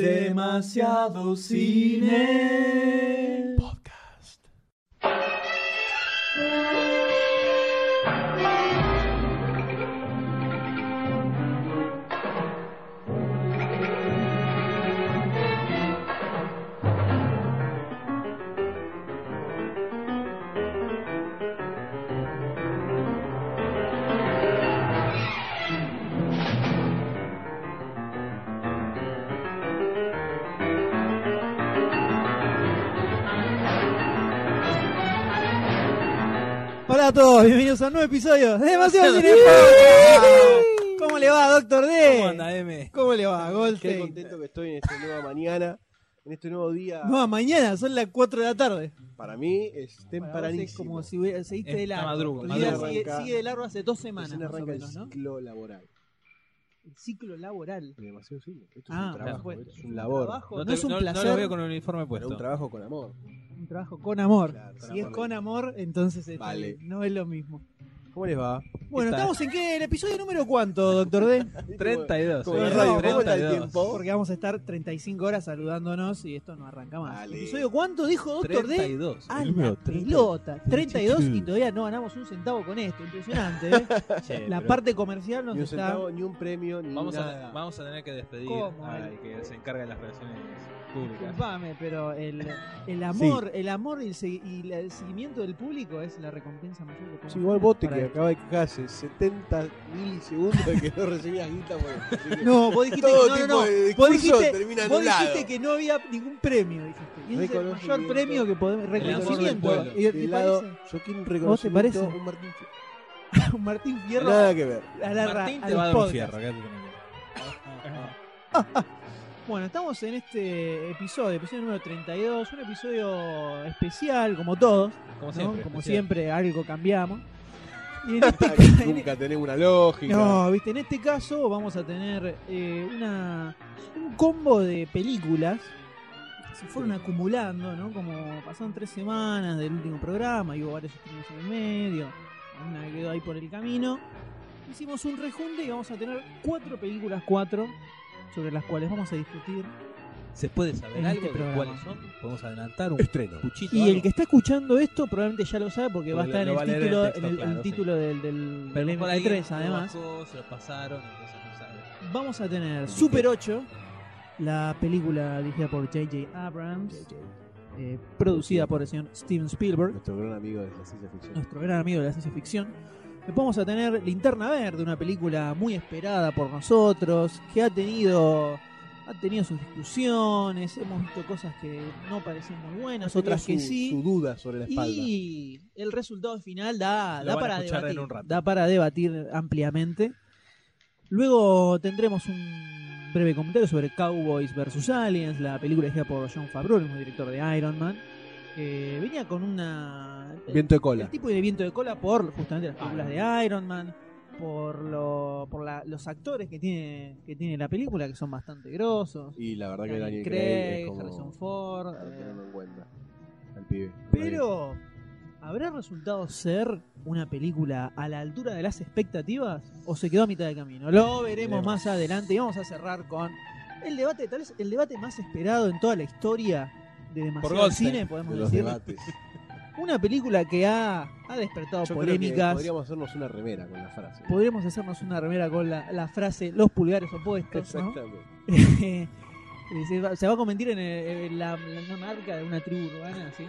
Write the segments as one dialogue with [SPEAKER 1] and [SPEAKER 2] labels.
[SPEAKER 1] Demasiado cine. Podcast.
[SPEAKER 2] Hola a todos, bienvenidos a un nuevo episodio de Demasiado Cine Podcast. ¿Cómo le va, Doctor D?
[SPEAKER 1] ¿Cómo anda, eh? M?
[SPEAKER 2] ¿Cómo le va,
[SPEAKER 3] Qué
[SPEAKER 2] Goldstein?
[SPEAKER 3] contento que estoy en esta nueva mañana, en este nuevo día.
[SPEAKER 2] No, mañana, son las 4 de la tarde.
[SPEAKER 3] Para mí es
[SPEAKER 2] Para vos es
[SPEAKER 3] tempranísimo.
[SPEAKER 2] como si hubiera, seguiste de
[SPEAKER 1] Está
[SPEAKER 2] largo.
[SPEAKER 1] madrugo,
[SPEAKER 2] Tu vida
[SPEAKER 3] madrugo.
[SPEAKER 2] Sigue,
[SPEAKER 3] Arranca-
[SPEAKER 2] sigue de largo hace dos semanas,
[SPEAKER 3] Recién
[SPEAKER 2] más o
[SPEAKER 3] arranca el
[SPEAKER 2] menos, ¿no?
[SPEAKER 3] ciclo laboral.
[SPEAKER 2] El ciclo laboral.
[SPEAKER 3] De Demasiado cine. Esto
[SPEAKER 2] Ah,
[SPEAKER 3] es un trabajo,
[SPEAKER 2] bueno.
[SPEAKER 3] esto es un labor.
[SPEAKER 2] Trabajo, no,
[SPEAKER 1] te-
[SPEAKER 2] es un placer,
[SPEAKER 1] lo veo con el uniforme
[SPEAKER 3] Pero
[SPEAKER 1] puesto.
[SPEAKER 3] un trabajo con amor.
[SPEAKER 2] un trabajo con amor.
[SPEAKER 3] Claro,
[SPEAKER 2] si es
[SPEAKER 3] trabajo.
[SPEAKER 2] con amor, entonces está
[SPEAKER 3] Vale.
[SPEAKER 2] bien, no es lo mismo.
[SPEAKER 3] ¿Cómo les va?
[SPEAKER 2] Bueno,
[SPEAKER 1] tal?
[SPEAKER 2] estamos en qué? ¿El episodio número cuánto, Doctor D?
[SPEAKER 1] 32.
[SPEAKER 3] Como
[SPEAKER 2] el
[SPEAKER 1] sí,
[SPEAKER 2] radio,
[SPEAKER 3] ¿cómo está el
[SPEAKER 1] 32.
[SPEAKER 3] tiempo?
[SPEAKER 2] Porque vamos a estar 35 horas saludándonos y esto no arranca más.
[SPEAKER 3] Dale.
[SPEAKER 2] ¿Episodio cuánto dijo Doctor D?
[SPEAKER 1] 32.
[SPEAKER 2] A
[SPEAKER 3] El número
[SPEAKER 2] la
[SPEAKER 3] 30.
[SPEAKER 2] pelota. 32 y todavía no ganamos un centavo con esto. Impresionante, ¿eh?
[SPEAKER 1] Che,
[SPEAKER 2] La
[SPEAKER 1] pero
[SPEAKER 2] parte comercial nos
[SPEAKER 3] Ni un
[SPEAKER 2] está...
[SPEAKER 3] centavo, ni un premio, ni
[SPEAKER 1] Vamos a,
[SPEAKER 3] nada.
[SPEAKER 1] vamos a tener que despedir
[SPEAKER 2] ¿Cómo?
[SPEAKER 1] al que se encarga de las relaciones públicas.
[SPEAKER 2] Disculpame, pero el, el amor, el amor y, el, segui- y la- el seguimiento del público es la recompensa mayor que podemos
[SPEAKER 3] Si igual
[SPEAKER 2] tener
[SPEAKER 3] vos te
[SPEAKER 2] para
[SPEAKER 3] que
[SPEAKER 2] esto.
[SPEAKER 3] acaba de quejarse 70 milisegundos de que no recibías guita. bueno, así que
[SPEAKER 2] No, vos dijiste, no,
[SPEAKER 3] todo
[SPEAKER 2] no,
[SPEAKER 3] tipo
[SPEAKER 2] no.
[SPEAKER 3] de
[SPEAKER 2] Vos
[SPEAKER 3] discurso
[SPEAKER 2] dijiste,
[SPEAKER 3] termina
[SPEAKER 2] vos
[SPEAKER 3] anulado.
[SPEAKER 2] dijiste que no había ningún premio, dijiste. Y ese es el
[SPEAKER 3] Reconocimiento.
[SPEAKER 2] mayor premio que podemos...
[SPEAKER 1] amor del
[SPEAKER 2] Reconocimiento.
[SPEAKER 1] pueblo.
[SPEAKER 2] Y- ¿te
[SPEAKER 3] Del lado,
[SPEAKER 2] parece?
[SPEAKER 3] yo quiero un
[SPEAKER 2] ¿Vos te
[SPEAKER 3] reconocimiento.
[SPEAKER 2] parece?
[SPEAKER 3] Un Martín Fierro.
[SPEAKER 2] Martín Fierro
[SPEAKER 3] Nada que ver.
[SPEAKER 2] a la ra-
[SPEAKER 1] Martín
[SPEAKER 2] a
[SPEAKER 1] te
[SPEAKER 2] los
[SPEAKER 1] va a dar un
[SPEAKER 2] podcasts.
[SPEAKER 1] fierro. acá te tenés que-
[SPEAKER 2] Ah, Bueno, estamos en este episodio, episodio número 32, un episodio especial, como todos, ¿no?
[SPEAKER 1] Como siempre.
[SPEAKER 2] como
[SPEAKER 1] especial.
[SPEAKER 2] siempre algo cambiamos. Y en este,
[SPEAKER 3] Que Nunca tenés una lógica.
[SPEAKER 2] no, viste, en este caso vamos a tener eh, una, un combo de películas que se fueron acumulando, ¿no? Como pasaron tres semanas del último programa, y hubo varios estrenos en el medio, una que quedó ahí por el camino. Hicimos un rejunte y vamos a tener cuatro películas, cuatro, sobre las cuales vamos a discutir.
[SPEAKER 1] ¿Se puede saber
[SPEAKER 2] En
[SPEAKER 1] algo
[SPEAKER 2] este
[SPEAKER 1] de
[SPEAKER 2] programa.
[SPEAKER 1] cuáles son? ¿Podemos adelantar un
[SPEAKER 3] Estreno.
[SPEAKER 1] puchito?
[SPEAKER 2] Y el
[SPEAKER 1] algo?
[SPEAKER 2] que está escuchando esto probablemente ya lo sabe porque va a
[SPEAKER 1] Lo-
[SPEAKER 2] estar
[SPEAKER 1] lo
[SPEAKER 2] en
[SPEAKER 1] va a
[SPEAKER 2] el
[SPEAKER 1] leer en
[SPEAKER 2] título,
[SPEAKER 1] el texto,
[SPEAKER 2] en el- el
[SPEAKER 1] claro, sí.
[SPEAKER 2] título del, del,
[SPEAKER 1] Pero
[SPEAKER 2] del
[SPEAKER 1] por ahí
[SPEAKER 2] MP3
[SPEAKER 1] lo
[SPEAKER 2] E además.
[SPEAKER 1] bajó, se lo pasaron, entonces no sabe.
[SPEAKER 2] Vamos a tener Super 8, la película dirigida por J.J. Abrams, eh, producida por el señor Steven Spielberg,
[SPEAKER 3] Nuestro gran amigo de la ciencia ficción.
[SPEAKER 2] nuestro gran amigo de la ciencia ficción. Después vamos a tener Linterna Verde, una película muy esperada por nosotros, que ha tenido... Ha tenido sus discusiones, hemos visto cosas que no parecían muy buenas, otras que
[SPEAKER 3] su,
[SPEAKER 2] sí.
[SPEAKER 3] Su duda sobre la espalda.
[SPEAKER 2] Y el resultado final da,
[SPEAKER 1] Lo
[SPEAKER 2] da
[SPEAKER 1] van a
[SPEAKER 2] para
[SPEAKER 1] escuchar
[SPEAKER 2] debatir.
[SPEAKER 1] en un rato.
[SPEAKER 2] Da para debatir ampliamente. Luego tendremos un breve comentario sobre Cowboys vs. Aliens, la película dirigida por John Favreau, el mismo director de Iron Man. que venía con una.
[SPEAKER 3] Viento de
[SPEAKER 2] El
[SPEAKER 3] cola. Ah.
[SPEAKER 2] tipo de viento de cola por justamente las películas de Iron Man, por, lo, por la- los actores que tiene, que tiene la película, que son bastante grosos.
[SPEAKER 3] Y la verdad que
[SPEAKER 2] Daniel
[SPEAKER 3] Daniel
[SPEAKER 2] Craig,
[SPEAKER 3] Craig es como...
[SPEAKER 2] Harrison Ford.
[SPEAKER 3] Claro,
[SPEAKER 2] eh,
[SPEAKER 3] tenerlo en cuenta. Al pibe.
[SPEAKER 2] Pero, ¿habrá resultado ser una película a la altura de las expectativas? ¿O se quedó a mitad de camino? Lo veremos
[SPEAKER 3] Veremos.
[SPEAKER 2] más adelante y vamos a cerrar con el debate, tal vez el debate más esperado en toda la historia de demasiado
[SPEAKER 1] Goldstein.
[SPEAKER 2] cine, podemos
[SPEAKER 3] De los
[SPEAKER 2] decir.
[SPEAKER 3] debates.
[SPEAKER 2] Una película que ha, ha despertado
[SPEAKER 3] Yo creo que
[SPEAKER 2] polémicas.
[SPEAKER 3] podríamos hacernos una remera con la frase.
[SPEAKER 2] Podríamos hacernos una remera con la, la frase los pulgares opuestos, ¿no?
[SPEAKER 3] Exactamente.
[SPEAKER 2] Eh, se, va, se va a convertir en, eh, en la, en una marca de una tribu urbana, ¿sí?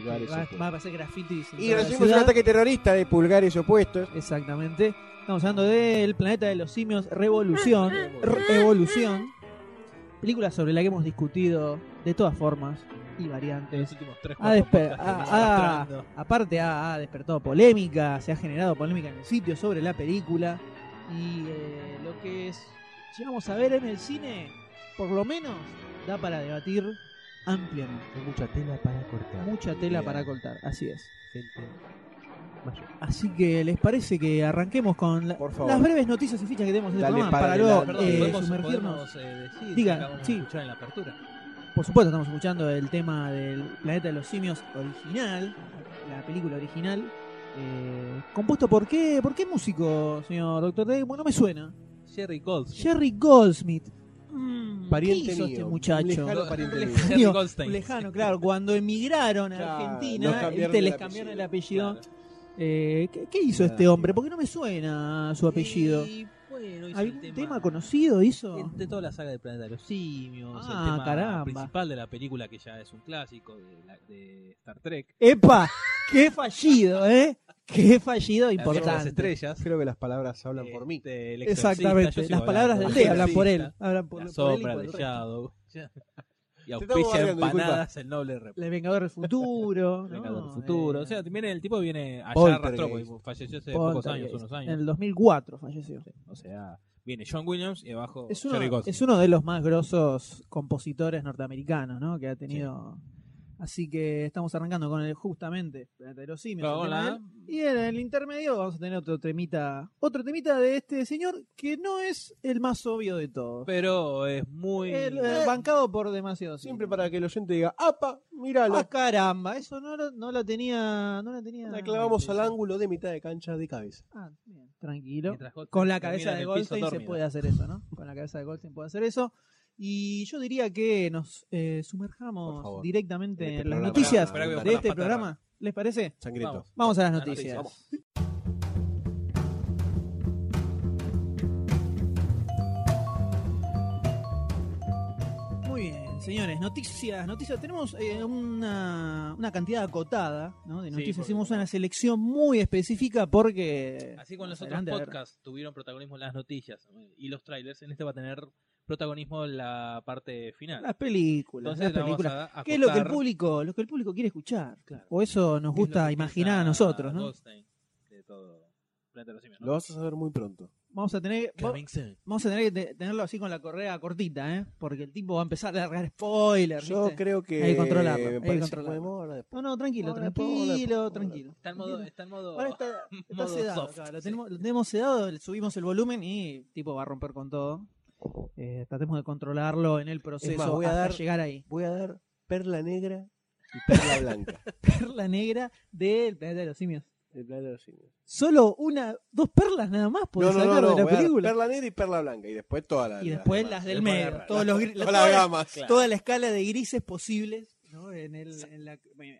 [SPEAKER 3] Lugares
[SPEAKER 2] va,
[SPEAKER 3] opuestos.
[SPEAKER 2] va a hacer grafitis. en
[SPEAKER 3] Y
[SPEAKER 2] toda la
[SPEAKER 3] recibimos un
[SPEAKER 2] ciudad.
[SPEAKER 3] ataque terrorista de pulgares opuestos.
[SPEAKER 2] Exactamente. Estamos hablando del planeta de los simios, Revolución. Re- Evolución. Película sobre la que hemos discutido de todas formas y
[SPEAKER 1] De los
[SPEAKER 2] variantes.
[SPEAKER 1] últimos 3,
[SPEAKER 2] Ha
[SPEAKER 1] 4
[SPEAKER 2] despe- ha- ha- aparte ha, ha despertado polémica, se ha generado polémica en el sitio sobre la película. Y eh, lo que es, llegamos a ver en el cine, por lo menos, da para debatir ampliamente.
[SPEAKER 3] Hay mucha tela para cortar.
[SPEAKER 2] Mucha tela para cortar, así es.
[SPEAKER 3] cortar.
[SPEAKER 2] Así que, ¿les parece que arranquemos con la-
[SPEAKER 3] Por favor.
[SPEAKER 2] las breves noticias y fichas que tenemos en el
[SPEAKER 3] Dale,
[SPEAKER 2] programa
[SPEAKER 3] para
[SPEAKER 2] para
[SPEAKER 3] adelante.
[SPEAKER 2] luego
[SPEAKER 1] Perdón,
[SPEAKER 2] eh,
[SPEAKER 1] podemos,
[SPEAKER 2] sumergirnos?
[SPEAKER 1] podemos, eh, decir
[SPEAKER 2] Diga,
[SPEAKER 1] que acabamos
[SPEAKER 2] sí.
[SPEAKER 1] de escuchar en la apertura.
[SPEAKER 2] Por supuesto, estamos escuchando el tema del Planeta de los Simios original, la película original. eh, compuesto por qué, por qué músico, señor Doctor D, Bueno, no me suena.
[SPEAKER 1] Jerry Golds.
[SPEAKER 2] Jerry Goldsmith. mm, ¿qué
[SPEAKER 3] Pariente
[SPEAKER 2] hizo
[SPEAKER 3] mío.
[SPEAKER 2] este
[SPEAKER 3] un
[SPEAKER 2] muchacho?
[SPEAKER 3] Lejano pariente mío.
[SPEAKER 1] Jerry
[SPEAKER 2] Digo,
[SPEAKER 1] Goldstein.
[SPEAKER 2] Lejano, claro. Cuando emigraron a
[SPEAKER 3] Claro, los
[SPEAKER 2] Argentina,
[SPEAKER 3] cambiaron
[SPEAKER 2] este,
[SPEAKER 3] el
[SPEAKER 2] les cambiaron el apellido.
[SPEAKER 1] Claro.
[SPEAKER 2] Eh, ¿qué, qué hizo
[SPEAKER 3] Nada,
[SPEAKER 2] este hombre?
[SPEAKER 3] tío.
[SPEAKER 2] Porque no me suena
[SPEAKER 1] Eh,
[SPEAKER 2] su apellido.
[SPEAKER 1] Y bueno, hizo
[SPEAKER 2] ¿Algún
[SPEAKER 1] el
[SPEAKER 2] tema, conocido hizo?
[SPEAKER 1] De toda la saga de Planeta de los Simios,
[SPEAKER 2] Ah,
[SPEAKER 1] el tema
[SPEAKER 2] caramba.
[SPEAKER 1] principal de la película que ya es un clásico de, la- de Star Trek,
[SPEAKER 2] ¡Epa! ¡Qué fallido, eh! ¡Qué fallido
[SPEAKER 1] La Guerra de las
[SPEAKER 2] importante!
[SPEAKER 1] estrellas.
[SPEAKER 3] Creo que las palabras hablan
[SPEAKER 2] Eh,
[SPEAKER 3] por mí.
[SPEAKER 1] Este, el exorcista, yo
[SPEAKER 2] Exactamente.
[SPEAKER 1] sigo
[SPEAKER 2] Las palabras
[SPEAKER 1] hablando
[SPEAKER 2] del
[SPEAKER 1] del
[SPEAKER 2] D hablan por él.
[SPEAKER 1] exorcista,
[SPEAKER 2] Hablan por,
[SPEAKER 1] La
[SPEAKER 2] por él y
[SPEAKER 1] sombra
[SPEAKER 2] por
[SPEAKER 1] de
[SPEAKER 2] el resto.
[SPEAKER 1] Shadow. Y
[SPEAKER 3] estamos
[SPEAKER 1] auspicia
[SPEAKER 3] bardeando,
[SPEAKER 1] empanadas el noble rep.
[SPEAKER 2] El Vengador del Futuro. ¿no?
[SPEAKER 1] Vengador del Futuro.
[SPEAKER 2] Eh,
[SPEAKER 1] O sea, viene, el tipo viene allá
[SPEAKER 3] Poltergeist.
[SPEAKER 1] arrastró, porque falleció hace pocos años,
[SPEAKER 2] Poltergeist.
[SPEAKER 1] unos
[SPEAKER 2] En
[SPEAKER 1] años.
[SPEAKER 2] el 2004 falleció.
[SPEAKER 1] O sea, viene John Williams y abajo
[SPEAKER 2] Es
[SPEAKER 1] Jerry
[SPEAKER 2] uno,
[SPEAKER 1] Goldsmith.
[SPEAKER 2] es uno de los más grosos compositores norteamericanos, ¿no? Que ha tenido. Así que estamos arrancando con el justamente Planeta de los Simios,
[SPEAKER 1] Pero
[SPEAKER 2] el tema
[SPEAKER 1] hola.
[SPEAKER 2] de él. Y en el intermedio vamos a tener otro temita, otro temita de este señor que no es el más obvio de todos.
[SPEAKER 1] Pero es muy.
[SPEAKER 2] El, eh, bancado por demasiado.
[SPEAKER 3] Siempre para que el oyente diga, ¡apa! Míralo.
[SPEAKER 2] Ah, caramba, eso no, lo- no la tenía, no la tenía.
[SPEAKER 3] La clavamos al
[SPEAKER 2] Ah,
[SPEAKER 3] ángulo de mitad de cancha de cabeza.
[SPEAKER 2] bien, tranquilo.
[SPEAKER 1] mientras Goldstein
[SPEAKER 2] Con la
[SPEAKER 1] termina
[SPEAKER 2] cabeza
[SPEAKER 1] en
[SPEAKER 2] de
[SPEAKER 1] el piso
[SPEAKER 2] Goldstein se
[SPEAKER 1] dormido.
[SPEAKER 2] puede hacer eso, ¿no? Con la cabeza de Goldstein puede hacer eso. Y yo diría que nos eh,
[SPEAKER 3] Por
[SPEAKER 2] sumerjamos
[SPEAKER 3] favor.
[SPEAKER 2] directamente
[SPEAKER 3] En
[SPEAKER 2] en,
[SPEAKER 3] este
[SPEAKER 2] las
[SPEAKER 3] programa.
[SPEAKER 2] noticias
[SPEAKER 3] Esperá que voy a
[SPEAKER 2] de
[SPEAKER 1] buscar
[SPEAKER 2] este
[SPEAKER 1] las patas
[SPEAKER 2] programa. ¿Les parece?
[SPEAKER 3] Sangriento.
[SPEAKER 1] Vamos.
[SPEAKER 2] Vamos a las
[SPEAKER 1] Las
[SPEAKER 2] noticias.
[SPEAKER 1] noticias,
[SPEAKER 2] Muy bien, señores, noticias, noticias. Tenemos eh, una, una cantidad acotada ¿no? de
[SPEAKER 1] Sí,
[SPEAKER 2] noticias.
[SPEAKER 1] porque-
[SPEAKER 2] Hicimos una selección muy específica porque...
[SPEAKER 1] Así con los
[SPEAKER 2] Adelante, a
[SPEAKER 1] otros
[SPEAKER 2] ver.
[SPEAKER 1] podcasts tuvieron protagonismo las noticias
[SPEAKER 2] eh,
[SPEAKER 1] y los trailers, en este va a tener protagonismo la parte final.
[SPEAKER 2] Las películas,
[SPEAKER 1] Entonces,
[SPEAKER 2] las
[SPEAKER 1] la vamos
[SPEAKER 2] películas.
[SPEAKER 1] a acotar.
[SPEAKER 2] ¿Qué es lo que el público, lo que el público quiere escuchar?
[SPEAKER 1] Claro.
[SPEAKER 2] O eso nos
[SPEAKER 1] ¿Qué es lo
[SPEAKER 2] gusta
[SPEAKER 1] que
[SPEAKER 2] imaginar a
[SPEAKER 1] piensa
[SPEAKER 2] nosotros, ¿no?
[SPEAKER 1] Goldstein de todo Planeta de los Simios, ¿no?
[SPEAKER 3] Lo vas a saber muy pronto.
[SPEAKER 2] Vamos a tener, va-
[SPEAKER 1] Coming soon.
[SPEAKER 2] vamos a tener que te- tenerlo así con la correa cortita, ¿eh? Porque el tipo va a empezar a largar spoilers.
[SPEAKER 3] Yo
[SPEAKER 2] ¿viste?
[SPEAKER 3] creo que.
[SPEAKER 2] Hay que controlarlo, hay que
[SPEAKER 3] Me parece que
[SPEAKER 2] controlarlo.
[SPEAKER 3] podemos hablar después.
[SPEAKER 2] No, no, tranquilo,
[SPEAKER 3] Hola,
[SPEAKER 2] tranquilo,
[SPEAKER 3] hola,
[SPEAKER 2] tranquilo.
[SPEAKER 1] Está en modo. Está en modo
[SPEAKER 2] Ahora está, está
[SPEAKER 1] modo
[SPEAKER 2] sedado,
[SPEAKER 1] soft,
[SPEAKER 2] claro, lo,
[SPEAKER 1] sí.
[SPEAKER 2] tenemos, lo tenemos sedado, le subimos el volumen y el tipo va a romper con todo. Eh, tratemos de controlarlo en el proceso
[SPEAKER 3] voy a
[SPEAKER 2] hasta
[SPEAKER 3] dar-
[SPEAKER 2] llegar ahí.
[SPEAKER 3] Voy a dar perla negra y perla blanca.
[SPEAKER 2] Perla negra del planeta de los simios.
[SPEAKER 3] El plan de los simios.
[SPEAKER 2] Solo una, dos perlas nada más podés sacar de la
[SPEAKER 3] voy a dar
[SPEAKER 2] película.
[SPEAKER 3] Perla negra y perla blanca. Y después todas las.
[SPEAKER 2] Y después
[SPEAKER 3] demás.
[SPEAKER 2] las del
[SPEAKER 3] Después
[SPEAKER 2] medio,
[SPEAKER 3] las-
[SPEAKER 2] todos los gris-
[SPEAKER 3] Todas
[SPEAKER 2] todas
[SPEAKER 3] las
[SPEAKER 2] las-
[SPEAKER 3] gamas.
[SPEAKER 2] toda la escala de grises posibles ¿no? en, el, en la- muy bien.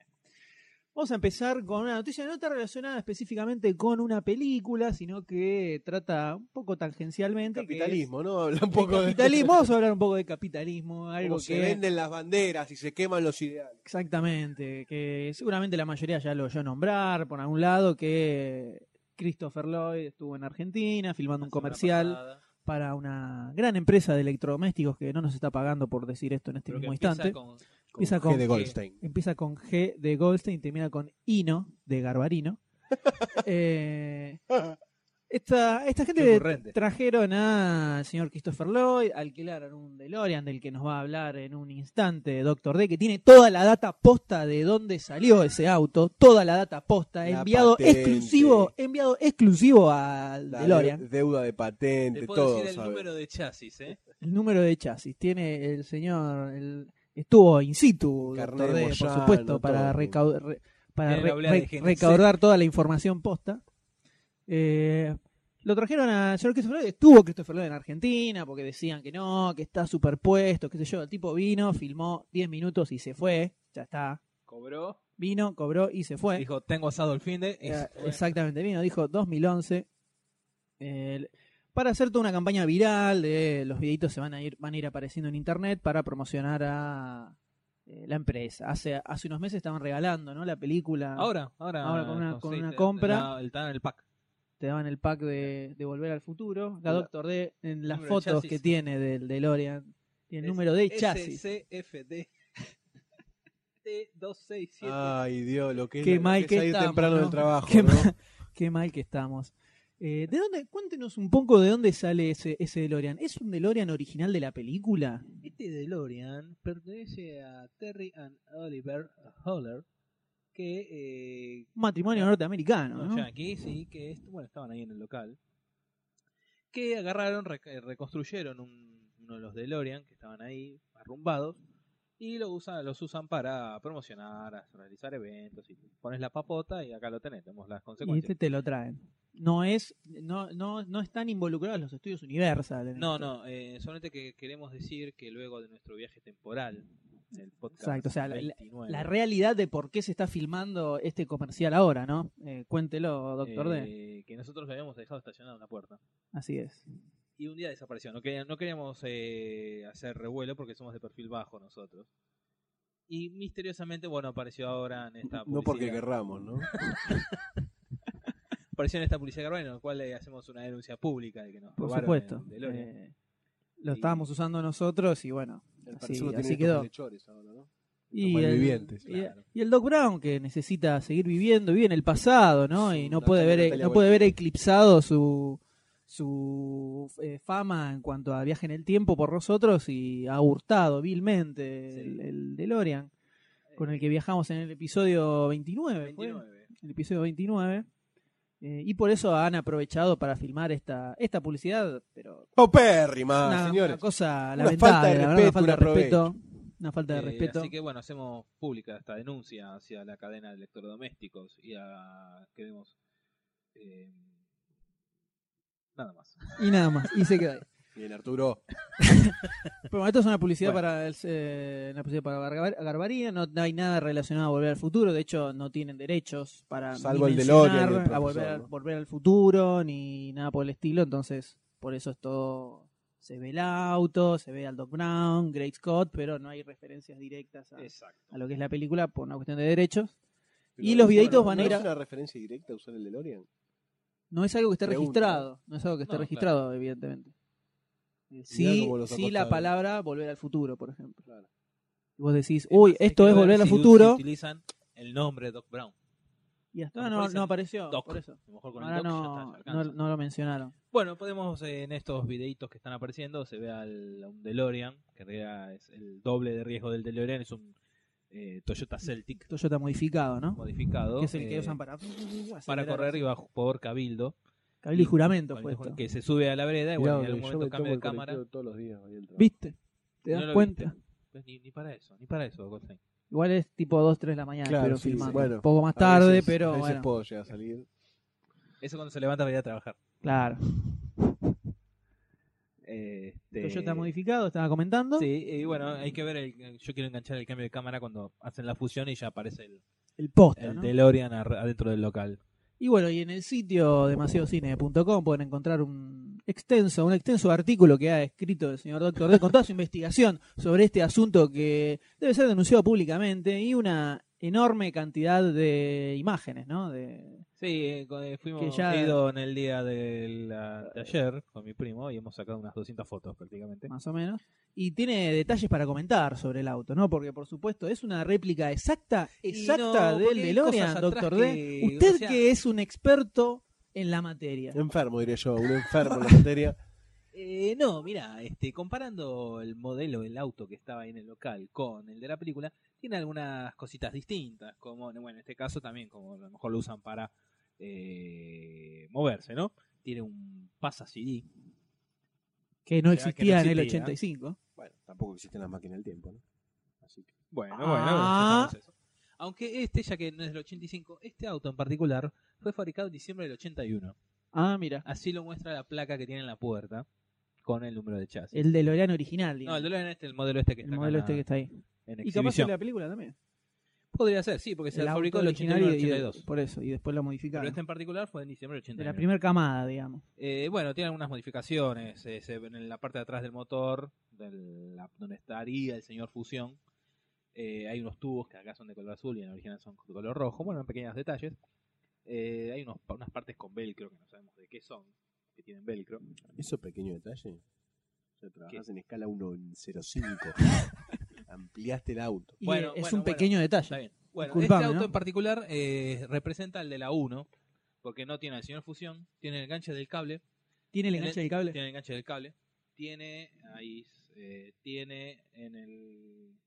[SPEAKER 2] Vamos a empezar con una noticia, no está relacionada específicamente con una película, sino que trata un poco tangencialmente. que es-
[SPEAKER 3] Capitalismo, ¿no? Habla un
[SPEAKER 2] el
[SPEAKER 3] poco de.
[SPEAKER 2] capitalismo, vamos a hablar un poco de capitalismo, algo
[SPEAKER 3] Cómo
[SPEAKER 2] que
[SPEAKER 3] se venden las banderas y se queman los ideales.
[SPEAKER 2] exactamente, que seguramente la mayoría ya lo oyó nombrar por algún lado, que Christopher Lloyd estuvo en Argentina filmando un comercial
[SPEAKER 1] este
[SPEAKER 2] para una gran empresa de electrodomésticos que no nos está pagando por decir esto en este
[SPEAKER 1] Pero que
[SPEAKER 2] mismo
[SPEAKER 1] empieza
[SPEAKER 2] instante.
[SPEAKER 1] con-
[SPEAKER 2] Empieza
[SPEAKER 3] G
[SPEAKER 2] con
[SPEAKER 3] de
[SPEAKER 1] G.
[SPEAKER 3] Goldstein.
[SPEAKER 2] Empieza con G de Goldstein y termina con Ino de Garbarino. Eh, esta, esta
[SPEAKER 1] Qué
[SPEAKER 2] gente
[SPEAKER 1] ocurrente.
[SPEAKER 2] trajeron al señor Christopher Lloyd, alquilaron un DeLorean del que nos va a hablar en un instante Doctor D, que tiene toda la data posta de dónde salió ese auto, toda la data posta,
[SPEAKER 3] La
[SPEAKER 2] enviado
[SPEAKER 3] patente.
[SPEAKER 2] exclusivo, enviado exclusivo al
[SPEAKER 3] La
[SPEAKER 2] DeLorean.
[SPEAKER 3] de- deuda de patente,
[SPEAKER 1] Te puedo
[SPEAKER 3] todo.
[SPEAKER 1] decir el
[SPEAKER 3] ¿sabes?
[SPEAKER 1] número de chasis, ¿eh?
[SPEAKER 2] El número de chasis tiene el señor, el- estuvo in situ,
[SPEAKER 3] Carnet
[SPEAKER 2] Doctor
[SPEAKER 3] de
[SPEAKER 2] D, por
[SPEAKER 3] Moyano,
[SPEAKER 2] supuesto, para
[SPEAKER 3] todo.
[SPEAKER 2] recau- re- para
[SPEAKER 1] Tiene
[SPEAKER 2] re-
[SPEAKER 1] la oblea de
[SPEAKER 2] re-
[SPEAKER 1] Genesis.
[SPEAKER 2] recaudar toda la información posta. Eh, lo trajeron a señor Christopher Lloyd. Estuvo Christopher Lloyd en Argentina porque decían que no, que está superpuesto, qué sé yo. El tipo vino, filmó 10 minutos y se fue. Ya está.
[SPEAKER 1] Cobró.
[SPEAKER 2] Vino, cobró y se fue.
[SPEAKER 1] Dijo, tengo asado el fin de. y
[SPEAKER 2] Eh,
[SPEAKER 1] se fue.
[SPEAKER 2] Exactamente, vino, dijo 2011. El- para hacer toda una campaña viral, de los videitos se van a ir, van a ir apareciendo en internet para promocionar a eh, la empresa. Hace, hace unos meses estaban regalando, ¿no? La película.
[SPEAKER 1] Ahora, ahora.
[SPEAKER 2] Ahora con una- con
[SPEAKER 1] sí,
[SPEAKER 2] una
[SPEAKER 1] te-
[SPEAKER 2] compra.
[SPEAKER 1] la- el- Está en el pack.
[SPEAKER 2] Te daban el pack de, de Volver al Futuro. La
[SPEAKER 3] Hola.
[SPEAKER 2] Doctor D en las
[SPEAKER 1] Número de
[SPEAKER 2] fotos
[SPEAKER 1] chasis.
[SPEAKER 2] que tiene del DeLorean. Tiene el número de chasis.
[SPEAKER 1] SCFD. T267.
[SPEAKER 3] Ay, Dios, lo que es,
[SPEAKER 2] Qué
[SPEAKER 3] lo que
[SPEAKER 2] mal
[SPEAKER 3] es
[SPEAKER 2] que
[SPEAKER 3] salir
[SPEAKER 2] estamos,
[SPEAKER 3] temprano
[SPEAKER 2] ¿no?
[SPEAKER 3] del trabajo.
[SPEAKER 2] Qué
[SPEAKER 3] ¿no?
[SPEAKER 2] mal. Qué mal que estamos. Eh, ¿De dónde? Cuéntenos un poco de dónde sale ese, ese DeLorean. ¿Es un DeLorean original de la película?
[SPEAKER 1] Este DeLorean pertenece a Terry and Oliver Holler, que eh,
[SPEAKER 2] Un matrimonio norteamericano,
[SPEAKER 1] no,
[SPEAKER 2] ¿no?
[SPEAKER 1] yankees, sí, que est- bueno, estaban ahí en el local, que agarraron, rec- eh, reconstruyeron un- uno de los DeLorean que estaban ahí arrumbados y lo usan, los usan para promocionar, a realizar eventos y pones la papota y acá lo tenés, tenemos las
[SPEAKER 2] Y
[SPEAKER 1] consecuencias.
[SPEAKER 2] este te lo traen. no es no, no, no están involucrados los estudios Universal. en
[SPEAKER 1] No,
[SPEAKER 2] esto.
[SPEAKER 1] no, eh, solamente que queremos decir que luego de nuestro viaje temporal, el podcast
[SPEAKER 2] Exacto, o sea, la- la-
[SPEAKER 1] 29,
[SPEAKER 2] La realidad de por qué se está filmando este comercial ahora, ¿no? Eh, cuéntelo, doctor D.
[SPEAKER 1] eh, que nosotros lo habíamos dejado estacionado en la puerta.
[SPEAKER 2] Así es.
[SPEAKER 1] Y un día desapareció, no, quería- no queríamos eh, hacer revuelo porque somos de perfil bajo nosotros. Y misteriosamente, bueno, apareció ahora en esta publicidad.
[SPEAKER 3] No porque querramos, ¿no?
[SPEAKER 1] Apareció en esta publicidad Garbage, en la cual le hacemos una denuncia pública de que nos
[SPEAKER 2] Por
[SPEAKER 1] robaron
[SPEAKER 2] supuesto.
[SPEAKER 1] el DeLorean.
[SPEAKER 2] Eh, lo
[SPEAKER 1] Y-
[SPEAKER 2] estábamos usando nosotros y bueno.
[SPEAKER 3] El
[SPEAKER 2] Así-
[SPEAKER 3] Parselo
[SPEAKER 2] así
[SPEAKER 3] estos
[SPEAKER 2] quedó.
[SPEAKER 3] malhechores ahora, ¿no?
[SPEAKER 2] Y el,
[SPEAKER 3] malvivientes,
[SPEAKER 2] y-
[SPEAKER 1] claro.
[SPEAKER 2] y el Doc Brown que necesita seguir viviendo, vive en el pasado, ¿no? Y
[SPEAKER 3] Sí,
[SPEAKER 2] no
[SPEAKER 3] Natalia-
[SPEAKER 2] puede ver, e
[SPEAKER 3] Natalia
[SPEAKER 2] no puede ver
[SPEAKER 3] Bolívar.
[SPEAKER 2] eclipsado su su eh, fama en cuanto a viaje en el tiempo por nosotros y ha hurtado vilmente
[SPEAKER 1] Sí.
[SPEAKER 2] el, el DeLorean
[SPEAKER 3] Eh.
[SPEAKER 2] con el que viajamos en el episodio 29, ¿fue?
[SPEAKER 1] 29.
[SPEAKER 2] el episodio 29. eh, y por eso han aprovechado para filmar esta, esta publicidad, pero
[SPEAKER 3] Paupérrima,
[SPEAKER 2] una,
[SPEAKER 3] Ah, señores.
[SPEAKER 2] una cosa
[SPEAKER 3] Una
[SPEAKER 2] lamentable,
[SPEAKER 3] falta de
[SPEAKER 2] la verdad, una
[SPEAKER 3] respeto,
[SPEAKER 2] falta
[SPEAKER 3] un
[SPEAKER 2] de respeto. Una falta de
[SPEAKER 1] Eh,
[SPEAKER 2] respeto.
[SPEAKER 1] Así que bueno, hacemos pública esta denuncia hacia la cadena de electrodomésticos y a, queremos eh, nada más.
[SPEAKER 2] Y nada más, y se queda ahí.
[SPEAKER 3] Bien, Arturo.
[SPEAKER 2] Pero bueno, esto es una publicidad
[SPEAKER 1] Bueno.
[SPEAKER 2] para el, eh, una publicidad para Garbar- Garbarina, no hay nada relacionado a Volver al Futuro, de hecho no tienen derechos para
[SPEAKER 3] Salvo
[SPEAKER 2] ni
[SPEAKER 3] el DeLorean y el
[SPEAKER 2] mencionar a
[SPEAKER 3] profesor,
[SPEAKER 2] volver, al-
[SPEAKER 3] ¿no?
[SPEAKER 2] Volver al Futuro ni nada por el estilo, entonces por eso es todo se ve el auto, se ve al Doc Brown, Great Scott, pero no hay referencias directas a,
[SPEAKER 1] Exacto.
[SPEAKER 2] a lo que es la película por una cuestión de derechos.
[SPEAKER 3] Pero
[SPEAKER 2] Y los
[SPEAKER 3] no,
[SPEAKER 2] videitos
[SPEAKER 3] no,
[SPEAKER 2] van a
[SPEAKER 3] ¿no
[SPEAKER 2] ir a-
[SPEAKER 3] ¿Es una referencia directa a usar el DeLorean?
[SPEAKER 2] No es algo que esté
[SPEAKER 3] Pregunta.
[SPEAKER 2] registrado, no es algo que esté
[SPEAKER 1] No, claro.
[SPEAKER 2] registrado, evidentemente. Eh, Sí,
[SPEAKER 3] cómo los
[SPEAKER 2] sí la
[SPEAKER 3] acostaron.
[SPEAKER 2] palabra Volver al Futuro, por ejemplo.
[SPEAKER 3] Claro.
[SPEAKER 2] Y vos decís, uy, esto es volver al futuro.
[SPEAKER 1] utilizan el nombre de Doc Brown.
[SPEAKER 2] Y hasta
[SPEAKER 1] A lo
[SPEAKER 2] ahora
[SPEAKER 1] mejor
[SPEAKER 2] no,
[SPEAKER 1] dicen
[SPEAKER 2] no apareció.
[SPEAKER 1] Doc.
[SPEAKER 2] Por eso.
[SPEAKER 1] A lo mejor con el
[SPEAKER 2] Ahora
[SPEAKER 1] Doc ya está,
[SPEAKER 2] no,
[SPEAKER 1] ya
[SPEAKER 2] no,
[SPEAKER 1] alcanza.
[SPEAKER 2] no lo mencionaron.
[SPEAKER 1] Bueno, podemos eh, en estos videitos que están apareciendo, se ve al, a un DeLorean, que en realidad es el doble de riesgo del DeLorean, es un eh, Toyota Celtic
[SPEAKER 2] Toyota modificado, ¿no?
[SPEAKER 1] modificado.
[SPEAKER 2] Que es el que
[SPEAKER 1] eh,
[SPEAKER 2] usan para,
[SPEAKER 1] para
[SPEAKER 2] acelerar.
[SPEAKER 1] correr y va por Cabildo.
[SPEAKER 2] Cabildo y juramento
[SPEAKER 1] Cabildo
[SPEAKER 2] fue esto.
[SPEAKER 1] Que se sube a la vereda y
[SPEAKER 3] Mirá,
[SPEAKER 1] bueno, en
[SPEAKER 3] hombre,
[SPEAKER 1] algún
[SPEAKER 3] yo me
[SPEAKER 1] momento
[SPEAKER 3] tomo
[SPEAKER 1] cambia de
[SPEAKER 3] el
[SPEAKER 1] cámara.
[SPEAKER 3] colectivo todos los días. ahí al trabajo.
[SPEAKER 2] ¿Viste? ¿Te
[SPEAKER 1] No
[SPEAKER 2] das
[SPEAKER 1] lo
[SPEAKER 2] cuenta?
[SPEAKER 1] Pues Ni, ni para eso, ni para eso, Goldstein.
[SPEAKER 2] Igual es tipo 2, 3 de la mañana,
[SPEAKER 3] Claro,
[SPEAKER 2] pero
[SPEAKER 3] sí,
[SPEAKER 2] filmando.
[SPEAKER 3] sí. Bueno,
[SPEAKER 2] un poco más
[SPEAKER 3] A
[SPEAKER 2] tarde,
[SPEAKER 3] veces-
[SPEAKER 2] pero
[SPEAKER 3] A veces
[SPEAKER 2] bueno.
[SPEAKER 3] puedo llegar a salir.
[SPEAKER 1] Eso cuando se levanta para ir a trabajar.
[SPEAKER 2] Claro.
[SPEAKER 1] Este,
[SPEAKER 2] Toyota modificado, estaba comentando.
[SPEAKER 1] Sí, y bueno, hay que ver. el- yo quiero enganchar el cambio de cámara cuando hacen la fusión y ya aparece el,
[SPEAKER 2] El posta,
[SPEAKER 1] el
[SPEAKER 2] ¿no?
[SPEAKER 1] DeLorean ar- adentro del local.
[SPEAKER 2] Y bueno, y en el sitio demasiadocine.com pueden encontrar un extenso, un extenso artículo que ha escrito el señor Doctor D con toda su investigación sobre este asunto que debe ser denunciado públicamente y una enorme cantidad de imágenes, ¿no? De,
[SPEAKER 1] Sí, eh, co- eh, fuimos
[SPEAKER 2] Que ya-
[SPEAKER 1] he ido en el día de, la- de ayer con mi primo y hemos sacado unas 200 fotos prácticamente.
[SPEAKER 2] más o menos. Y tiene detalles para comentar sobre el auto, ¿no? Porque, por supuesto, es una réplica exacta, exacta
[SPEAKER 1] no,
[SPEAKER 2] del
[SPEAKER 1] porque hay
[SPEAKER 2] DeLorean,
[SPEAKER 1] cosas atrás
[SPEAKER 2] Doctor D.
[SPEAKER 1] que,
[SPEAKER 2] Usted
[SPEAKER 1] o sea-
[SPEAKER 2] que es un experto en la materia.
[SPEAKER 3] Enfermo, diré yo. Un enfermo en la materia.
[SPEAKER 1] Eh, no, mira, este, comparando el modelo del auto que estaba ahí en el local con el de la película, tiene algunas cositas distintas, como, bueno, en este caso también, como a lo mejor lo usan para eh, moverse, ¿no? Tiene un pasa CD.
[SPEAKER 2] Que no
[SPEAKER 1] O sea, que
[SPEAKER 2] existía
[SPEAKER 1] no
[SPEAKER 2] en el
[SPEAKER 1] existía.
[SPEAKER 2] 85.
[SPEAKER 3] Bueno, tampoco existen las máquinas del tiempo, ¿no? Así que.
[SPEAKER 1] Bueno,
[SPEAKER 2] Ah.
[SPEAKER 1] bueno, ya sabemos eso. Aunque este, ya que no es del 85, este auto en particular fue fabricado en diciembre del 81.
[SPEAKER 2] Ah, mira.
[SPEAKER 1] Así lo muestra la placa que tiene en la puerta con el número de chasis.
[SPEAKER 2] El DeLorean original,
[SPEAKER 1] no,
[SPEAKER 2] digamos.
[SPEAKER 1] el DeLorean este, el modelo este que
[SPEAKER 2] el
[SPEAKER 1] está acá
[SPEAKER 2] modelo
[SPEAKER 1] en
[SPEAKER 2] este
[SPEAKER 1] la-
[SPEAKER 2] que está ahí.
[SPEAKER 1] en
[SPEAKER 2] Y capaz que
[SPEAKER 1] exhibición.
[SPEAKER 2] la película también.
[SPEAKER 1] Podría ser, sí, porque se
[SPEAKER 2] El
[SPEAKER 1] la fabricó
[SPEAKER 2] auto
[SPEAKER 1] el 81 y el
[SPEAKER 2] y de-
[SPEAKER 1] 82.
[SPEAKER 2] por eso, y después la modificaron.
[SPEAKER 1] Pero este en particular fue en diciembre del
[SPEAKER 2] de la
[SPEAKER 1] 81.
[SPEAKER 2] primera camada, digamos.
[SPEAKER 1] Eh, bueno, tiene algunas modificaciones. eh, se ven en la parte de atrás del motor, del- la- donde estaría el señor Fusión, eh, hay unos tubos que acá son de color azul y en la original son de color rojo. Bueno, pequeños detalles. Eh, hay unos, pa- unas partes con velcro que no sabemos de qué son, que tienen velcro.
[SPEAKER 3] Eso pequeño detalle. Ya trabajás en escala 1.05. Ampliaste el auto.
[SPEAKER 2] Y
[SPEAKER 1] Bueno,
[SPEAKER 2] eh, es
[SPEAKER 1] bueno,
[SPEAKER 2] un
[SPEAKER 1] bueno.
[SPEAKER 2] pequeño
[SPEAKER 1] Está
[SPEAKER 2] detalle.
[SPEAKER 1] bien. Bueno,
[SPEAKER 2] Disculpame,
[SPEAKER 1] este auto
[SPEAKER 2] ¿no?
[SPEAKER 1] en particular eh, representa el de la 1, porque no tiene al señor Fusión, tiene el gancho del cable,
[SPEAKER 2] Tiene el
[SPEAKER 1] Tiene-
[SPEAKER 2] enganche del cable.
[SPEAKER 1] Tiene el enganche del cable. Tiene ahí. eh, tiene en el.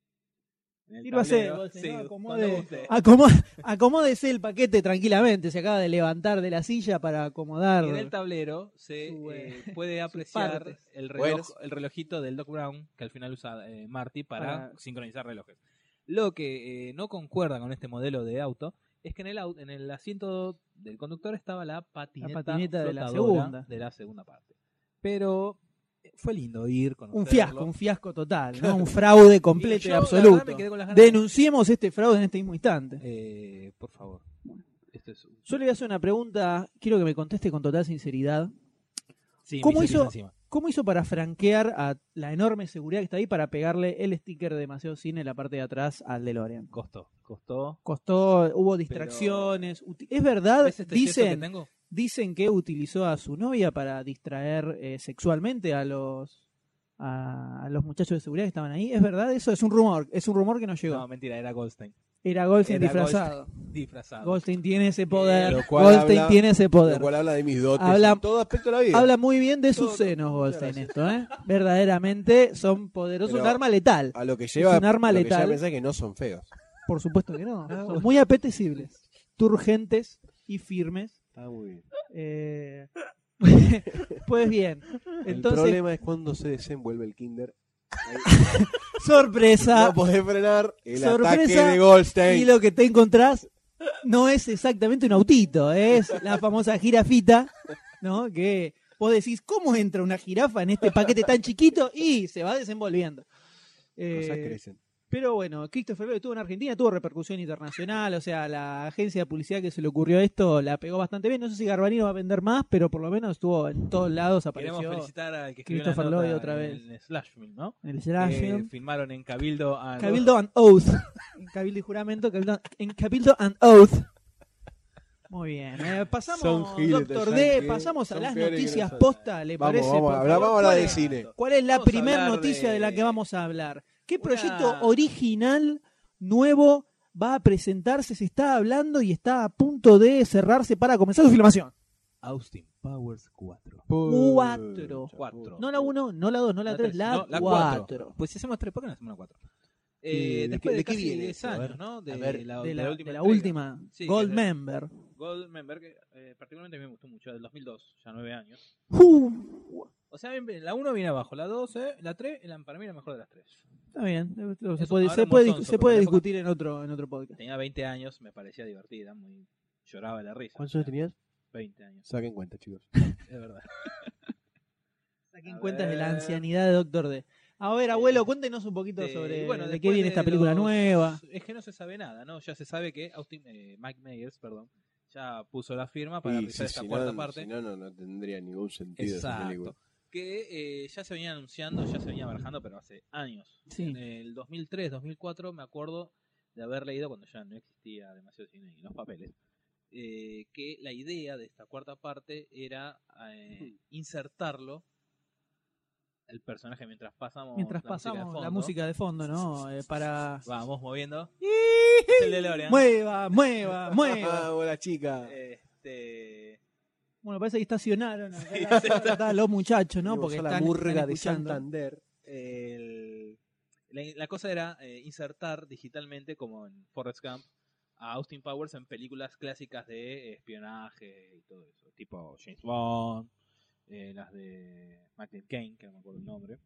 [SPEAKER 1] En el
[SPEAKER 2] Sírvase,
[SPEAKER 1] tablero.
[SPEAKER 2] vos, señor,
[SPEAKER 1] Sí,
[SPEAKER 2] acomode.
[SPEAKER 1] cuando guste.
[SPEAKER 2] Acomo- acomódese el paquete tranquilamente. Se acaba de levantar de la silla para acomodar.
[SPEAKER 1] Y en el tablero se
[SPEAKER 2] Su, eh,
[SPEAKER 1] eh, puede apreciar
[SPEAKER 2] partes.
[SPEAKER 1] el, reloj-
[SPEAKER 3] Bueno.
[SPEAKER 1] el relojito del Doc Brown que al final usa eh, Marty para
[SPEAKER 2] Para-
[SPEAKER 1] sincronizar relojes. Lo que eh, no concuerda con este modelo de auto es que en el, au- en el asiento del conductor estaba la patineta,
[SPEAKER 2] patineta de la
[SPEAKER 1] flotadora
[SPEAKER 2] segunda.
[SPEAKER 1] de la segunda parte. Pero eh, fue lindo ir con
[SPEAKER 2] Un fiasco, un fiasco total, ¿no? Un fraude completo y absoluto. Denunciemos este fraude en este mismo instante.
[SPEAKER 1] Eh, por favor. Esto es un-
[SPEAKER 2] Yo le voy a hacer una pregunta, quiero que me conteste con total sinceridad.
[SPEAKER 1] Sí, me
[SPEAKER 2] ¿Cómo
[SPEAKER 1] hice pis
[SPEAKER 2] hizo-
[SPEAKER 1] encima.
[SPEAKER 2] ¿Cómo hizo para franquear a la enorme seguridad que está ahí para pegarle el sticker de demasiado cine en la parte de atrás al DeLorean?
[SPEAKER 1] Costó, costó.
[SPEAKER 2] Costó, hubo distracciones. uti- Es verdad,
[SPEAKER 1] ¿Ves este yeso que
[SPEAKER 2] Ah, dicen,
[SPEAKER 1] tengo?
[SPEAKER 2] dicen que utilizó a su novia para distraer eh, sexualmente a los a, a los muchachos de seguridad que estaban ahí. ¿Es verdad eso? Es un rumor, es un rumor que no llegó.
[SPEAKER 1] No, mentira, era Goldstein.
[SPEAKER 2] Era Goldstein
[SPEAKER 1] Era
[SPEAKER 2] disfrazado.
[SPEAKER 1] Disfrazado.
[SPEAKER 2] Goldstein tiene ese poder.
[SPEAKER 3] Lo cual
[SPEAKER 2] Goldstein
[SPEAKER 3] habla-
[SPEAKER 2] tiene ese
[SPEAKER 3] Lo
[SPEAKER 2] poder.
[SPEAKER 3] cual habla de mis dotes.
[SPEAKER 2] Habla-
[SPEAKER 3] en todo aspecto de la vida.
[SPEAKER 2] Habla muy bien de sus
[SPEAKER 3] Todo-
[SPEAKER 2] senos,
[SPEAKER 3] muchas
[SPEAKER 2] Goldstein, esto, ¿eh? Verdaderamente son poderosos.
[SPEAKER 3] Pero-
[SPEAKER 2] un arma letal.
[SPEAKER 3] A lo que lleva.
[SPEAKER 2] Es un arma
[SPEAKER 3] lo que lleva
[SPEAKER 2] letal.
[SPEAKER 3] a pensar que no son feos.
[SPEAKER 2] Por supuesto que no.
[SPEAKER 1] Ah,
[SPEAKER 2] Son
[SPEAKER 1] bueno.
[SPEAKER 2] muy apetecibles, turgentes y firmes.
[SPEAKER 3] Está muy bien.
[SPEAKER 2] Eh, pues bien,
[SPEAKER 3] el
[SPEAKER 2] entonces,
[SPEAKER 3] problema es cuando se desenvuelve el Kinder. Ahí
[SPEAKER 2] sorpresa.
[SPEAKER 3] no pues, podés frenar el
[SPEAKER 2] sorpresa
[SPEAKER 3] ataque de
[SPEAKER 2] y
[SPEAKER 3] Goldstein.
[SPEAKER 2] lo que te encontrás no es exactamente un autito, ¿eh? es la famosa jirafita, ¿no? Que vos decís, ¿cómo entra una jirafa en este paquete tan chiquito? Y se va desenvolviendo.
[SPEAKER 3] Cosas
[SPEAKER 2] Eh,
[SPEAKER 3] crecen.
[SPEAKER 2] Pero bueno, Christopher Lloyd estuvo en Argentina, tuvo repercusión internacional, o sea, la agencia de publicidad que se le ocurrió esto la pegó bastante bien. No sé si Garbarino va a vender más, pero por lo menos estuvo en todos lados,
[SPEAKER 1] Queremos
[SPEAKER 2] apareció
[SPEAKER 1] felicitar al que escribió
[SPEAKER 2] Christopher
[SPEAKER 1] la nota
[SPEAKER 2] Lloyd otra
[SPEAKER 1] en
[SPEAKER 2] vez.
[SPEAKER 1] el Slashfilm, ¿no?
[SPEAKER 2] en el
[SPEAKER 1] Que
[SPEAKER 2] Serafim.
[SPEAKER 3] Eh,
[SPEAKER 1] filmaron en Cabildo a
[SPEAKER 2] Cabildo and Oath. En Cabildo y juramento, Cabildo- en Cabildo and Oath. Muy bien. eh, pasamos,
[SPEAKER 3] Son giles,
[SPEAKER 2] Doctor
[SPEAKER 3] son
[SPEAKER 2] D,
[SPEAKER 3] giles.
[SPEAKER 2] pasamos a
[SPEAKER 3] Son
[SPEAKER 2] las
[SPEAKER 3] peores que
[SPEAKER 2] noticias
[SPEAKER 3] nosotros.
[SPEAKER 2] posta, ¿le
[SPEAKER 3] Vamos,
[SPEAKER 2] parece?
[SPEAKER 3] vamos,
[SPEAKER 2] por
[SPEAKER 3] hablá-
[SPEAKER 2] favor?
[SPEAKER 3] vamos a hablar
[SPEAKER 2] ¿Cuál
[SPEAKER 3] de
[SPEAKER 2] es-
[SPEAKER 3] cine.
[SPEAKER 2] ¿Cuál es la
[SPEAKER 1] Vamos a
[SPEAKER 2] primera
[SPEAKER 1] hablar
[SPEAKER 2] noticia de... la que
[SPEAKER 1] de-
[SPEAKER 2] vamos a hablar? ¿Qué
[SPEAKER 1] Una-
[SPEAKER 2] proyecto original, nuevo, va a presentarse? Se está hablando y está a punto de cerrarse para comenzar su filmación.
[SPEAKER 1] Austin Powers 4.
[SPEAKER 2] Cuatro.
[SPEAKER 1] Cuatro.
[SPEAKER 2] No la 1, no la 2, no la 3, la
[SPEAKER 1] no, la
[SPEAKER 2] 4.
[SPEAKER 1] Pues si hacemos tres, ¿por qué no hacemos la 4?
[SPEAKER 3] ¿De-
[SPEAKER 1] Eh,
[SPEAKER 3] de
[SPEAKER 1] después
[SPEAKER 3] qué-
[SPEAKER 1] de,
[SPEAKER 3] de qué
[SPEAKER 1] casi
[SPEAKER 3] viene
[SPEAKER 1] 10
[SPEAKER 3] esto? A ver,
[SPEAKER 1] años, ¿no? De,
[SPEAKER 3] a ver,
[SPEAKER 1] la,
[SPEAKER 2] De
[SPEAKER 1] de
[SPEAKER 2] la,
[SPEAKER 1] última.
[SPEAKER 2] de la
[SPEAKER 1] entrega.
[SPEAKER 2] última,
[SPEAKER 1] Sí,
[SPEAKER 2] Gold
[SPEAKER 1] que es de-
[SPEAKER 2] Member.
[SPEAKER 1] Goldmember, que eh, particularmente a mí me gustó mucho, del 2002, ya nueve años.
[SPEAKER 2] Uh.
[SPEAKER 1] O sea, bien, bien, la 1 viene abajo, la 2, eh, la 3, la, para mí la mejor de las 3.
[SPEAKER 2] Está bien, eh, se
[SPEAKER 1] Es
[SPEAKER 2] puede,
[SPEAKER 1] un-
[SPEAKER 2] se
[SPEAKER 1] ahora
[SPEAKER 2] puede,
[SPEAKER 1] un
[SPEAKER 2] discu-
[SPEAKER 1] montón,
[SPEAKER 2] se puede
[SPEAKER 1] porque la época-
[SPEAKER 2] discutir en otro, en otro podcast.
[SPEAKER 1] Tenía 20 años, me parecía divertida, muy lloraba de la risa.
[SPEAKER 3] ¿Cuántos años tenías?
[SPEAKER 1] 20 años,
[SPEAKER 3] Saquen cuenta, chicos.
[SPEAKER 1] es verdad.
[SPEAKER 2] Saquen
[SPEAKER 1] A
[SPEAKER 2] cuentas de la
[SPEAKER 1] ver.
[SPEAKER 2] ancianidad de Doctor D. A ver, abuelo, cuéntenos un poquito
[SPEAKER 1] Eh,
[SPEAKER 2] sobre
[SPEAKER 1] y bueno,
[SPEAKER 2] de qué
[SPEAKER 1] después
[SPEAKER 2] viene esta película
[SPEAKER 1] los-
[SPEAKER 2] nueva.
[SPEAKER 1] Es que no se sabe nada, ¿no? Ya se sabe que Austin, eh, Mike Meyers, perdón, ya puso la firma para
[SPEAKER 3] Y
[SPEAKER 1] realizar
[SPEAKER 3] si-
[SPEAKER 1] esta
[SPEAKER 3] si
[SPEAKER 1] cuarta
[SPEAKER 3] no,
[SPEAKER 1] parte.
[SPEAKER 3] Si no, no, no tendría ningún sentido esa película.
[SPEAKER 1] Exacto. Que eh, ya se venía anunciando, ya se venía barajando, pero hace años.
[SPEAKER 2] Sí.
[SPEAKER 1] En el 2003, 2004, me acuerdo de haber leído, cuando ya no existía demasiado cine y los papeles, eh, que la idea de esta cuarta parte era
[SPEAKER 2] Mm.
[SPEAKER 1] eh, insertarlo el personaje mientras pasamos
[SPEAKER 2] Mientras
[SPEAKER 1] la música de
[SPEAKER 2] pasamos la
[SPEAKER 1] fondo.
[SPEAKER 2] música de fondo, ¿no? Eh, para.
[SPEAKER 1] Vamos moviendo. Es el ¿eh? DeLorean.
[SPEAKER 2] Mueva, mueva, mueva.
[SPEAKER 3] Ah, hola chica.
[SPEAKER 2] Eh,
[SPEAKER 1] Este,
[SPEAKER 2] Bueno, parece que estacionaron acá
[SPEAKER 1] Sí,
[SPEAKER 2] la-
[SPEAKER 1] sí.
[SPEAKER 2] acá los muchachos, ¿no?
[SPEAKER 3] Y
[SPEAKER 2] Porque
[SPEAKER 3] vos
[SPEAKER 2] están,
[SPEAKER 3] a la murga
[SPEAKER 2] están
[SPEAKER 3] de
[SPEAKER 2] escuchando.
[SPEAKER 3] Santander.
[SPEAKER 1] el- la, la cosa era eh, insertar digitalmente, como en Forrest Gump, a Austin Powers en películas clásicas de espionaje y todo eso, tipo James Bond, eh, las de Michael Caine, que no me acuerdo el nombre.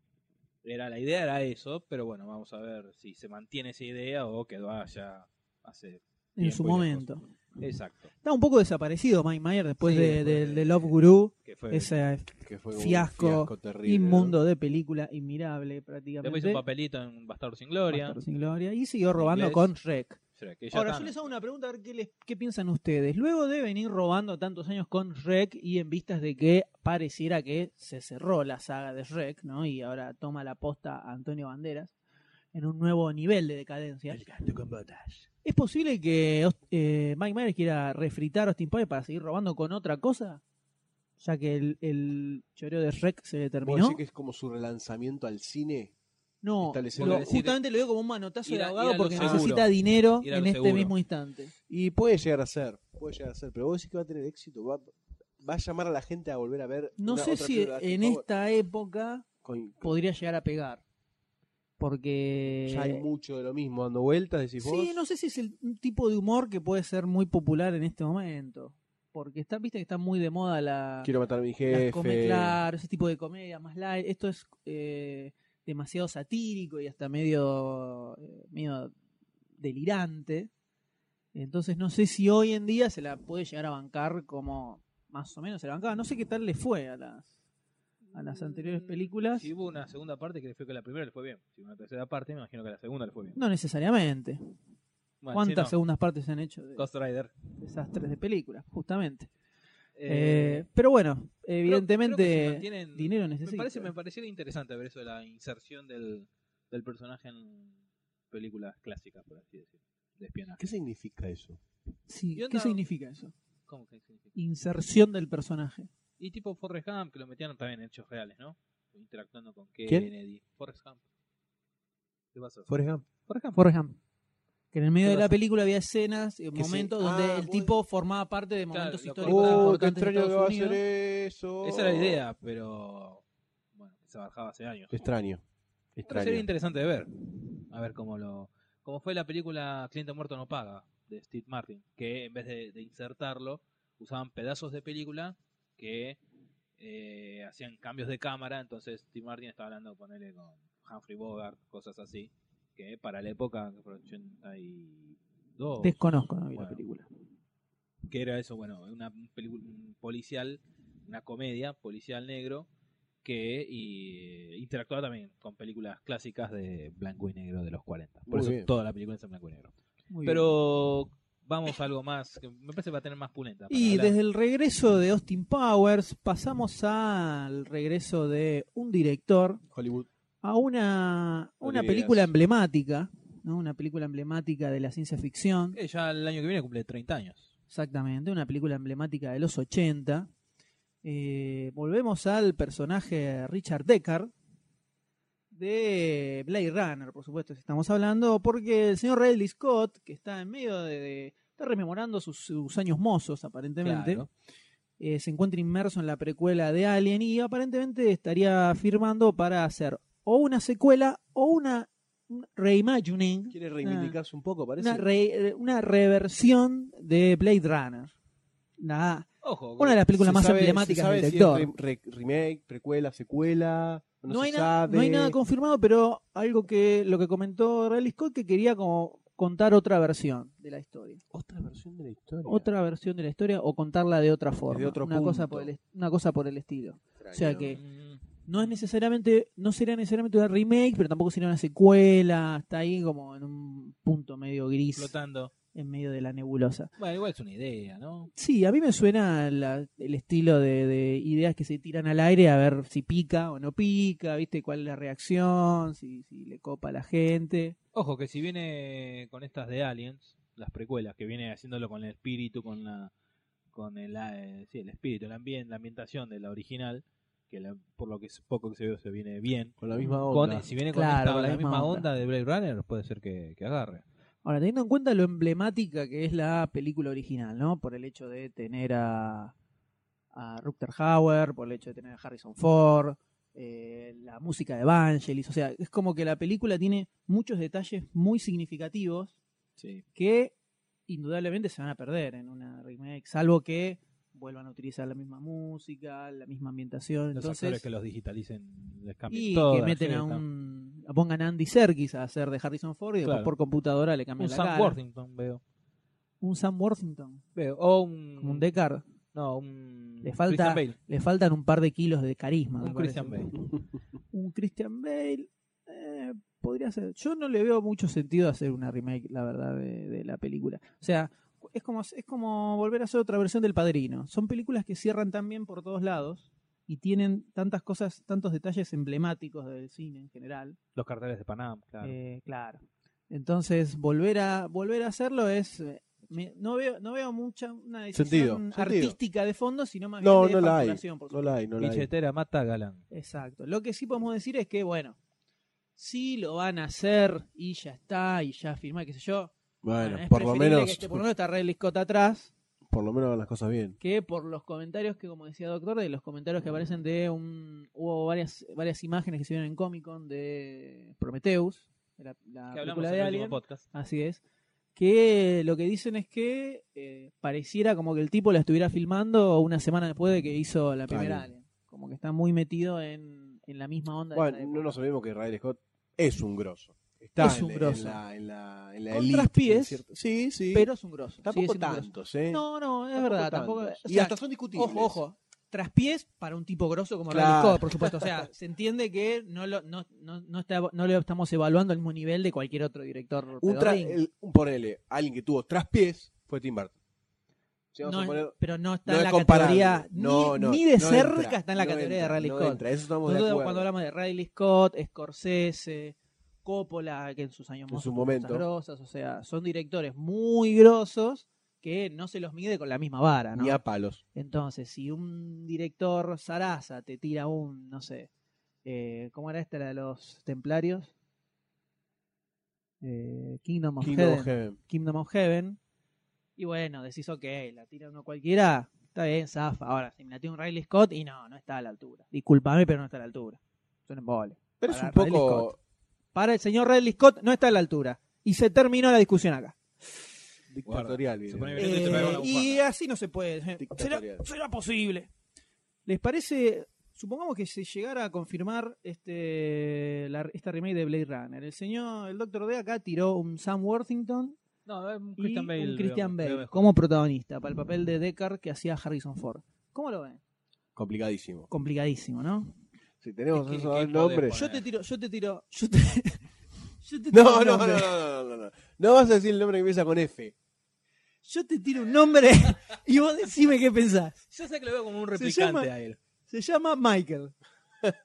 [SPEAKER 1] Era, la idea era eso, pero bueno, vamos a ver si se mantiene esa idea o quedó allá hace.
[SPEAKER 2] en
[SPEAKER 1] tiempo
[SPEAKER 2] su
[SPEAKER 1] y
[SPEAKER 2] momento.
[SPEAKER 1] lejos. Exacto.
[SPEAKER 2] Está un poco desaparecido Mike Myers después
[SPEAKER 1] Sí,
[SPEAKER 2] de,
[SPEAKER 1] después
[SPEAKER 2] del-
[SPEAKER 1] de-
[SPEAKER 2] de Love Guru,
[SPEAKER 1] Que fue,
[SPEAKER 2] esa
[SPEAKER 3] Que fue como un
[SPEAKER 2] Fiasco,
[SPEAKER 3] terrible.
[SPEAKER 2] inmundo de película, inmirable
[SPEAKER 1] después hizo un
[SPEAKER 2] prácticamente.
[SPEAKER 1] papelito en Bastardo sin Gloria.
[SPEAKER 2] Bastardo sin Gloria, Y siguió robando
[SPEAKER 1] Inglés.
[SPEAKER 2] con Shrek.
[SPEAKER 1] Shrek, que ya
[SPEAKER 2] Ahora,
[SPEAKER 1] está,
[SPEAKER 2] yo
[SPEAKER 1] ¿no?
[SPEAKER 2] les hago una pregunta a ver qué, les- qué piensan ustedes. Luego de venir robando tantos años con Shrek y en vistas de que pareciera que se cerró la saga de Shrek, ¿no? Y ahora toma la posta a Antonio Banderas en un nuevo nivel de decadencia. ¿Es posible que Aust- eh, Mike Myers quiera refritar a Austin Powers para seguir robando con otra cosa? Ya que el, el choreo de Shrek se le
[SPEAKER 3] ¿Vos
[SPEAKER 2] terminó.
[SPEAKER 3] decís que es como su relanzamiento al cine?
[SPEAKER 2] No,
[SPEAKER 3] establecer-
[SPEAKER 2] lo-
[SPEAKER 1] Porque decir-
[SPEAKER 2] justamente lo veo como un manotazo
[SPEAKER 1] ir
[SPEAKER 2] de
[SPEAKER 1] a-
[SPEAKER 2] abogado
[SPEAKER 1] ir a lo
[SPEAKER 2] porque
[SPEAKER 1] seguro.
[SPEAKER 2] necesita dinero
[SPEAKER 1] Ir a
[SPEAKER 2] en
[SPEAKER 1] lo
[SPEAKER 2] este
[SPEAKER 1] seguro.
[SPEAKER 2] mismo instante.
[SPEAKER 3] Y puede llegar a ser, puede llegar a ser, pero vos decís que va a tener éxito, va, va a llamar a la gente a volver a ver.
[SPEAKER 2] No
[SPEAKER 3] una-
[SPEAKER 2] sé
[SPEAKER 3] otra
[SPEAKER 2] si
[SPEAKER 3] película de
[SPEAKER 2] en
[SPEAKER 3] Austin Powers.
[SPEAKER 2] esta época
[SPEAKER 3] Con-
[SPEAKER 2] podría llegar a pegar. Porque.
[SPEAKER 3] ya hay mucho de lo mismo dando vueltas, decís vos.
[SPEAKER 2] Eh. Sí, no sé si es el un tipo de humor que puede ser muy popular en este momento. Porque está, viste que está muy de moda la.
[SPEAKER 3] Quiero matar a mi
[SPEAKER 2] las
[SPEAKER 3] jefe.
[SPEAKER 2] come- claro, ese tipo de comedia más light. Esto es eh, demasiado satírico y hasta medio, eh, medio delirante. Entonces no sé si hoy en día se la puede llegar a bancar como más o menos se la bancaba. No sé qué tal le fue a las, a las
[SPEAKER 1] Mm,
[SPEAKER 2] anteriores películas.
[SPEAKER 1] Si hubo una segunda parte que le fue que la primera le fue bien. Si hubo una tercera parte, me imagino que la segunda le fue bien.
[SPEAKER 2] No necesariamente.
[SPEAKER 1] Bueno,
[SPEAKER 2] ¿Cuántas
[SPEAKER 1] sí, no.
[SPEAKER 2] segundas partes se han hecho de
[SPEAKER 1] Ghost Rider.
[SPEAKER 2] desastres de películas? Justamente.
[SPEAKER 1] Eh,
[SPEAKER 2] Eh, pero bueno,
[SPEAKER 1] creo-
[SPEAKER 2] evidentemente
[SPEAKER 1] creo que se mantienen-
[SPEAKER 2] dinero
[SPEAKER 1] me,
[SPEAKER 2] necesita.
[SPEAKER 1] parece, me pareciera interesante ver eso de la inserción del, del personaje en películas clásicas, por así decirlo, de espionaje.
[SPEAKER 3] ¿Qué significa eso?
[SPEAKER 2] Sí,
[SPEAKER 1] ¿Y
[SPEAKER 2] ¿Qué
[SPEAKER 1] onda?
[SPEAKER 2] significa eso?
[SPEAKER 1] ¿Cómo que significa?
[SPEAKER 2] Inserción del personaje.
[SPEAKER 1] Y tipo Forrest Gump, que lo metían también en hechos reales, ¿no? Interactuando con
[SPEAKER 3] ¿Quién?
[SPEAKER 1] Kennedy. Forrest Gump. ¿Qué pasó?
[SPEAKER 3] Forrest Gump.
[SPEAKER 1] Forrest Gump.
[SPEAKER 2] Forrest Gump. Que en el medio
[SPEAKER 3] ¿Qué
[SPEAKER 2] de la
[SPEAKER 3] pasa?
[SPEAKER 2] película había escenas, eh,
[SPEAKER 3] Que se-
[SPEAKER 2] momentos
[SPEAKER 3] Ah,
[SPEAKER 2] donde el
[SPEAKER 3] vos-
[SPEAKER 2] tipo formaba parte de
[SPEAKER 1] Claro,
[SPEAKER 2] momentos
[SPEAKER 1] lo
[SPEAKER 2] históricos
[SPEAKER 1] cual- Oh,
[SPEAKER 2] importantes de Estados Unidos.
[SPEAKER 3] eso.
[SPEAKER 1] Esa era la idea, pero. Bueno, se bajaba hace años.
[SPEAKER 3] Extraño.
[SPEAKER 1] Pero sería
[SPEAKER 3] Extraño.
[SPEAKER 1] interesante de ver. A ver cómo lo. Como fue la película Cliente Muerto no paga, de Steve Martin, que en vez de, de insertarlo, usaban pedazos de película que eh, hacían cambios de cámara. Entonces Steve Martin estaba hablando, ponele con Humphrey Bogart, cosas así, que para la época, que fue 82,
[SPEAKER 2] Desconozco, no vi la
[SPEAKER 1] Bueno.
[SPEAKER 2] película.
[SPEAKER 1] que era eso, bueno, una película un policial, una comedia policial negro que y, eh, interactuaba también con películas clásicas de blanco y negro de los 40. Por
[SPEAKER 3] Muy
[SPEAKER 1] eso
[SPEAKER 3] bien.
[SPEAKER 1] toda la película es en blanco y negro.
[SPEAKER 2] Muy bien.
[SPEAKER 1] Pero vamos a algo más, que me parece que va a tener más pulenta. para
[SPEAKER 2] Y
[SPEAKER 1] hablar.
[SPEAKER 2] desde el regreso de Austin Powers pasamos al regreso de un director
[SPEAKER 3] Hollywood.
[SPEAKER 2] a una, una
[SPEAKER 3] Olivieras.
[SPEAKER 2] película emblemática, ¿no? una película emblemática de la ciencia ficción,
[SPEAKER 1] Eh, ya el año que viene cumple 30 años.
[SPEAKER 2] exactamente, una película emblemática de los 80. Eh, volvemos al personaje Richard Deckard de Blade Runner, por supuesto, si estamos hablando, porque el señor Ridley Scott, que está en medio de... de- está rememorando sus, sus años mozos, aparentemente.
[SPEAKER 1] Claro.
[SPEAKER 2] eh, se encuentra inmerso en la precuela de Alien y aparentemente estaría firmando para hacer o una secuela o una un reimagining,
[SPEAKER 3] Quiere reivindicarse un poco, parece.
[SPEAKER 2] una, re- eh, una reversión de Blade Runner. La-
[SPEAKER 1] Ojo,
[SPEAKER 2] una de las películas
[SPEAKER 3] Se
[SPEAKER 2] más
[SPEAKER 3] sabe- se
[SPEAKER 2] emblemáticas
[SPEAKER 3] sabe
[SPEAKER 2] del
[SPEAKER 3] si
[SPEAKER 2] director.
[SPEAKER 3] es re- re- remake, precuela, secuela. No,
[SPEAKER 2] no,
[SPEAKER 3] se
[SPEAKER 2] hay na-
[SPEAKER 3] sabe.
[SPEAKER 2] no hay nada confirmado, pero algo que lo que comentó Riley Scott que quería como contar otra versión de la historia.
[SPEAKER 3] Otra versión de la historia.
[SPEAKER 2] Otra versión de la historia o contarla de otra forma.
[SPEAKER 3] otro
[SPEAKER 2] una, cosa
[SPEAKER 3] punto.
[SPEAKER 2] por el est- una cosa por el estilo.
[SPEAKER 3] Extraño.
[SPEAKER 2] o sea que-
[SPEAKER 1] Mm,
[SPEAKER 2] no es necesariamente, no sería necesariamente una remake, pero tampoco sería una secuela, está ahí como en un punto medio gris,
[SPEAKER 1] flotando.
[SPEAKER 2] en medio de la nebulosa.
[SPEAKER 1] Bueno, igual es una idea, ¿no?
[SPEAKER 2] Sí, a mí me suena la- el estilo de, de ideas que se tiran al aire a ver si pica o no pica, viste cuál es la reacción, si, si le copa a la gente.
[SPEAKER 1] Ojo, que si viene con estas de Aliens, las precuelas, que viene haciéndolo con el espíritu, con la con el, eh, sí, el espíritu, el ambiente, la ambientación de la original, que la- por lo que es poco que se ve se viene bien.
[SPEAKER 3] Con la misma
[SPEAKER 1] Con-
[SPEAKER 3] onda.
[SPEAKER 1] si viene con,
[SPEAKER 2] Claro,
[SPEAKER 1] esta-
[SPEAKER 2] con
[SPEAKER 1] la misma onda. de Blade Runner, puede ser que, que agarre.
[SPEAKER 2] Ahora, teniendo en cuenta lo emblemática que es la película original, ¿no? Por el hecho de tener a, a Rutger Hauer, por el hecho de tener a Harrison Ford, eh, la música de Vangelis, o sea, es como que la película tiene muchos detalles muy significativos
[SPEAKER 1] Sí.
[SPEAKER 2] que indudablemente se van a perder en una remake, salvo que vuelvan a utilizar la misma música, la misma ambientación,
[SPEAKER 1] Los
[SPEAKER 2] entonces
[SPEAKER 1] actores que los digitalicen les cambian
[SPEAKER 2] y
[SPEAKER 1] todo,
[SPEAKER 2] que
[SPEAKER 1] la
[SPEAKER 2] meten a
[SPEAKER 1] jeta.
[SPEAKER 2] un pongan a Andy Serkis a hacer de Harrison Ford y
[SPEAKER 1] Claro.
[SPEAKER 2] después por computadora le
[SPEAKER 1] un
[SPEAKER 2] cambian la
[SPEAKER 1] Sam
[SPEAKER 2] cara.
[SPEAKER 1] Worthington veo.
[SPEAKER 2] Un Sam Worthington.
[SPEAKER 1] Veo. O un,
[SPEAKER 2] Como un Deckard.
[SPEAKER 1] no, un
[SPEAKER 2] Le falta-
[SPEAKER 1] Christian Bale.
[SPEAKER 2] Le faltan un par de kilos de carisma. me
[SPEAKER 1] Un
[SPEAKER 2] parece.
[SPEAKER 1] Christian Bale.
[SPEAKER 2] Un Christian Bale. eh, podría ser. Yo no le veo mucho sentido hacer una remake, la verdad, de, de la película. O sea, es como, es como volver a hacer otra versión del Padrino. Son películas que cierran tan bien por todos lados y tienen tantas cosas, tantos detalles emblemáticos del cine en general.
[SPEAKER 1] Los carteles de Panam, claro.
[SPEAKER 2] Eh, claro. Entonces, volver a volver a hacerlo es eh, me- no veo no veo mucha una decisión
[SPEAKER 3] Sentido, sentido.
[SPEAKER 2] artística de fondo, sino más
[SPEAKER 3] No,
[SPEAKER 2] bien de
[SPEAKER 3] no la hay.
[SPEAKER 2] facturación, por
[SPEAKER 3] No la hay, no la hay.
[SPEAKER 1] Billetera mata a galán.
[SPEAKER 2] Exacto. Lo que sí podemos decir es que, bueno, si lo van a hacer y ya está, y ya firmar, qué sé yo.
[SPEAKER 3] Bueno,
[SPEAKER 2] Ah, es
[SPEAKER 3] por lo
[SPEAKER 2] preferible
[SPEAKER 3] menos.
[SPEAKER 2] que este esté por lo menos está Ridley Scott atrás
[SPEAKER 3] Por lo menos hagan las cosas bien.
[SPEAKER 2] que por los comentarios que, como decía Doctor, de los comentarios que aparecen de un. Hubo varias, varias imágenes que se vieron en Comic Con de Prometheus, de la, la
[SPEAKER 1] Que hablamos
[SPEAKER 2] película
[SPEAKER 1] en
[SPEAKER 2] de
[SPEAKER 1] el último
[SPEAKER 2] Alien.
[SPEAKER 1] podcast.
[SPEAKER 2] Así es. Que lo que dicen es que eh, pareciera como que el tipo la estuviera filmando una semana después de que hizo la primera
[SPEAKER 3] Alien.
[SPEAKER 2] Alien. Como que está muy metido en, en la misma onda. de
[SPEAKER 3] Bueno,
[SPEAKER 2] esa época.
[SPEAKER 3] no nos olvidemos que Riley Scott es un grosso. Está
[SPEAKER 2] Es
[SPEAKER 3] en-
[SPEAKER 2] un grosso.
[SPEAKER 3] En la, en la, en la
[SPEAKER 2] Con
[SPEAKER 3] elite,
[SPEAKER 2] traspiés,
[SPEAKER 3] en cierto- Sí, sí.
[SPEAKER 2] Pero es un grosso. sigue
[SPEAKER 3] tampoco
[SPEAKER 2] siendo un grosso.
[SPEAKER 3] tantos, ¿eh?
[SPEAKER 2] No, no, es
[SPEAKER 3] Tampoco
[SPEAKER 2] verdad.
[SPEAKER 3] tantos.
[SPEAKER 2] Tampoco, o
[SPEAKER 3] y
[SPEAKER 2] sea,
[SPEAKER 3] hasta son discutibles.
[SPEAKER 2] ojo, ojo. Traspiés para un tipo grosso como Ridley
[SPEAKER 3] Claro.
[SPEAKER 2] Scott, por supuesto. O sea, se entiende que no lo, no, no, no, está- no lo estamos evaluando al mismo nivel de cualquier otro director.
[SPEAKER 3] Un, tra-
[SPEAKER 2] pedorrín.
[SPEAKER 3] el- un- ponele, alguien que tuvo traspiés fue Tim Burton. Si vamos
[SPEAKER 2] No,
[SPEAKER 3] a poner-
[SPEAKER 2] pero no está
[SPEAKER 3] no
[SPEAKER 2] en la
[SPEAKER 3] es comparable.
[SPEAKER 2] categoría
[SPEAKER 3] No,
[SPEAKER 2] ni,
[SPEAKER 3] no,
[SPEAKER 2] ni de
[SPEAKER 3] no
[SPEAKER 2] cerca
[SPEAKER 3] entra,
[SPEAKER 2] está en la
[SPEAKER 3] no
[SPEAKER 2] categoría
[SPEAKER 3] entra,
[SPEAKER 2] de Ridley
[SPEAKER 3] no
[SPEAKER 2] Scott.
[SPEAKER 3] entra, eso estamos de
[SPEAKER 2] Nosotros
[SPEAKER 3] acuerdo.
[SPEAKER 2] cuando hablamos de Riley Scott, Scorsese, Coppola, que en sus años
[SPEAKER 3] En
[SPEAKER 2] más
[SPEAKER 3] su momento.
[SPEAKER 2] grosas, o sea, son directores muy grosos que no se los mide con la misma vara, ¿no?
[SPEAKER 3] Ni a palos.
[SPEAKER 2] Entonces, si un director zaraza te tira un, no sé, eh, ¿cómo era esta la de los templarios? Eh, Kingdom of
[SPEAKER 3] Kingdom
[SPEAKER 2] Heaven.
[SPEAKER 3] of Heaven.
[SPEAKER 2] Kingdom of Heaven. Y bueno, decís, ok, la tira uno cualquiera, está bien, zafa. Ahora, si me la tira un Riley Scott, y no, no está a la altura. Disculpame, pero no está a la altura. Es un embole.
[SPEAKER 3] Pero es
[SPEAKER 2] Para
[SPEAKER 3] un
[SPEAKER 2] Ridley
[SPEAKER 3] poco.
[SPEAKER 2] Para el señor Riley Scott, no está a la altura. Y se terminó la discusión acá.
[SPEAKER 3] Dictatorial.
[SPEAKER 1] Se
[SPEAKER 3] viene.
[SPEAKER 1] pone violento y Eh, Este te pega la
[SPEAKER 2] Eh, y
[SPEAKER 1] bufanda.
[SPEAKER 2] así no se puede. ¿Será,
[SPEAKER 3] Dictatorial.
[SPEAKER 2] será posible. ¿Les parece? Supongamos que se llegara a confirmar este, la- esta remake de Blade Runner. El señor, el doctor D acá tiró un Sam Worthington
[SPEAKER 1] No, es un
[SPEAKER 2] y
[SPEAKER 1] Christian Bale.
[SPEAKER 2] un Christian
[SPEAKER 1] veo-
[SPEAKER 2] Bale
[SPEAKER 1] veo mejor.
[SPEAKER 2] como protagonista para el papel de Deckard que hacía Harrison Ford. ¿Cómo lo ven?
[SPEAKER 3] Complicadísimo.
[SPEAKER 2] Complicadísimo, ¿no?
[SPEAKER 3] Si tenemos
[SPEAKER 1] ¿Qué-
[SPEAKER 3] esos
[SPEAKER 1] qué
[SPEAKER 3] dos
[SPEAKER 1] podés
[SPEAKER 3] nombres.
[SPEAKER 1] poner?
[SPEAKER 2] Yo te tiro, yo te tiro, yo te, yo te tiro
[SPEAKER 3] No,
[SPEAKER 2] un
[SPEAKER 3] no, no,
[SPEAKER 2] nombre.
[SPEAKER 3] no, no, no, no. No vas a decir el nombre que empieza con F.
[SPEAKER 2] Yo te tiro un nombre y vos decime qué pensás.
[SPEAKER 1] Yo sé que lo veo como un
[SPEAKER 2] Se
[SPEAKER 1] replicante
[SPEAKER 2] llama-
[SPEAKER 1] a él.
[SPEAKER 2] Se llama Michael.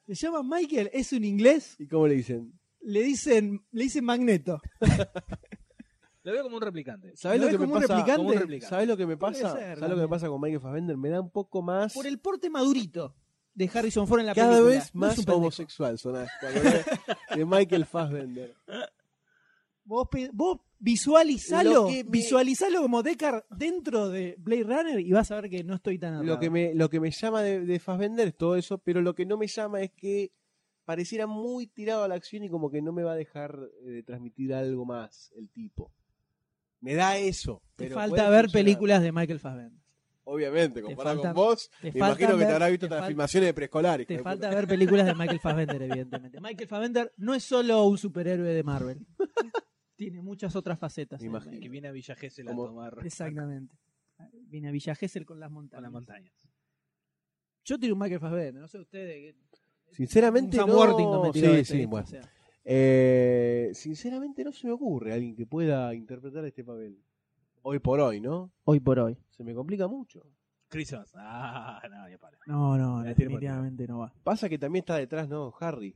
[SPEAKER 2] Se llama Michael, es un inglés,
[SPEAKER 3] ¿Y cómo le dicen?
[SPEAKER 2] le dicen, le dicen Magneto.
[SPEAKER 1] Lo veo como un replicante.
[SPEAKER 3] ¿Sabés
[SPEAKER 2] ¿Lo
[SPEAKER 3] lo,
[SPEAKER 2] ves
[SPEAKER 3] que me
[SPEAKER 2] como un
[SPEAKER 3] pasa?
[SPEAKER 2] replicante?
[SPEAKER 1] Como un replicante.
[SPEAKER 3] ¿Sabés lo que me
[SPEAKER 2] Puede
[SPEAKER 3] pasa?
[SPEAKER 2] ser,
[SPEAKER 3] ¿Sabés lo que
[SPEAKER 2] también.
[SPEAKER 3] me pasa con Michael Fassbender? Me da un poco más.
[SPEAKER 2] Por el porte madurito de Harrison Ford en la
[SPEAKER 3] cada
[SPEAKER 2] película.
[SPEAKER 3] vez
[SPEAKER 2] No es
[SPEAKER 3] más
[SPEAKER 2] un pendejo.
[SPEAKER 3] homosexual sonás. cuando ves De Michael Fassbender.
[SPEAKER 2] Vos, pe- vos visualizalo,
[SPEAKER 3] Lo que me-
[SPEAKER 2] visualizalo como Deckard dentro de Blade Runner y vas a ver que no estoy tan
[SPEAKER 3] Lo
[SPEAKER 2] errado.
[SPEAKER 3] que me, lo que me llama de, de Fassbender es todo eso, pero lo que no me llama es que pareciera muy tirado a la acción y como que no me va a dejar eh, de transmitir algo más el tipo. Me da eso.
[SPEAKER 2] Te
[SPEAKER 3] pero
[SPEAKER 2] falta
[SPEAKER 3] puede
[SPEAKER 2] ver
[SPEAKER 3] funcionar.
[SPEAKER 2] películas de Michael Fassbender.
[SPEAKER 3] Obviamente, comparado
[SPEAKER 2] falta-
[SPEAKER 3] con vos,
[SPEAKER 2] Te
[SPEAKER 3] me
[SPEAKER 2] falta
[SPEAKER 3] imagino que
[SPEAKER 2] ver-
[SPEAKER 3] te habrás visto
[SPEAKER 2] te
[SPEAKER 3] las
[SPEAKER 2] fal-
[SPEAKER 3] filmaciones de preescolares.
[SPEAKER 2] Te
[SPEAKER 3] hijo de
[SPEAKER 2] falta
[SPEAKER 3] puta.
[SPEAKER 2] ver películas de Michael Fassbender, evidentemente. Michael Fassbender no es solo un superhéroe de Marvel. Tiene muchas otras facetas.
[SPEAKER 3] Me
[SPEAKER 2] en
[SPEAKER 3] imagino.
[SPEAKER 1] Que
[SPEAKER 2] medio.
[SPEAKER 1] viene a Villa Gesell a
[SPEAKER 3] Como-
[SPEAKER 1] tomar
[SPEAKER 2] Exactamente. Viene a Villa Gesell con las
[SPEAKER 1] con
[SPEAKER 2] montañas.
[SPEAKER 1] las montañas.
[SPEAKER 2] Yo tiro un Michael Fassbender, no sé ustedes. que-
[SPEAKER 3] Sinceramente,
[SPEAKER 2] un Sam
[SPEAKER 3] no.
[SPEAKER 2] Worthington me tiró
[SPEAKER 3] Sí,
[SPEAKER 2] este,
[SPEAKER 3] sí,
[SPEAKER 2] ¿viste?
[SPEAKER 3] bueno.
[SPEAKER 2] O sea,
[SPEAKER 3] Eh, sinceramente no se me ocurre alguien que pueda interpretar este papel. Hoy por hoy, ¿no?
[SPEAKER 2] hoy por hoy.
[SPEAKER 3] Se me complica mucho.
[SPEAKER 1] Chris Evans. Ah, no, ya para.
[SPEAKER 2] No, no,
[SPEAKER 1] La tiro por
[SPEAKER 2] definitivamente no va.
[SPEAKER 3] Pasa que también está detrás, ¿no? Harry.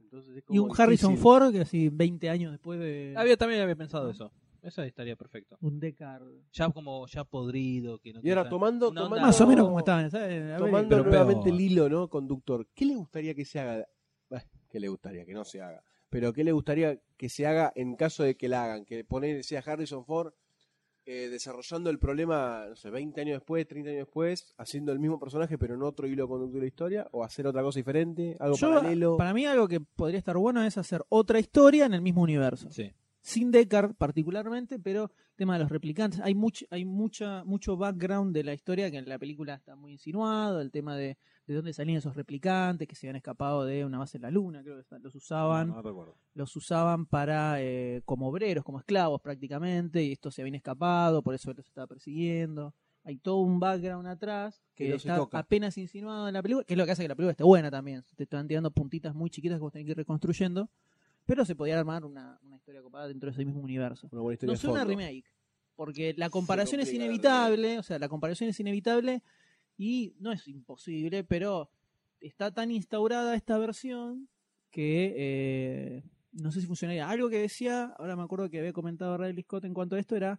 [SPEAKER 3] Entonces es como
[SPEAKER 2] Y un
[SPEAKER 3] difícil.
[SPEAKER 2] Harrison Ford que así 20 años después de
[SPEAKER 1] Había, también había pensado eso. Eso estaría perfecto.
[SPEAKER 2] un Deckard.
[SPEAKER 1] Ya como ya podrido. Que no
[SPEAKER 3] Y ahora
[SPEAKER 1] quiere-
[SPEAKER 3] tomando,
[SPEAKER 1] Una
[SPEAKER 3] tomando
[SPEAKER 1] onda-
[SPEAKER 2] Más o menos como estaban, ¿sabes? A ver,
[SPEAKER 3] tomando
[SPEAKER 1] pero
[SPEAKER 3] nuevamente
[SPEAKER 1] peor.
[SPEAKER 3] el hilo, ¿no? Conductor. ¿Qué le gustaría que se haga? Bah, ¿Qué le gustaría que no se haga? Pero ¿qué le gustaría que se haga en caso de que la hagan? Que poner, sea Harrison Ford eh, desarrollando el problema, no sé, 20 años después, 30 años después, haciendo el mismo personaje pero en otro hilo conductor de la historia, o hacer otra cosa diferente, algo
[SPEAKER 2] yo-
[SPEAKER 3] paralelo.
[SPEAKER 2] para mí algo que podría estar bueno es hacer otra historia en el mismo universo.
[SPEAKER 1] Sí.
[SPEAKER 2] Sin Deckard particularmente, pero tema de los replicantes. Hay mucho, hay mucha, mucho background de la historia que en la película está muy insinuado, el tema de, de dónde salían esos replicantes que se habían escapado de una base en la luna, creo que los usaban.
[SPEAKER 1] No, no recuerdo.
[SPEAKER 2] los usaban para eh, como obreros, como esclavos prácticamente, y esto se habían escapado, por eso los estaba persiguiendo. Hay todo un background atrás
[SPEAKER 3] Que
[SPEAKER 2] que,
[SPEAKER 3] no se
[SPEAKER 2] está
[SPEAKER 3] toca.
[SPEAKER 2] apenas insinuado en la película, que es lo que hace que la película esté buena también. Te están tirando puntitas muy chiquitas que vos tenés que ir reconstruyendo, pero se podía armar una, una historia copada dentro de ese mismo universo.
[SPEAKER 3] Una buena historia
[SPEAKER 2] No
[SPEAKER 3] de
[SPEAKER 2] sé una
[SPEAKER 3] fondo.
[SPEAKER 2] remake, porque la comparación es
[SPEAKER 3] complica la
[SPEAKER 2] inevitable, o sea, la comparación es inevitable y no es imposible, pero está tan instaurada esta versión que eh, no sé si funcionaría. Algo que decía, ahora me acuerdo que había comentado Riley Scott en cuanto a esto, era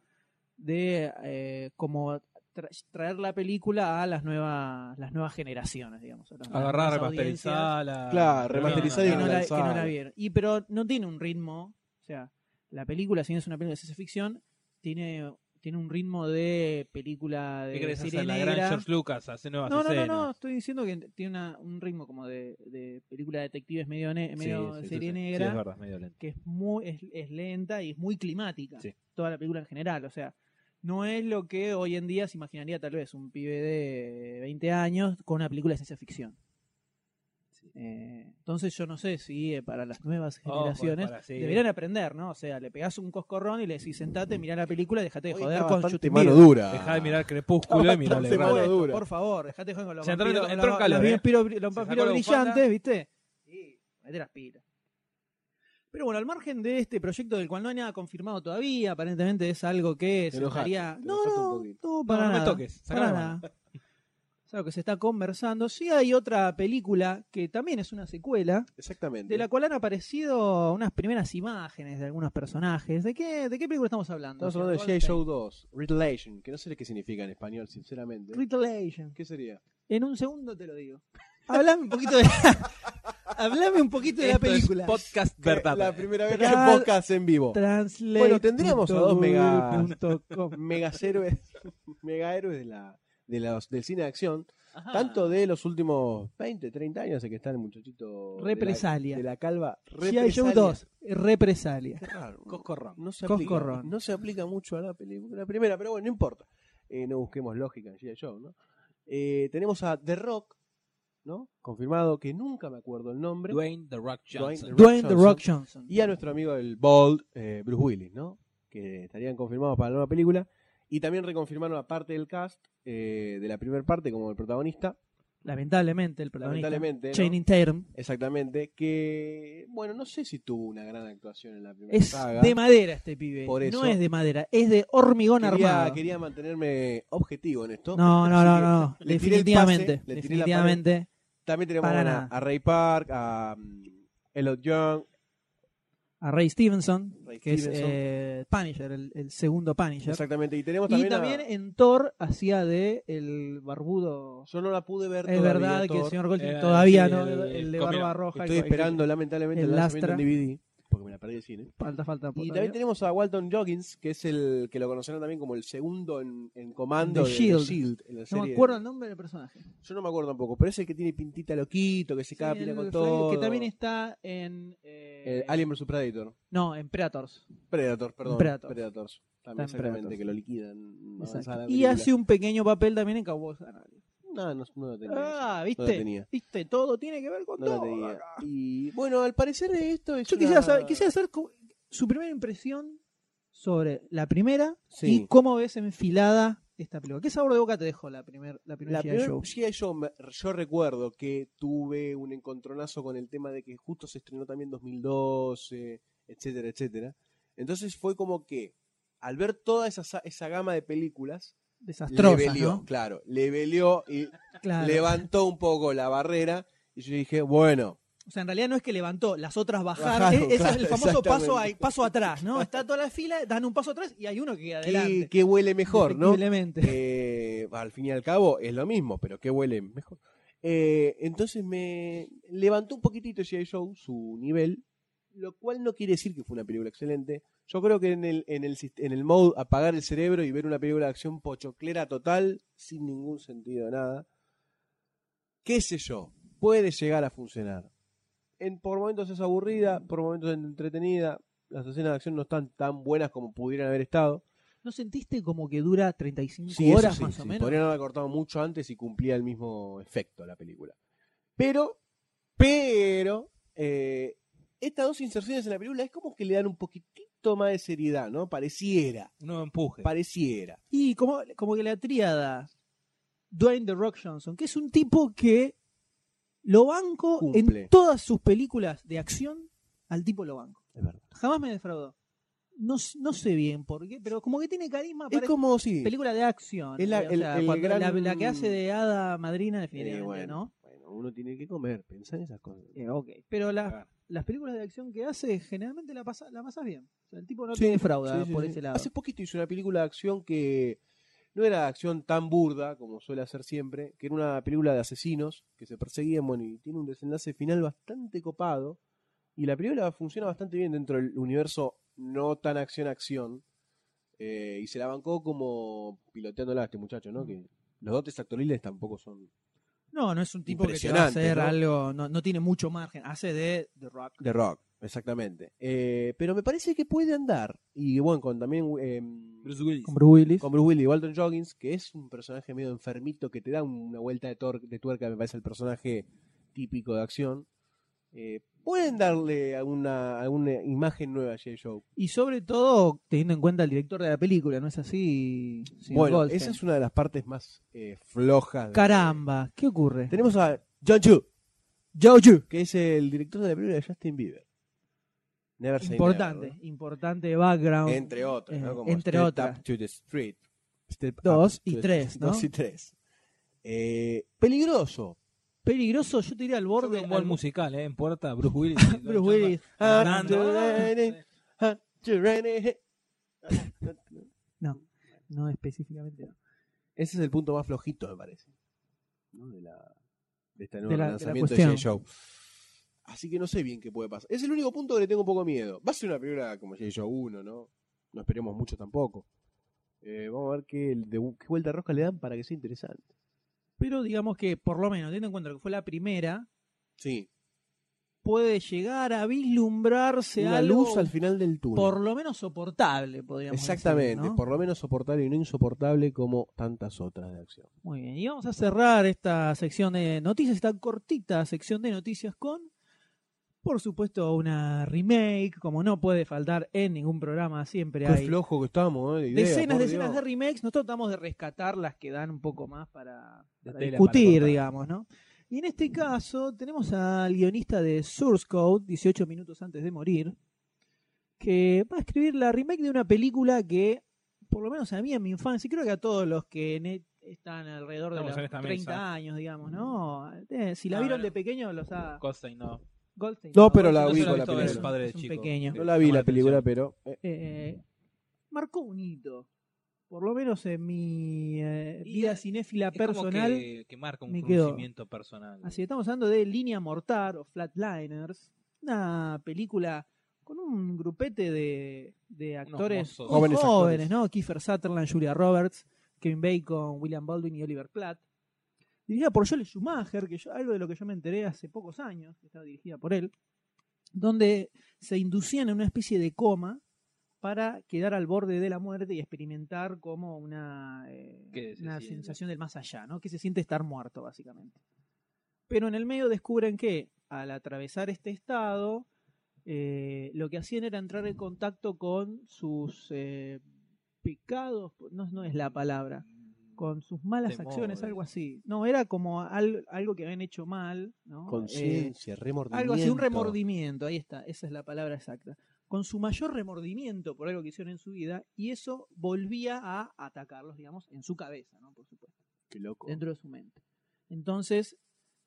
[SPEAKER 2] de eh, como tra- traer la película a las nuevas las nuevas generaciones, digamos. a las-
[SPEAKER 1] Agarrar,
[SPEAKER 2] las nuevas audiencias
[SPEAKER 1] remasterizar. La... No,
[SPEAKER 3] Claro,
[SPEAKER 1] no,
[SPEAKER 3] remasterizar
[SPEAKER 1] no,
[SPEAKER 3] y
[SPEAKER 2] que no,
[SPEAKER 1] no,
[SPEAKER 2] la,
[SPEAKER 1] no.
[SPEAKER 2] que no la vieron. Y pero no tiene un ritmo, o sea, la película, si bien es una película de ciencia ficción, tiene, tiene un ritmo de película
[SPEAKER 1] ¿Qué
[SPEAKER 2] de
[SPEAKER 1] querés
[SPEAKER 2] serie
[SPEAKER 1] hacer? La gran
[SPEAKER 2] negra.
[SPEAKER 1] George Lucas hace nuevas
[SPEAKER 2] no, no, no,
[SPEAKER 1] escenas.
[SPEAKER 2] no, estoy diciendo que tiene una- un ritmo como de, de película de detectives medio, ne-
[SPEAKER 3] Sí,
[SPEAKER 2] medio
[SPEAKER 3] sí,
[SPEAKER 2] de
[SPEAKER 3] sí,
[SPEAKER 2] serie
[SPEAKER 3] sí.
[SPEAKER 2] negra,
[SPEAKER 1] Sí, es verdad, es medio lento.
[SPEAKER 2] que es muy es, es lenta y es muy climática,
[SPEAKER 1] Sí.
[SPEAKER 2] toda la película en general, o sea, no es lo que hoy en día se imaginaría tal vez un pibe de 20 años con una película de ciencia ficción.
[SPEAKER 1] Sí.
[SPEAKER 2] Eh, entonces yo no sé si eh, para las nuevas
[SPEAKER 1] Ojo,
[SPEAKER 2] generaciones
[SPEAKER 1] Oh, pues, para, sí.
[SPEAKER 2] deberían aprender, ¿no? O sea, le pegás un coscorrón y le decís sentate, mirá la película, dejate de
[SPEAKER 3] Hoy
[SPEAKER 2] joder
[SPEAKER 3] está
[SPEAKER 2] con
[SPEAKER 3] bastante
[SPEAKER 2] Shooting
[SPEAKER 3] mano
[SPEAKER 2] Video.
[SPEAKER 3] dura.
[SPEAKER 1] Dejá de mirar Crepúsculo y mirá
[SPEAKER 3] Bastante
[SPEAKER 1] Blade Runner.
[SPEAKER 3] mano dura.
[SPEAKER 2] Por favor, dejate de joder con los
[SPEAKER 1] Se entró-
[SPEAKER 2] vampiros,
[SPEAKER 1] entró en
[SPEAKER 2] los-
[SPEAKER 1] calor,
[SPEAKER 2] los
[SPEAKER 1] ¿eh?
[SPEAKER 2] vampiros- los
[SPEAKER 1] Se
[SPEAKER 2] vampiros
[SPEAKER 1] sacó la
[SPEAKER 2] brillantes,
[SPEAKER 1] bufanda.
[SPEAKER 2] ¿viste? Sí, mete las pilas. Pero bueno, al margen de este proyecto del cual no hay nada confirmado todavía, aparentemente es algo que se
[SPEAKER 3] enojaste,
[SPEAKER 2] estaría...
[SPEAKER 3] te
[SPEAKER 2] No,
[SPEAKER 3] enojaste un
[SPEAKER 2] no,
[SPEAKER 3] poquito.
[SPEAKER 2] no,
[SPEAKER 1] No,
[SPEAKER 2] para
[SPEAKER 1] no me
[SPEAKER 2] nada.
[SPEAKER 1] toques, sacá
[SPEAKER 2] Para
[SPEAKER 1] la
[SPEAKER 2] nada.
[SPEAKER 1] mano.
[SPEAKER 2] Es algo que se está conversando. Sí hay otra película que también es una secuela,
[SPEAKER 3] Exactamente.
[SPEAKER 2] de la cual han aparecido unas primeras imágenes de algunos personajes. ¿De qué, de qué película estamos hablando?
[SPEAKER 3] Estamos hablando de G.I.
[SPEAKER 2] Señor
[SPEAKER 3] Show 2, Relation, que no sé qué significa en español, sinceramente.
[SPEAKER 2] Goldstein? Little Asian.
[SPEAKER 3] ¿Qué sería?
[SPEAKER 2] En un segundo te lo digo. Hablame un poquito de, hablame un poquito de la
[SPEAKER 1] Esto es
[SPEAKER 2] película.
[SPEAKER 1] podcast verdad.
[SPEAKER 3] La primera vez que
[SPEAKER 2] Tra-
[SPEAKER 3] podcast en vivo.
[SPEAKER 2] Translate.
[SPEAKER 3] Bueno, tendríamos a dos mega-
[SPEAKER 2] punto com.
[SPEAKER 3] Megas héroes, mega héroes de la, de los, del cine de acción,
[SPEAKER 2] Ajá.
[SPEAKER 3] tanto de los últimos 20, 30 años, hace que está el muchachito. de la-
[SPEAKER 2] Represalia.
[SPEAKER 3] De la, calva.
[SPEAKER 2] G.I. Joe
[SPEAKER 3] Represalia.
[SPEAKER 2] 2, Represalia.
[SPEAKER 3] Qué raro.
[SPEAKER 1] Coscorrón.
[SPEAKER 3] No se, aplica,
[SPEAKER 2] Coscorrón.
[SPEAKER 3] no se aplica mucho a la película primera, pero bueno, no importa. Eh, no busquemos lógica en G.I. Joe, ¿no? Eh, tenemos a The Rock, ¿no? Confirmado que nunca me acuerdo el nombre.
[SPEAKER 1] Dwayne The Rock
[SPEAKER 3] Dwayne
[SPEAKER 1] Johnson.
[SPEAKER 3] The
[SPEAKER 2] Dwayne The Rock Johnson.
[SPEAKER 3] Y a nuestro amigo el Bold, eh, Bruce Willis, ¿no? Que estarían confirmados para la nueva película. Y también reconfirmaron a parte del cast eh, de la primera parte como el protagonista.
[SPEAKER 2] Lamentablemente, el protagonista.
[SPEAKER 3] Lamentablemente, ¿no?
[SPEAKER 2] Channing Tatum.
[SPEAKER 3] Exactamente. Que, bueno, no sé si tuvo una gran actuación en la primera
[SPEAKER 2] Es
[SPEAKER 3] saga.
[SPEAKER 2] de madera este pibe.
[SPEAKER 3] Por eso-
[SPEAKER 2] no es de madera, es de hormigón
[SPEAKER 3] quería,
[SPEAKER 2] armado.
[SPEAKER 3] quería mantenerme objetivo en esto.
[SPEAKER 2] No, no,
[SPEAKER 3] Así
[SPEAKER 2] no,
[SPEAKER 3] que
[SPEAKER 2] no.
[SPEAKER 3] le tiré el
[SPEAKER 2] definitivamente.
[SPEAKER 3] pase, le tiré la
[SPEAKER 2] definitivamente.
[SPEAKER 3] También tenemos
[SPEAKER 2] Para
[SPEAKER 3] bueno,
[SPEAKER 2] nada.
[SPEAKER 3] a Ray Park, a mm, Elliot Young.
[SPEAKER 2] A Ray Stevenson,
[SPEAKER 3] Ray
[SPEAKER 2] que es
[SPEAKER 3] Stevenson.
[SPEAKER 2] eh, Punisher, el, el segundo Punisher.
[SPEAKER 3] Exactamente. Y tenemos
[SPEAKER 2] Y
[SPEAKER 3] también, a-
[SPEAKER 2] también en Thor hacía de el barbudo.
[SPEAKER 3] Yo no la pude ver
[SPEAKER 2] Es
[SPEAKER 3] todavía,
[SPEAKER 2] verdad que el
[SPEAKER 3] Thor.
[SPEAKER 2] señor Goldstein
[SPEAKER 1] Eh,
[SPEAKER 2] todavía
[SPEAKER 1] sí,
[SPEAKER 2] no, el,
[SPEAKER 1] el-
[SPEAKER 2] el de
[SPEAKER 1] el
[SPEAKER 2] barba
[SPEAKER 1] Comero.
[SPEAKER 2] roja.
[SPEAKER 3] Estoy
[SPEAKER 2] el-
[SPEAKER 3] esperando lamentablemente el,
[SPEAKER 2] el
[SPEAKER 3] lanzamiento
[SPEAKER 2] Astra.
[SPEAKER 3] en DVD, porque me la perdí el cine.
[SPEAKER 2] Falta, falta.
[SPEAKER 3] Y
[SPEAKER 2] todavía.
[SPEAKER 3] también tenemos a Walton Joggins, que es el que lo conocerán también como el segundo en, en comando
[SPEAKER 2] The
[SPEAKER 3] de, de
[SPEAKER 2] Shield.
[SPEAKER 3] Shield. en la
[SPEAKER 2] No
[SPEAKER 3] serie.
[SPEAKER 2] me acuerdo el nombre del personaje.
[SPEAKER 3] Yo no me acuerdo tampoco, pero es el que tiene pintita loquito, que se caga
[SPEAKER 2] Sí,
[SPEAKER 3] pila
[SPEAKER 2] el
[SPEAKER 3] con
[SPEAKER 2] Freddy,
[SPEAKER 3] todo.
[SPEAKER 2] Que también está en. eh,
[SPEAKER 3] Eh, Alien vs Predator.
[SPEAKER 2] No, en Predators.
[SPEAKER 3] Predator, perdón.
[SPEAKER 2] Predators.
[SPEAKER 3] Predators. También
[SPEAKER 2] Está en
[SPEAKER 3] exactamente,
[SPEAKER 2] Predators.
[SPEAKER 3] que lo liquidan.
[SPEAKER 2] Exacto.
[SPEAKER 3] avanzada la
[SPEAKER 2] Y
[SPEAKER 3] película.
[SPEAKER 2] hace un pequeño papel también en Cowboys Anonymous.
[SPEAKER 3] No, no, no lo tenía.
[SPEAKER 2] Ah,
[SPEAKER 3] no la
[SPEAKER 2] ¿viste?
[SPEAKER 3] tenía.
[SPEAKER 2] ¿Viste? Todo tiene que ver con
[SPEAKER 3] No
[SPEAKER 2] todo.
[SPEAKER 3] lo tenía.
[SPEAKER 2] acá.
[SPEAKER 3] Y bueno, al parecer esto es
[SPEAKER 2] Yo quisiera,
[SPEAKER 3] una-
[SPEAKER 2] saber, quisiera saber cu- su primera impresión sobre la primera
[SPEAKER 3] Sí.
[SPEAKER 2] y cómo ves enfilada esta película. ¿Qué sabor de boca te dejó la primera la primera
[SPEAKER 3] La
[SPEAKER 2] G.I.
[SPEAKER 3] primer
[SPEAKER 2] Joe?
[SPEAKER 3] G.I. Joe, me- yo recuerdo que tuve un encontronazo con el tema de que justo se estrenó también en 2012, etcétera, etcétera. Entonces fue como que al ver toda esa, sa- esa gama de películas,
[SPEAKER 2] Desastrosa,
[SPEAKER 3] leveleó,
[SPEAKER 2] ¿no?
[SPEAKER 3] claro, leveleó y
[SPEAKER 2] Claro.
[SPEAKER 3] levantó un poco la barrera. Y yo dije, bueno,
[SPEAKER 2] O sea, en realidad no es que levantó, las otras bajaron.
[SPEAKER 3] Bajaron,
[SPEAKER 2] Es- ese
[SPEAKER 3] claro,
[SPEAKER 2] es el famoso
[SPEAKER 3] exactamente.
[SPEAKER 2] paso, a- paso atrás, ¿no? Está toda la fila, dan un paso atrás y hay uno que queda
[SPEAKER 3] ¿qué,
[SPEAKER 2] adelante.
[SPEAKER 3] qué huele mejor, no?
[SPEAKER 2] Efectivamente.
[SPEAKER 3] Eh, al fin y al cabo es lo mismo, pero que huele mejor. Eh, entonces me levantó un poquitito G.I. Joe su nivel, lo cual no quiere decir que fue una película excelente. Yo creo que en el, en el, sist- en el mode apagar el cerebro y ver una película de acción pochoclera total, sin ningún sentido de nada, qué sé yo, puede llegar a funcionar. En, por momentos es aburrida, por momentos es entretenida, las escenas de acción no están tan buenas como pudieran haber estado.
[SPEAKER 2] ¿No sentiste como que dura 35
[SPEAKER 3] Sí, eso
[SPEAKER 2] horas
[SPEAKER 3] sí,
[SPEAKER 2] más o
[SPEAKER 3] sí.
[SPEAKER 2] menos?
[SPEAKER 3] Podrían haber cortado mucho antes y cumplía el mismo efecto la película. Pero, pero, eh, estas dos inserciones en la película es como que le dan un poquitito más de seriedad, ¿no? Pareciera,
[SPEAKER 1] No empuje.
[SPEAKER 3] pareciera.
[SPEAKER 2] Y como, como que la tríada, Dwayne The Rock Johnson, que es un tipo que lo banco en
[SPEAKER 3] Cumple.
[SPEAKER 2] todas sus películas de acción, al tipo lo banco.
[SPEAKER 3] Es verdad.
[SPEAKER 2] Jamás me defraudó. No, s- no sé bien por qué, pero como que tiene carisma
[SPEAKER 3] Es
[SPEAKER 2] para
[SPEAKER 3] como si.
[SPEAKER 2] película de acción.
[SPEAKER 3] Es la-
[SPEAKER 2] o
[SPEAKER 3] el-
[SPEAKER 2] sea,
[SPEAKER 3] el
[SPEAKER 2] cuando-
[SPEAKER 3] gran- Eh,
[SPEAKER 2] la, la que hace de hada madrina, definitivamente,
[SPEAKER 3] bueno.
[SPEAKER 2] ¿no?
[SPEAKER 3] Bueno, uno tiene que comer, pensar en esas cosas.
[SPEAKER 2] Eh, ok. Pero las-
[SPEAKER 1] Ah.
[SPEAKER 2] las películas de acción que hace, generalmente la, pasa, la pasas bien. O sea, el tipo no
[SPEAKER 3] Sí,
[SPEAKER 2] te defrauda
[SPEAKER 3] Sí, sí,
[SPEAKER 2] por
[SPEAKER 3] sí.
[SPEAKER 2] ese lado.
[SPEAKER 3] Hace poquito hizo una película de acción que no era de acción tan burda como suele hacer siempre, que era una película de asesinos que se perseguían, bueno, y tiene un desenlace final bastante copado. Y la película funciona bastante bien dentro del universo no tan acción-acción. eh, y se la bancó como piloteándola a este muchacho, ¿no? Que los dotes actoriles tampoco son
[SPEAKER 2] No, no es un tipo que te va a
[SPEAKER 3] Impresionante,
[SPEAKER 2] hacer
[SPEAKER 3] ¿no?
[SPEAKER 2] algo, no, no tiene mucho margen. Hace de The Rock.
[SPEAKER 3] de rock, exactamente. Eh, pero me parece que puede andar. Y bueno, con también eh,
[SPEAKER 1] Bruce Willis.
[SPEAKER 2] Bruce Willis.
[SPEAKER 3] con Bruce Willis y Walton Joggins, que es un personaje medio enfermito que te da una vuelta de, tor- de tuerca, me parece, el personaje típico de acción, eh, pueden darle alguna, alguna imagen nueva a G.I. Joe.
[SPEAKER 2] Y sobre todo, teniendo en cuenta al director de la película, ¿no es así? señor
[SPEAKER 3] Bueno,
[SPEAKER 2] Goldstein?
[SPEAKER 3] esa es una de las partes más eh, flojas. de-
[SPEAKER 2] Caramba, ¿qué ocurre?
[SPEAKER 3] Tenemos a John Chu,
[SPEAKER 2] Jojo.
[SPEAKER 3] que es el director de la película de Justin Bieber. Never Say
[SPEAKER 2] Importante,
[SPEAKER 3] Never,
[SPEAKER 2] importante background.
[SPEAKER 3] ¿no? Entre otras, ¿no?
[SPEAKER 2] Eh,
[SPEAKER 3] Como
[SPEAKER 2] entre
[SPEAKER 3] Step
[SPEAKER 2] otras.
[SPEAKER 3] Up to the Street. Step Up
[SPEAKER 2] Dos y
[SPEAKER 3] to the-
[SPEAKER 2] tres, ¿no?
[SPEAKER 3] Dos y tres. Eh, peligroso.
[SPEAKER 2] Peligroso, yo te diría al
[SPEAKER 1] Borde
[SPEAKER 2] borde.
[SPEAKER 1] un
[SPEAKER 2] al-
[SPEAKER 1] buen musical, ¿eh? En puerta, Bruce Willis.
[SPEAKER 2] Bruce Willis. Ah,
[SPEAKER 1] Andando.
[SPEAKER 2] No, no específicamente. no.
[SPEAKER 3] Ese es el punto más flojito, me parece. ¿no? De, la, de este nuevo
[SPEAKER 2] De la- de la
[SPEAKER 3] lanzamiento de,
[SPEAKER 2] cuestión.
[SPEAKER 3] J. Joe. Así que no sé bien qué puede pasar. Es el único punto que le tengo un poco miedo. Va a ser una película como J. Joe 1, ¿no? No esperemos mucho tampoco. Eh, vamos a ver qué, el de, qué vuelta de rosca le dan para que sea interesante.
[SPEAKER 2] Pero digamos que, por lo menos, teniendo en cuenta que fue la primera,
[SPEAKER 3] Sí,
[SPEAKER 2] puede llegar a vislumbrarse
[SPEAKER 3] una
[SPEAKER 2] algo
[SPEAKER 3] luz al final del túnel.
[SPEAKER 2] por lo menos soportable, podríamos decir,
[SPEAKER 3] Exactamente,
[SPEAKER 2] ¿no?
[SPEAKER 3] por lo menos soportable y no insoportable como tantas otras de acción.
[SPEAKER 2] Muy bien, y vamos a cerrar esta sección de noticias, esta cortita sección de noticias con, por supuesto, una remake, como no puede faltar en ningún programa, siempre
[SPEAKER 3] Qué
[SPEAKER 2] hay
[SPEAKER 3] flojo que estábamos, ¿eh? de idea,
[SPEAKER 2] decenas,
[SPEAKER 3] por
[SPEAKER 2] decenas de
[SPEAKER 3] Dios.
[SPEAKER 2] remakes, nosotros tratamos de rescatar las que dan un poco más para,
[SPEAKER 1] De tela
[SPEAKER 2] para
[SPEAKER 1] para
[SPEAKER 2] discutir,
[SPEAKER 1] cortar.
[SPEAKER 2] digamos, ¿no? Y en este caso tenemos al guionista de Source Code, 18 minutos antes de morir, que va a escribir la remake de una película que, por lo menos a mí en mi infancia, y creo que a todos los que ne- están alrededor de
[SPEAKER 1] Estamos en
[SPEAKER 2] los
[SPEAKER 1] esta
[SPEAKER 2] 30
[SPEAKER 1] mesa.
[SPEAKER 2] años, digamos, ¿no?
[SPEAKER 3] Mm.
[SPEAKER 2] Eh, si la
[SPEAKER 1] No,
[SPEAKER 2] vieron
[SPEAKER 1] no.
[SPEAKER 2] de pequeño, los ha...
[SPEAKER 1] Goldstein, no.
[SPEAKER 2] Goldstein,
[SPEAKER 3] No, pero la
[SPEAKER 2] Goldstein
[SPEAKER 3] vi
[SPEAKER 2] se
[SPEAKER 3] con la
[SPEAKER 2] ha visto,
[SPEAKER 3] película.
[SPEAKER 2] es un-
[SPEAKER 1] El padre del
[SPEAKER 2] es un
[SPEAKER 1] chico.
[SPEAKER 2] pequeño
[SPEAKER 3] No la vi
[SPEAKER 1] Llama
[SPEAKER 3] la
[SPEAKER 1] la
[SPEAKER 3] película, pero eh,
[SPEAKER 2] eh, marcó un hito. Por lo menos en mi eh,
[SPEAKER 1] Y
[SPEAKER 2] vida
[SPEAKER 1] es-
[SPEAKER 2] cinéfila
[SPEAKER 1] Es como
[SPEAKER 2] personal.
[SPEAKER 1] que, que marca un
[SPEAKER 2] me quedo-
[SPEAKER 1] conocimiento personal.
[SPEAKER 2] Así que estamos hablando de Línea Mortar o Flatliners. Una película con un grupete de, de
[SPEAKER 1] Unos
[SPEAKER 2] actores
[SPEAKER 1] mozos.
[SPEAKER 2] muy
[SPEAKER 3] Jóvenes
[SPEAKER 2] jóvenes,
[SPEAKER 3] actores.
[SPEAKER 2] ¿no? Kiefer Sutherland, Julia Roberts, Kevin Bacon, William Baldwin y Oliver Platt. Dirigida por Joel Schumacher, que yo, algo de lo que yo me enteré hace pocos años, que estaba dirigida por él, donde se inducían en una especie de coma para quedar al borde de la muerte y experimentar como una, eh,
[SPEAKER 1] ¿Qué se
[SPEAKER 2] una
[SPEAKER 1] siente?
[SPEAKER 2] sensación del más allá, ¿no? Que se siente estar muerto, básicamente. Pero en el medio descubren que al atravesar este estado, eh, lo que hacían era entrar en contacto con sus eh, pecados, no, no es la palabra, con sus malas
[SPEAKER 1] Temores.
[SPEAKER 2] acciones, algo así. No, era como al- algo que habían hecho mal, ¿no? Eh,
[SPEAKER 3] conciencia, remordimiento.
[SPEAKER 2] algo así, un remordimiento, ahí está, esa es la palabra exacta. Con su mayor remordimiento por algo que hicieron en su vida, y eso volvía a atacarlos, digamos, en su cabeza, ¿no? Por supuesto,
[SPEAKER 3] Qué loco.
[SPEAKER 2] dentro de su mente. Entonces,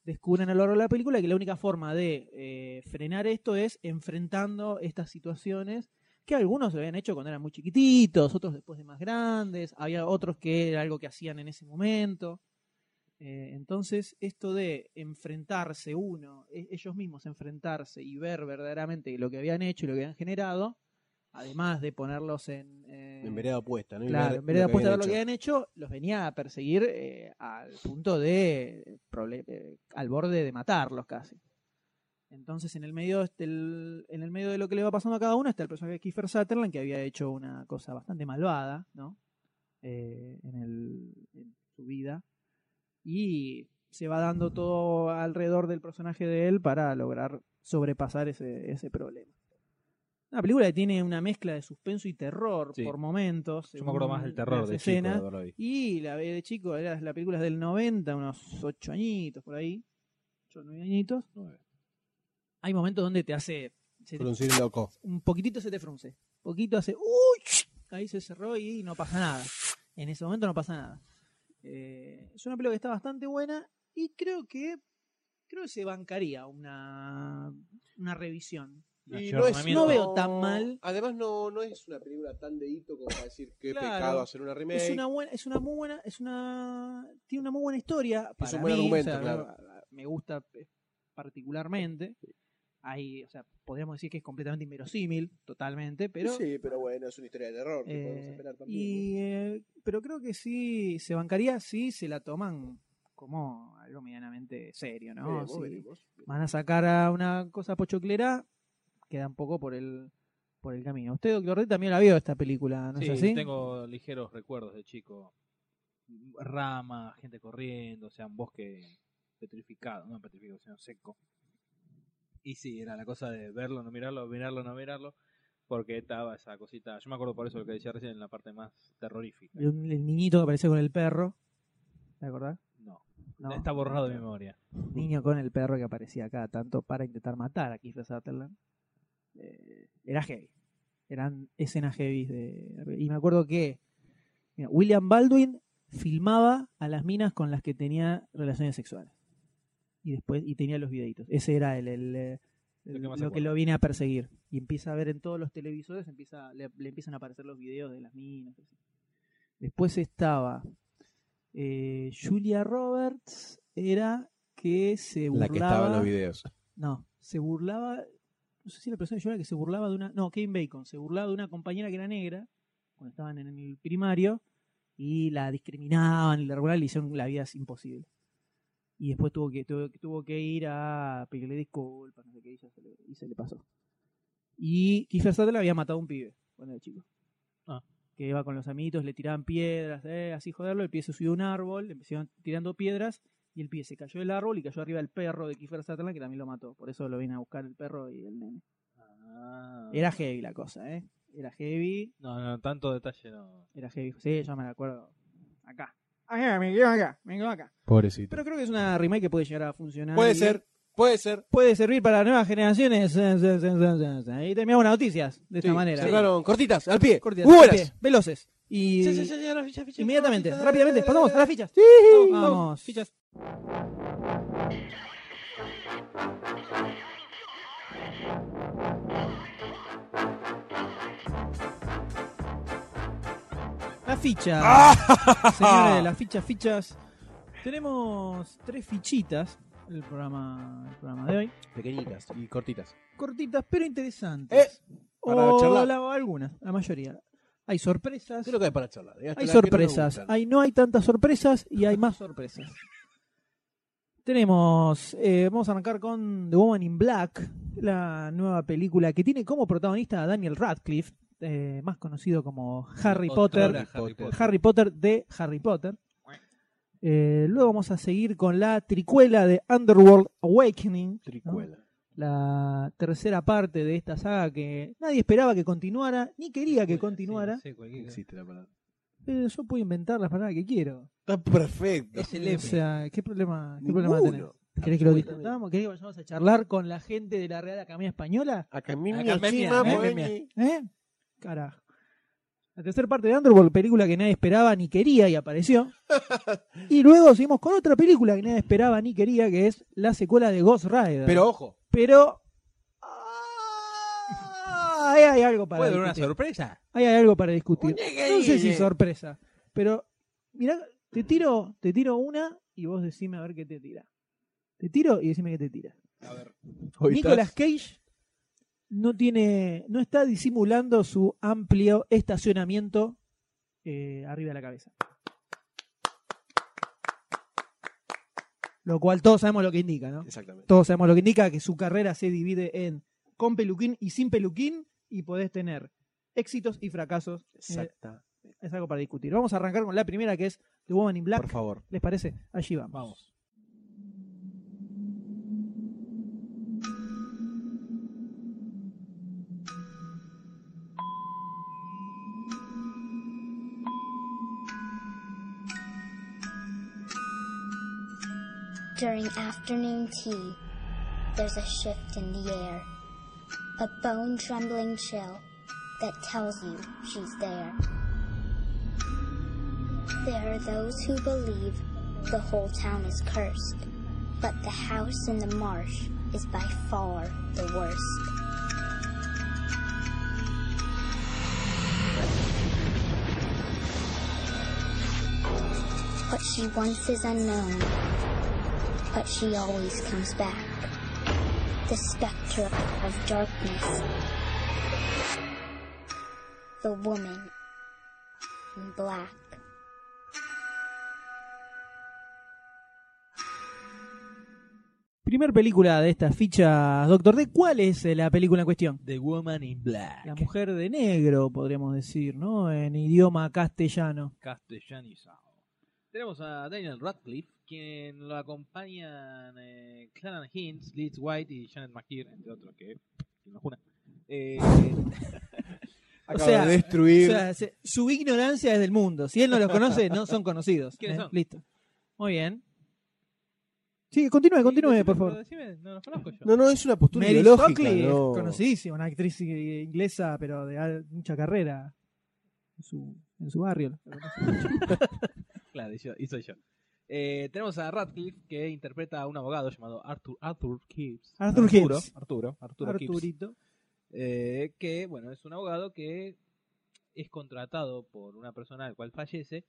[SPEAKER 2] descubren a lo largo de la película que la única forma de eh, frenar esto es enfrentando estas situaciones que algunos lo habían hecho cuando eran muy chiquititos, otros después de más grandes, había otros que era algo que hacían en ese momento. Eh, entonces, esto de enfrentarse uno, e- ellos mismos enfrentarse y ver verdaderamente lo que habían hecho y lo que habían generado, además de ponerlos en, eh,
[SPEAKER 3] En vereda opuesta, ¿no? Y
[SPEAKER 2] Claro,
[SPEAKER 3] ver
[SPEAKER 2] en vez de
[SPEAKER 3] lo que
[SPEAKER 2] apostar a ver lo que
[SPEAKER 3] habían
[SPEAKER 2] habían hecho, los venía a perseguir eh, al punto de. eh, prole- eh, al borde de matarlos casi. Entonces, en el medio este, el- en el medio de lo que le va pasando a cada uno está el personaje de Kiefer Sutherland, que había hecho una cosa bastante malvada, ¿no? Eh, en, el- en su vida. Y se va dando todo alrededor del personaje de él para lograr sobrepasar ese, ese problema. Una película que tiene una mezcla de suspenso y terror
[SPEAKER 1] Sí.
[SPEAKER 2] por momentos.
[SPEAKER 1] Yo me acuerdo
[SPEAKER 2] según
[SPEAKER 1] más del terror
[SPEAKER 2] las
[SPEAKER 1] de
[SPEAKER 2] escenas.
[SPEAKER 1] chico, de verlo ahí.
[SPEAKER 2] Y la ve de chico, era, la película es del 90, unos 8 añitos por ahí. 8 o 9 añitos.
[SPEAKER 3] Nueve.
[SPEAKER 2] Hay momentos donde te hace. se te-
[SPEAKER 3] hecho. Producir loco.
[SPEAKER 2] un poquitito se te frunce. poquito hace. ¡Uy! Ahí se cerró y no pasa nada. En ese momento no pasa nada. Eh, es una película que está bastante buena y creo que. Creo que se bancaría una, una revisión.
[SPEAKER 1] Y no es-
[SPEAKER 2] no veo tan mal.
[SPEAKER 3] Además, no, no es una película tan de hito como para decir qué
[SPEAKER 2] Claro.
[SPEAKER 3] pecado hacer una remake.
[SPEAKER 2] Es una buena, es una muy buena, es una tiene una muy buena historia. Para
[SPEAKER 3] un buen
[SPEAKER 2] mí,
[SPEAKER 3] argumento,
[SPEAKER 2] o sea,
[SPEAKER 3] claro.
[SPEAKER 2] me- Me gusta eh, particularmente. Hay, o sea, podríamos decir que es completamente inverosímil, totalmente, pero
[SPEAKER 3] Sí, pero bueno, es una historia de terror que
[SPEAKER 2] eh,
[SPEAKER 3] podemos esperar también.
[SPEAKER 2] y, eh, pero creo que sí se bancaría si se la toman como algo medianamente serio,
[SPEAKER 3] ¿no?
[SPEAKER 2] ¿no?
[SPEAKER 3] Veremos,
[SPEAKER 2] Sí.
[SPEAKER 3] veremos.
[SPEAKER 2] Van a sacar a una cosa pochoclera, queda un poco por el por el camino. Usted, doctor D, también la vio esta película, ¿no
[SPEAKER 1] sí,
[SPEAKER 2] es así?
[SPEAKER 1] tengo ligeros recuerdos de chico. Rama, gente corriendo, o sea, un bosque petrificado, no petrificado, sino seco. Y sí, era la cosa de verlo, no mirarlo, mirarlo, no mirarlo, porque estaba esa cosita. Yo me acuerdo por eso lo que decía recién en la parte más terrorífica.
[SPEAKER 2] Y un- El niñito que apareció con el perro. ¿Te acordás?
[SPEAKER 1] No,
[SPEAKER 2] No.
[SPEAKER 1] está borrado de memoria.
[SPEAKER 2] Niño con el perro que aparecía acá tanto para intentar matar a Keith Sutherland. Eh, era heavy. Eran escenas heavy. De... Y me acuerdo que mira, William Baldwin filmaba a las minas con las que tenía relaciones sexuales. Y después, y tenía los videitos. Ese era el, el, eh,
[SPEAKER 1] Lo
[SPEAKER 2] el-
[SPEAKER 1] que más se
[SPEAKER 2] lo que
[SPEAKER 1] acuerda.
[SPEAKER 2] lo viene a perseguir. Y empieza a ver en todos los televisores, empieza, le, le empiezan a aparecer los videos de las minas. así. Después estaba eh, Julia Roberts, era que se burlaba.
[SPEAKER 3] La que estaba en los videos.
[SPEAKER 2] No, se burlaba. No sé si la persona yo era que se burlaba de una. No, Kevin Bacon, se burlaba de una compañera que era negra cuando estaban en el primario y la discriminaban y la regulaban, le hicieron la vida imposible. Y después tuvo que, tuvo, tuvo que ir a pedirle disculpas, no sé qué, y, ya se le, y se le pasó. Y Kiefer Sutherland había matado a un pibe cuando era chico.
[SPEAKER 1] Ah.
[SPEAKER 2] Que iba con los amiguitos, le tiraban piedras, eh, así joderlo. El pibe se subió a un árbol, le empezaron tirando piedras y el pie se cayó del árbol y cayó arriba el perro de Kiefer Sutherland que también lo mató. Por eso lo viene a buscar el perro y el nene.
[SPEAKER 1] Ah.
[SPEAKER 2] Era heavy la cosa, ¿eh? Era heavy,
[SPEAKER 1] No, no, tanto detalle no.
[SPEAKER 2] era heavy. Sí, yo me la acuerdo. Acá. Acá, Ah, me quedo acá, me quedo acá.
[SPEAKER 3] Pobrecito.
[SPEAKER 2] Pero creo que es una remake que puede llegar a funcionar.
[SPEAKER 3] Puede
[SPEAKER 2] Y
[SPEAKER 3] ser, puede ser.
[SPEAKER 2] Puede servir para nuevas generaciones. Y terminamos las noticias de esta
[SPEAKER 3] Sí,
[SPEAKER 2] manera.
[SPEAKER 3] Cerraron cortitas, al pie.
[SPEAKER 2] Cortitas,
[SPEAKER 3] Muy buenas.
[SPEAKER 2] rápidas, veloces. Y inmediatamente, rápidamente, pasamos a las fichas. Vamos.
[SPEAKER 1] Fichas.
[SPEAKER 2] Las fichas.
[SPEAKER 3] Ah.
[SPEAKER 2] Señores, las fichas, fichas. Tenemos tres fichitas en el programa, el programa de hoy.
[SPEAKER 3] Pequeñitas y cortitas.
[SPEAKER 2] Cortitas, pero interesantes.
[SPEAKER 3] Eh, para
[SPEAKER 2] o
[SPEAKER 3] charlar.
[SPEAKER 2] la- o algunas, la mayoría. Hay sorpresas.
[SPEAKER 3] Creo que hay para charlar. ¿eh? Hasta
[SPEAKER 2] Hay
[SPEAKER 3] las que no nos
[SPEAKER 2] sorpresas.
[SPEAKER 3] gustan.
[SPEAKER 2] hay, no hay tantas sorpresas y hay más sorpresas. Tenemos, eh, vamos a arrancar con The Woman in Black, la nueva película que tiene como protagonista a Daniel Radcliffe, eh, más conocido como Harry
[SPEAKER 1] Otra
[SPEAKER 2] Potter,
[SPEAKER 1] hora Harry Potter.
[SPEAKER 2] Harry Potter de Harry Potter. Eh, luego vamos a seguir con la tricuela de Underworld Awakening,
[SPEAKER 3] Tricuela.
[SPEAKER 2] la tercera parte de esta saga que nadie esperaba que continuara, ni quería que
[SPEAKER 1] Sí,
[SPEAKER 2] continuara.
[SPEAKER 1] sí, cualquier-
[SPEAKER 3] Existe la palabra.
[SPEAKER 2] Pero yo puedo inventar las palabras que quiero.
[SPEAKER 3] Está perfecto.
[SPEAKER 1] Es el
[SPEAKER 2] O sea, ¿qué problema, qué problema tenés?
[SPEAKER 3] Ninguno.
[SPEAKER 2] ¿Querés que lo
[SPEAKER 3] Absolutamente.
[SPEAKER 2] discutamos? ¿Querés que vayamos a charlar con la gente de la Real Academia Española?
[SPEAKER 3] Acá en mi
[SPEAKER 1] Acá en mi
[SPEAKER 3] encima,
[SPEAKER 2] mía,
[SPEAKER 1] acá en
[SPEAKER 3] Moeni.
[SPEAKER 2] ¿Eh? Carajo. La tercera parte de Underworld, película que nadie esperaba ni quería y apareció. y luego seguimos con otra película que nadie esperaba ni quería, que es la secuela de Ghost Rider.
[SPEAKER 3] Pero ojo,
[SPEAKER 2] Pero. ah, ahí hay algo para
[SPEAKER 1] ¿Puede haber una
[SPEAKER 2] discutir.
[SPEAKER 1] sorpresa?
[SPEAKER 2] Ahí hay algo para discutir.
[SPEAKER 3] Muñeca,
[SPEAKER 2] No sé si
[SPEAKER 3] eh.
[SPEAKER 2] sorpresa, pero mirá, te tiro, te tiro una y vos decime a ver qué te tira. Te tiro y decime qué te tira.
[SPEAKER 1] A ver.
[SPEAKER 3] hoy
[SPEAKER 2] Nicolas Cage no tiene, no está disimulando su amplio estacionamiento eh, arriba de la cabeza. Lo cual todos sabemos lo que indica, ¿no?
[SPEAKER 3] estás- Exactamente.
[SPEAKER 2] todos sabemos lo que indica, que su carrera se divide en con peluquín y sin peluquín, y podés tener éxitos y fracasos. Eh,
[SPEAKER 3] Exacta.
[SPEAKER 2] es algo para discutir. Vamos a arrancar con la primera, que es The Woman in Black.
[SPEAKER 3] Eh, Por favor.
[SPEAKER 2] ¿Les parece? Allí vamos.
[SPEAKER 1] Vamos.
[SPEAKER 4] During afternoon tea, there's a shift in the air. A bone trembling chill that tells you she's there. There are those who believe the whole town is cursed, but the house in the marsh is by far the worst. What she wants is unknown but she always comes back. The specter of darkness. The woman in black.
[SPEAKER 2] Primer película de estas fichas, Doctor D. ¿Cuál es eh, la película en cuestión?
[SPEAKER 1] The Woman in Black.
[SPEAKER 2] La mujer de negro, podríamos decir, ¿no? En idioma castellano.
[SPEAKER 1] Castellanizado. Tenemos a Daniel Radcliffe, quien lo acompañan eh, Clara Hines, Liz White y Janet McKeer, entre otros que quien nos una. Eh,
[SPEAKER 3] Acaba
[SPEAKER 2] sea,
[SPEAKER 3] de destruir.
[SPEAKER 2] O sea, se- su ignorancia es del mundo. Si él no los conoce, no son conocidos.
[SPEAKER 1] ¿Quiénes
[SPEAKER 2] ¿eh?
[SPEAKER 1] son?
[SPEAKER 2] Listo. Muy bien. Sí, continúe, Ah, continúe,
[SPEAKER 1] decime,
[SPEAKER 2] por
[SPEAKER 1] pero
[SPEAKER 2] favor.
[SPEAKER 1] decime, no los conozco yo.
[SPEAKER 3] no, no, es una postura
[SPEAKER 2] Mary
[SPEAKER 3] ideológica.
[SPEAKER 2] Shockley es
[SPEAKER 3] no.
[SPEAKER 2] conocidísima, una actriz eh, inglesa, pero de al- mucha carrera en su, en su barrio. la conoce.
[SPEAKER 1] Claro, y, yo- y soy yo. Eh, tenemos a Radcliffe, que interpreta a un abogado llamado Arthur, Arthur Gibbs.
[SPEAKER 2] Arthur
[SPEAKER 1] Arturo,
[SPEAKER 2] Gibbs.
[SPEAKER 1] Arturo, Arturo Gibbs.
[SPEAKER 2] Arturito.
[SPEAKER 1] Eh, que bueno es un abogado que es contratado por una persona al cual fallece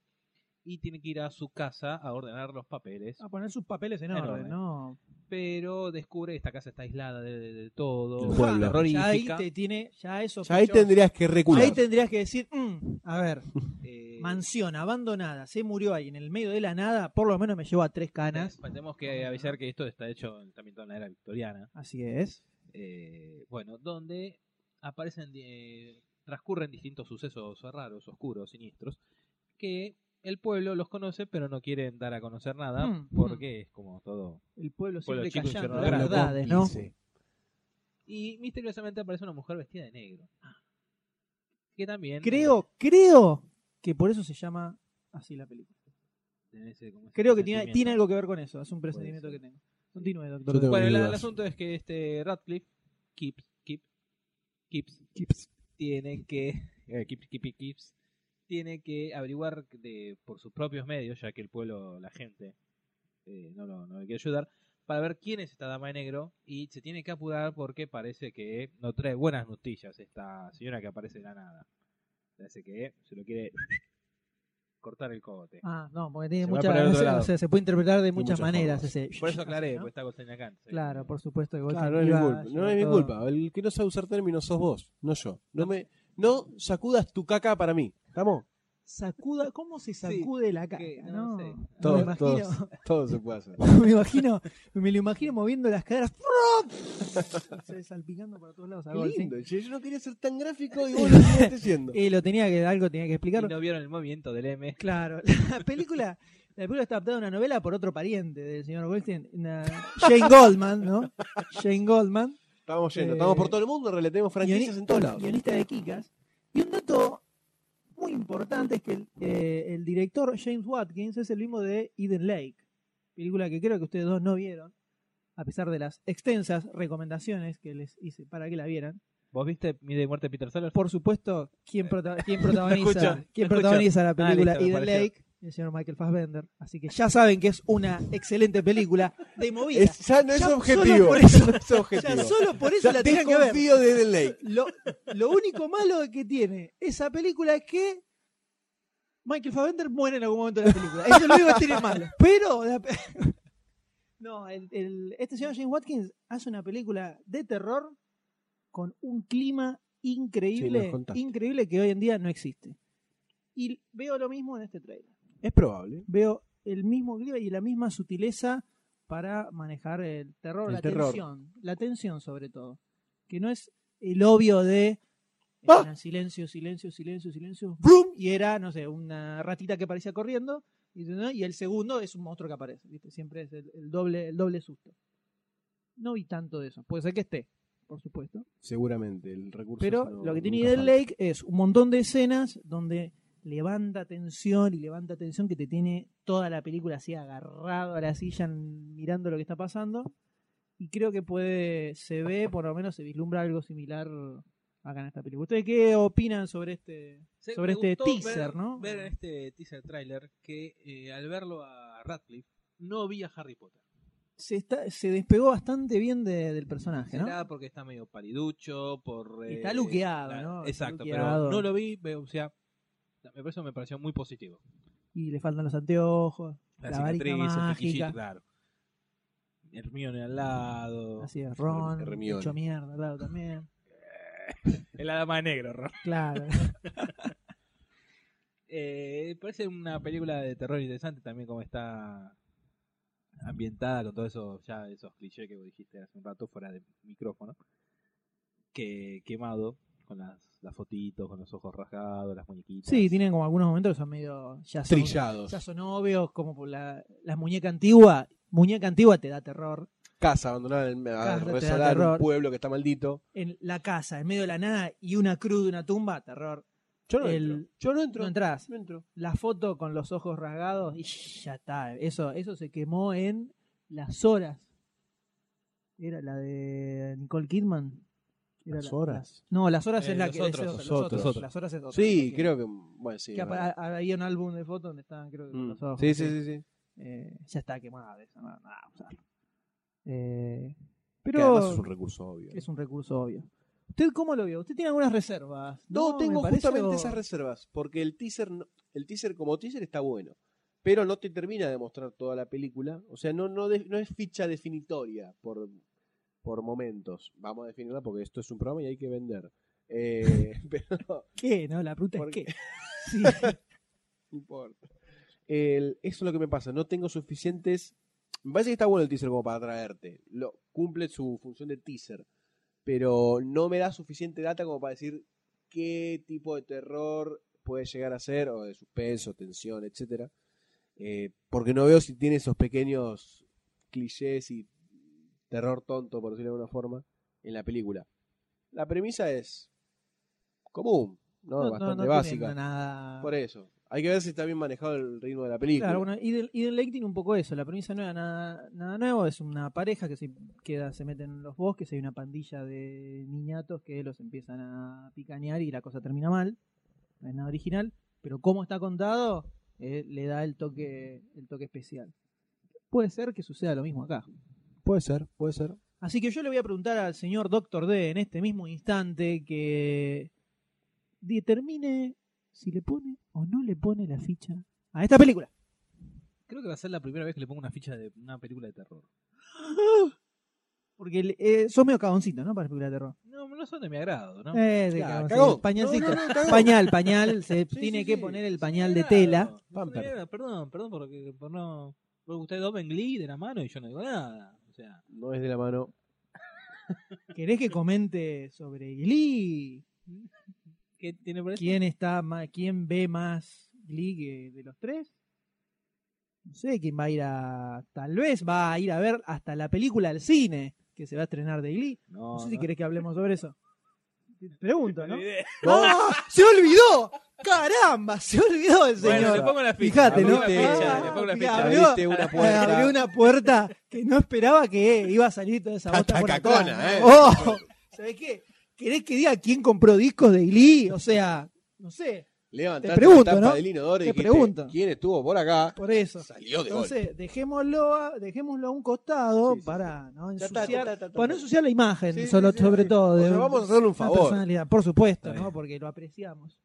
[SPEAKER 1] y tiene que ir a su casa a ordenar los papeles
[SPEAKER 2] A poner sus papeles en
[SPEAKER 1] En
[SPEAKER 2] orden,
[SPEAKER 1] orden.
[SPEAKER 2] ¿no?
[SPEAKER 1] pero descubre que esta casa está aislada de, de- de todo
[SPEAKER 3] Del pueblo.
[SPEAKER 2] Ah, Ya ahí
[SPEAKER 1] terrorífica
[SPEAKER 2] te tiene, ya eso.
[SPEAKER 3] Ya ahí tendrías que recular.
[SPEAKER 2] ahí tendrías que decir, "Mm, a ver,
[SPEAKER 1] eh,
[SPEAKER 2] mansión abandonada, se murió ahí en el medio de la nada, por lo menos me llevó a tres
[SPEAKER 1] eh,
[SPEAKER 2] canas.
[SPEAKER 1] tenemos que avisar que esto está hecho en- también toda la era victoriana
[SPEAKER 2] Así es.
[SPEAKER 1] eh, bueno donde aparecen eh, transcurren distintos sucesos raros oscuros siniestros que el pueblo los conoce pero no quieren dar a conocer nada
[SPEAKER 2] Mm, mm.
[SPEAKER 1] porque es como todo
[SPEAKER 2] El pueblo
[SPEAKER 1] Pueblo
[SPEAKER 2] siempre
[SPEAKER 1] chico
[SPEAKER 2] callando
[SPEAKER 1] encerrado.
[SPEAKER 2] las
[SPEAKER 1] Pueblo
[SPEAKER 2] verdades, ¿no?
[SPEAKER 3] Sí.
[SPEAKER 1] Y misteriosamente aparece una mujer vestida de negro. Ah. Que también. eh,
[SPEAKER 2] Creo, creo que por eso se llama así la película.
[SPEAKER 1] tiene ese- eh, como ese
[SPEAKER 2] Creo que tiene,
[SPEAKER 1] presentimiento.
[SPEAKER 2] tiene algo que ver con eso, es un
[SPEAKER 1] Puede
[SPEAKER 2] presentimiento
[SPEAKER 1] ser.
[SPEAKER 2] que tengo. Continúe,
[SPEAKER 3] Yo
[SPEAKER 2] doctor.
[SPEAKER 3] tengo
[SPEAKER 1] Bueno,
[SPEAKER 3] mis
[SPEAKER 1] la- el
[SPEAKER 3] dudas.
[SPEAKER 1] asunto es que este Radcliffe, Kips, Kip, Kips, tiene que. eh, Kip, Kip, Kips, tiene que averiguar de, por sus propios medios, ya que el pueblo, la gente, eh, no, lo, no le quiere ayudar, para ver quién es esta dama de negro y se tiene que apurar porque parece que no trae buenas noticias esta señora que aparece de la nada. Parece que se lo quiere cortar el cogote.
[SPEAKER 2] Ah, no, porque tiene
[SPEAKER 1] Se va para el
[SPEAKER 2] muchas.
[SPEAKER 1] otro lado.
[SPEAKER 2] o sea, se puede interpretar de muchas,
[SPEAKER 3] muchas
[SPEAKER 2] maneras
[SPEAKER 3] formas.
[SPEAKER 2] ese.
[SPEAKER 1] Por eso aclaré,
[SPEAKER 2] ¿no?
[SPEAKER 1] pues está Goldstein acá. entonces-
[SPEAKER 2] Claro, por supuesto que
[SPEAKER 3] Claro,
[SPEAKER 2] Goldstein
[SPEAKER 3] no es mi
[SPEAKER 2] iba
[SPEAKER 3] culpa. No
[SPEAKER 2] llevando
[SPEAKER 3] es mi
[SPEAKER 2] todo.
[SPEAKER 3] culpa. El que no sabe usar términos sos vos, no yo. No me, no sacudas tu caca para mí. ¿Estamos?
[SPEAKER 2] Sacuda, ¿cómo se sacude la caca?
[SPEAKER 1] que-
[SPEAKER 2] no,
[SPEAKER 1] no sé.
[SPEAKER 2] me
[SPEAKER 3] Todos,
[SPEAKER 2] imagino,
[SPEAKER 3] todos, todo se puede hacer.
[SPEAKER 2] me imagino, me lo imagino moviendo las caderas. Se salpicando para todos lados. a
[SPEAKER 3] Qué
[SPEAKER 2] Goldstein.
[SPEAKER 3] lindo, che, yo no quería ser tan gráfico y vos lo estás diciendo.
[SPEAKER 2] Eh, lo tenía que, algo tenía que
[SPEAKER 1] Y
[SPEAKER 2] explicar.
[SPEAKER 1] no vieron el movimiento del M.
[SPEAKER 2] Claro, la película, la película está adaptada a una novela por otro pariente del señor Goldstein, una- Jane Goldman, ¿no? Jane Goldman,
[SPEAKER 3] Estamos yendo,
[SPEAKER 2] Eh,
[SPEAKER 3] estamos por todo el mundo, en e- realidad tenemos franquicias
[SPEAKER 2] guioni-
[SPEAKER 3] en todos lados.
[SPEAKER 2] guionista de Kikas. Y un dato muy importante es que el, eh, el director James Watkins es el mismo de Eden Lake, película que creo que ustedes dos no vieron, a pesar de las extensas recomendaciones que les hice para que la vieran.
[SPEAKER 1] ¿Vos viste mi de muerte de Peter Sellers?
[SPEAKER 2] por supuesto, ¿quién, prota- quién
[SPEAKER 1] Lo escucho,
[SPEAKER 2] protagoniza, quién
[SPEAKER 1] lo escucho.
[SPEAKER 2] protagoniza la película
[SPEAKER 1] Ah, listo, me
[SPEAKER 2] Eden
[SPEAKER 1] pareció.
[SPEAKER 2] Lake? El señor Michael Fassbender. Así que ya saben que es una excelente película de movida.
[SPEAKER 3] Es- ya no es
[SPEAKER 2] Ya solo
[SPEAKER 3] objetivo.
[SPEAKER 2] por eso-
[SPEAKER 3] no es objetivo.
[SPEAKER 2] ya solo por eso
[SPEAKER 3] Ya
[SPEAKER 2] la tienen que ver.
[SPEAKER 3] desconfío de The Lake.
[SPEAKER 2] Lo, lo único malo que tiene esa película es que Michael Fassbender muere en algún momento de la película. Eso es lo único que tiene malo. Pero... la pe- no, el- el- este señor James Watkins hace una película de terror con un clima
[SPEAKER 3] Sí,
[SPEAKER 2] increíble,
[SPEAKER 3] nos contaste.
[SPEAKER 2] increíble que hoy en día no existe. Y veo lo mismo en este trailer.
[SPEAKER 3] Es probable.
[SPEAKER 2] Veo el mismo clima y la misma sutileza para manejar el terror,
[SPEAKER 3] El
[SPEAKER 2] la
[SPEAKER 3] terror.
[SPEAKER 2] tensión, la tensión sobre todo. Que no es el obvio de eh,
[SPEAKER 3] ¡Ah!
[SPEAKER 2] era silencio, silencio, silencio, silencio, ¡brum! y era, no sé, una ratita que aparecía corriendo, y, ¿no? y el segundo es un monstruo que aparece, ¿viste? Siempre es el, el doble, el doble susto. No vi tanto de eso. Puede ser que esté, por supuesto.
[SPEAKER 3] Seguramente, el recurso.
[SPEAKER 2] Pero
[SPEAKER 3] no-
[SPEAKER 2] lo que tiene
[SPEAKER 3] nunca
[SPEAKER 2] Eden
[SPEAKER 3] falta.
[SPEAKER 2] Lake es un montón de escenas donde levanta tensión y levanta tensión que te tiene toda la película así agarrado a la silla en- mirando lo que está pasando. Y creo que puede, se ve, por lo menos se vislumbra algo similar acá en esta película. ¿Ustedes qué opinan sobre este?
[SPEAKER 1] Se-
[SPEAKER 2] sobre
[SPEAKER 1] me
[SPEAKER 2] este
[SPEAKER 1] gustó
[SPEAKER 2] teaser,
[SPEAKER 1] ver-
[SPEAKER 2] ¿no?
[SPEAKER 1] Ver en este teaser trailer que eh, al verlo a Radcliffe no vi a Harry Potter.
[SPEAKER 2] Se, está, se despegó bastante bien de- del personaje, ¿no?
[SPEAKER 1] Será porque está medio pariducho, por... eh,
[SPEAKER 2] Está luqueado, ¿no? Está
[SPEAKER 1] Exacto,
[SPEAKER 2] luqueado.
[SPEAKER 1] pero no lo vi, ve- o sea, me eso me pareció muy positivo.
[SPEAKER 2] Y le faltan los anteojos, la,
[SPEAKER 1] La,
[SPEAKER 2] varita
[SPEAKER 1] cicatriz, el flequillito,
[SPEAKER 2] mágica.
[SPEAKER 1] claro. Hermione al lado.
[SPEAKER 2] Así es, Ron,
[SPEAKER 3] Hermione.
[SPEAKER 2] hecho mierda, claro, también.
[SPEAKER 1] El alma de negro, Ron.
[SPEAKER 2] Claro.
[SPEAKER 1] Eh, parece una película de terror interesante también como está ambientada con todos esos ya esos clichés que vos dijiste hace un rato fuera de micrófono que quemado con las las fotitos con los ojos rasgados, las muñequitas.
[SPEAKER 2] Sí, tienen como algunos momentos que son medio. Ya son,
[SPEAKER 3] Trillados.
[SPEAKER 2] ya son obvios, como por la, la muñeca antigua. Muñeca antigua te da terror.
[SPEAKER 3] Casa abandonada en a
[SPEAKER 2] Casa, te da
[SPEAKER 3] resolar un
[SPEAKER 2] terror.
[SPEAKER 3] pueblo que está maldito.
[SPEAKER 2] En la casa, en medio de la nada, y una cruz de una tumba, terror.
[SPEAKER 3] Yo no
[SPEAKER 2] El-
[SPEAKER 3] entro. Yo no entro.
[SPEAKER 2] No entras.
[SPEAKER 3] No entro.
[SPEAKER 2] La foto con los ojos rasgados, y ya está. Eso, eso se quemó en las horas. Era la de Nicole Kidman. Era
[SPEAKER 3] Las
[SPEAKER 2] la-
[SPEAKER 3] horas.
[SPEAKER 2] la- no, las horas
[SPEAKER 1] Eh,
[SPEAKER 2] es la
[SPEAKER 1] los
[SPEAKER 2] que.
[SPEAKER 1] otros,
[SPEAKER 2] es-
[SPEAKER 1] los
[SPEAKER 2] los
[SPEAKER 1] otros.
[SPEAKER 2] otros, Las horas es otra.
[SPEAKER 3] Sí,
[SPEAKER 2] que-
[SPEAKER 3] creo que. Bueno, sí.
[SPEAKER 2] que
[SPEAKER 3] es verdad.
[SPEAKER 2] apa- había un álbum de fotos donde estaban, creo que
[SPEAKER 3] Mm.
[SPEAKER 2] los ojos.
[SPEAKER 3] Sí, sí, sí. sí.
[SPEAKER 2] Eh, ya está quemada de esa, no, no vamos a usarlo. Eh,
[SPEAKER 3] Que
[SPEAKER 2] pero
[SPEAKER 3] además es un recurso obvio.
[SPEAKER 2] es un recurso obvio. ¿Usted cómo lo vio? ¿Usted tiene algunas reservas?
[SPEAKER 3] No, tengo
[SPEAKER 2] me parece
[SPEAKER 3] justamente
[SPEAKER 2] algo-
[SPEAKER 3] esas reservas, porque el teaser, no- el teaser como teaser está bueno, pero no te termina de mostrar toda la película, o sea, no, no, de- no es ficha definitoria por, por momentos. Vamos a definirla porque esto es un programa y hay que vender. Eh, pero
[SPEAKER 2] ¿Qué? No, la pregunta
[SPEAKER 3] ¿Por
[SPEAKER 2] es qué. Sí.
[SPEAKER 3] no importa. El- eso es lo que me pasa, no tengo suficientes... Me parece que está bueno el teaser como para atraerte, lo, cumple su función de teaser, pero no me da suficiente data como para decir qué tipo de terror puede llegar a ser, o de suspenso, tensión, etcétera. Eh, porque no veo si tiene esos pequeños clichés y terror tonto, por decirlo de alguna forma, en la película. La premisa es común, ¿no?
[SPEAKER 2] No, no,
[SPEAKER 3] Bastante
[SPEAKER 2] no
[SPEAKER 3] básica.
[SPEAKER 2] tiene nada.
[SPEAKER 3] Por eso. Hay que ver si está bien manejado el ritmo de la película.
[SPEAKER 2] Claro, bueno, y del, y del Lake tiene un poco eso. La premisa no era nada, nada nuevo. Es una pareja que se queda, se meten en los bosques. Hay una pandilla de niñatos que los empiezan a picañear y la cosa termina mal. No es nada original. Pero como está contado, eh, le da el toque, el toque especial. Puede ser que suceda lo mismo acá.
[SPEAKER 3] Puede ser, puede ser.
[SPEAKER 2] Así que yo le voy a preguntar al señor Doctor D en este mismo instante que determine si le pone o no le pone la ficha a esta película.
[SPEAKER 1] Creo que va a ser la primera vez que le pongo una ficha de una película de terror.
[SPEAKER 2] Porque el- eh, sos medio cagoncito, ¿no? Para películas de terror.
[SPEAKER 1] No, no son de mi agrado, ¿no?
[SPEAKER 2] Eh, de
[SPEAKER 3] Ya,
[SPEAKER 2] cagoncito.
[SPEAKER 3] cagón.
[SPEAKER 2] Pañalcito.
[SPEAKER 3] No, no, no, cagón.
[SPEAKER 2] Pañal, pañal. Se
[SPEAKER 1] Sí,
[SPEAKER 2] tiene
[SPEAKER 1] sí,
[SPEAKER 2] que
[SPEAKER 1] sí.
[SPEAKER 2] poner el
[SPEAKER 1] Sí,
[SPEAKER 2] pañal de
[SPEAKER 1] claro.
[SPEAKER 2] tela.
[SPEAKER 1] No son de mi
[SPEAKER 3] Pamper.
[SPEAKER 1] agrado, Perdón, perdón por, lo que- por no. Porque usted doble en Glee de la mano y yo no digo nada. O sea,
[SPEAKER 3] No es de la mano.
[SPEAKER 2] ¿Querés que comente sobre Glee?
[SPEAKER 1] ¿qué tiene por eso?
[SPEAKER 2] ¿Quién está más, quién ve más Glee que de los tres? No sé quién va a ir a. Tal vez va a ir a ver hasta la película al cine que se va a estrenar de Glee.
[SPEAKER 1] No,
[SPEAKER 2] No sé si querés que hablemos sobre eso. Te Pregunto, ¿no?
[SPEAKER 1] Ni idea.
[SPEAKER 2] ¡Ah! ¡Se olvidó! ¡Caramba! Se olvidó el señor.
[SPEAKER 1] Bueno, le pongo la ficha.
[SPEAKER 2] Fíjate,
[SPEAKER 1] le
[SPEAKER 2] ¿no?
[SPEAKER 1] pongo la ficha, le pongo la
[SPEAKER 2] Ah,
[SPEAKER 1] ficha.
[SPEAKER 2] mirá,
[SPEAKER 1] Abrió-
[SPEAKER 2] abrió-
[SPEAKER 3] Abriste ah, una puerta.
[SPEAKER 2] Eh, Abrió una puerta que no esperaba que iba a salir toda esa bota por atrás.
[SPEAKER 3] Cacona, eh.
[SPEAKER 2] ¡Oh! ¿Sabés qué? ¿Querés que diga quién compró discos de Glee? O sea, no sé,
[SPEAKER 3] Levantaste
[SPEAKER 2] Te pregunto,
[SPEAKER 3] la tapa
[SPEAKER 2] ¿no?
[SPEAKER 3] del inodoro y
[SPEAKER 2] Te
[SPEAKER 3] dijiste,
[SPEAKER 2] pregunto.
[SPEAKER 3] ¿quién estuvo por acá?
[SPEAKER 2] por eso.
[SPEAKER 3] Salió de golpe.
[SPEAKER 2] Entonces, dejémoslo a, dejémoslo a un costado
[SPEAKER 3] Sí, sí,
[SPEAKER 2] para no
[SPEAKER 3] Ya está,
[SPEAKER 2] ensuciar,
[SPEAKER 3] ta, ta, ta, ta.
[SPEAKER 2] para no ensuciar la imagen,
[SPEAKER 3] Sí, sí,
[SPEAKER 2] solo,
[SPEAKER 3] sí,
[SPEAKER 2] sobre
[SPEAKER 3] sí.
[SPEAKER 2] todo.
[SPEAKER 3] O
[SPEAKER 2] De
[SPEAKER 3] sea,
[SPEAKER 2] un-
[SPEAKER 3] vamos a hacerle un
[SPEAKER 2] una
[SPEAKER 3] favor.
[SPEAKER 2] personalidad, por supuesto,
[SPEAKER 1] Está bien.
[SPEAKER 2] ¿no? Porque lo apreciamos.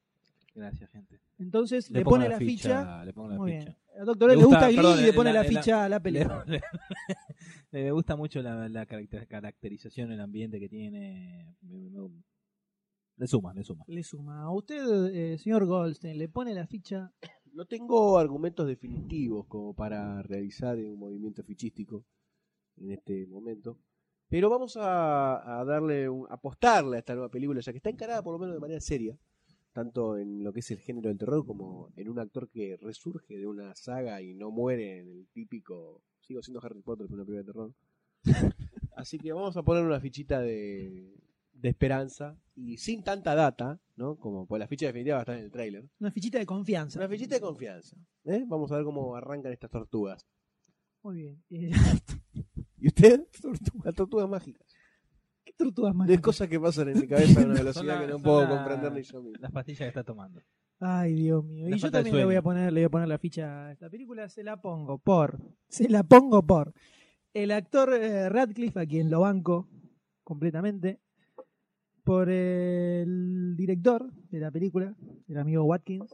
[SPEAKER 1] Gracias, gente.
[SPEAKER 2] Entonces, le,
[SPEAKER 1] pongo
[SPEAKER 2] pone la ficha.
[SPEAKER 1] Le pongo
[SPEAKER 2] Muy
[SPEAKER 1] la
[SPEAKER 2] bien.
[SPEAKER 1] ficha.
[SPEAKER 2] Al doctor
[SPEAKER 1] Le
[SPEAKER 2] le gusta,
[SPEAKER 1] gusta,
[SPEAKER 2] Glee
[SPEAKER 1] perdón,
[SPEAKER 2] y le pone
[SPEAKER 1] la-
[SPEAKER 2] la,
[SPEAKER 1] la-
[SPEAKER 2] ficha a la
[SPEAKER 1] Le,
[SPEAKER 2] película.
[SPEAKER 1] le- le gusta mucho la, la caracter- caracterización, el ambiente que tiene. Me- me- me- Le suma, le suma.
[SPEAKER 2] Le suma. A usted, eh, señor Goldstein, le pone la ficha.
[SPEAKER 3] No tengo argumentos definitivos como para realizar un movimiento fichístico en este momento. Pero vamos a, a darle un- a apostarle a esta nueva película, ya que está encarada por lo menos de manera seria, tanto en lo que es el género del terror como en un actor que resurge de una saga y no muere en el típico. Sigo siendo Harry Potter, pero una película de terror. Así que vamos a poner una fichita de, de esperanza y sin tanta data, ¿no? Como pues la ficha definitiva va a estar en el tráiler.
[SPEAKER 2] Una fichita de confianza.
[SPEAKER 3] Una fichita de confianza. ¿eh? Vamos a ver cómo arrancan estas tortugas.
[SPEAKER 2] Muy bien. Eh,
[SPEAKER 3] ¿Y usted? Las tortugas mágicas.
[SPEAKER 2] ¿Qué tortugas más?
[SPEAKER 3] Hay cosas que pasan en mi cabeza a una velocidad
[SPEAKER 1] Son
[SPEAKER 3] que no
[SPEAKER 1] las-
[SPEAKER 3] puedo
[SPEAKER 1] son las-
[SPEAKER 3] comprender ni yo mismo.
[SPEAKER 1] Las pastillas que está tomando.
[SPEAKER 2] Ay, Dios mío.
[SPEAKER 1] La
[SPEAKER 2] Y yo
[SPEAKER 1] falta de
[SPEAKER 2] también le voy,
[SPEAKER 1] sueño.
[SPEAKER 2] a poner, le voy a poner la ficha a esta película. Se la pongo por. Se la pongo por. El actor eh, Radcliffe, a quien lo banco completamente. Por el director de la película, el amigo Watkins.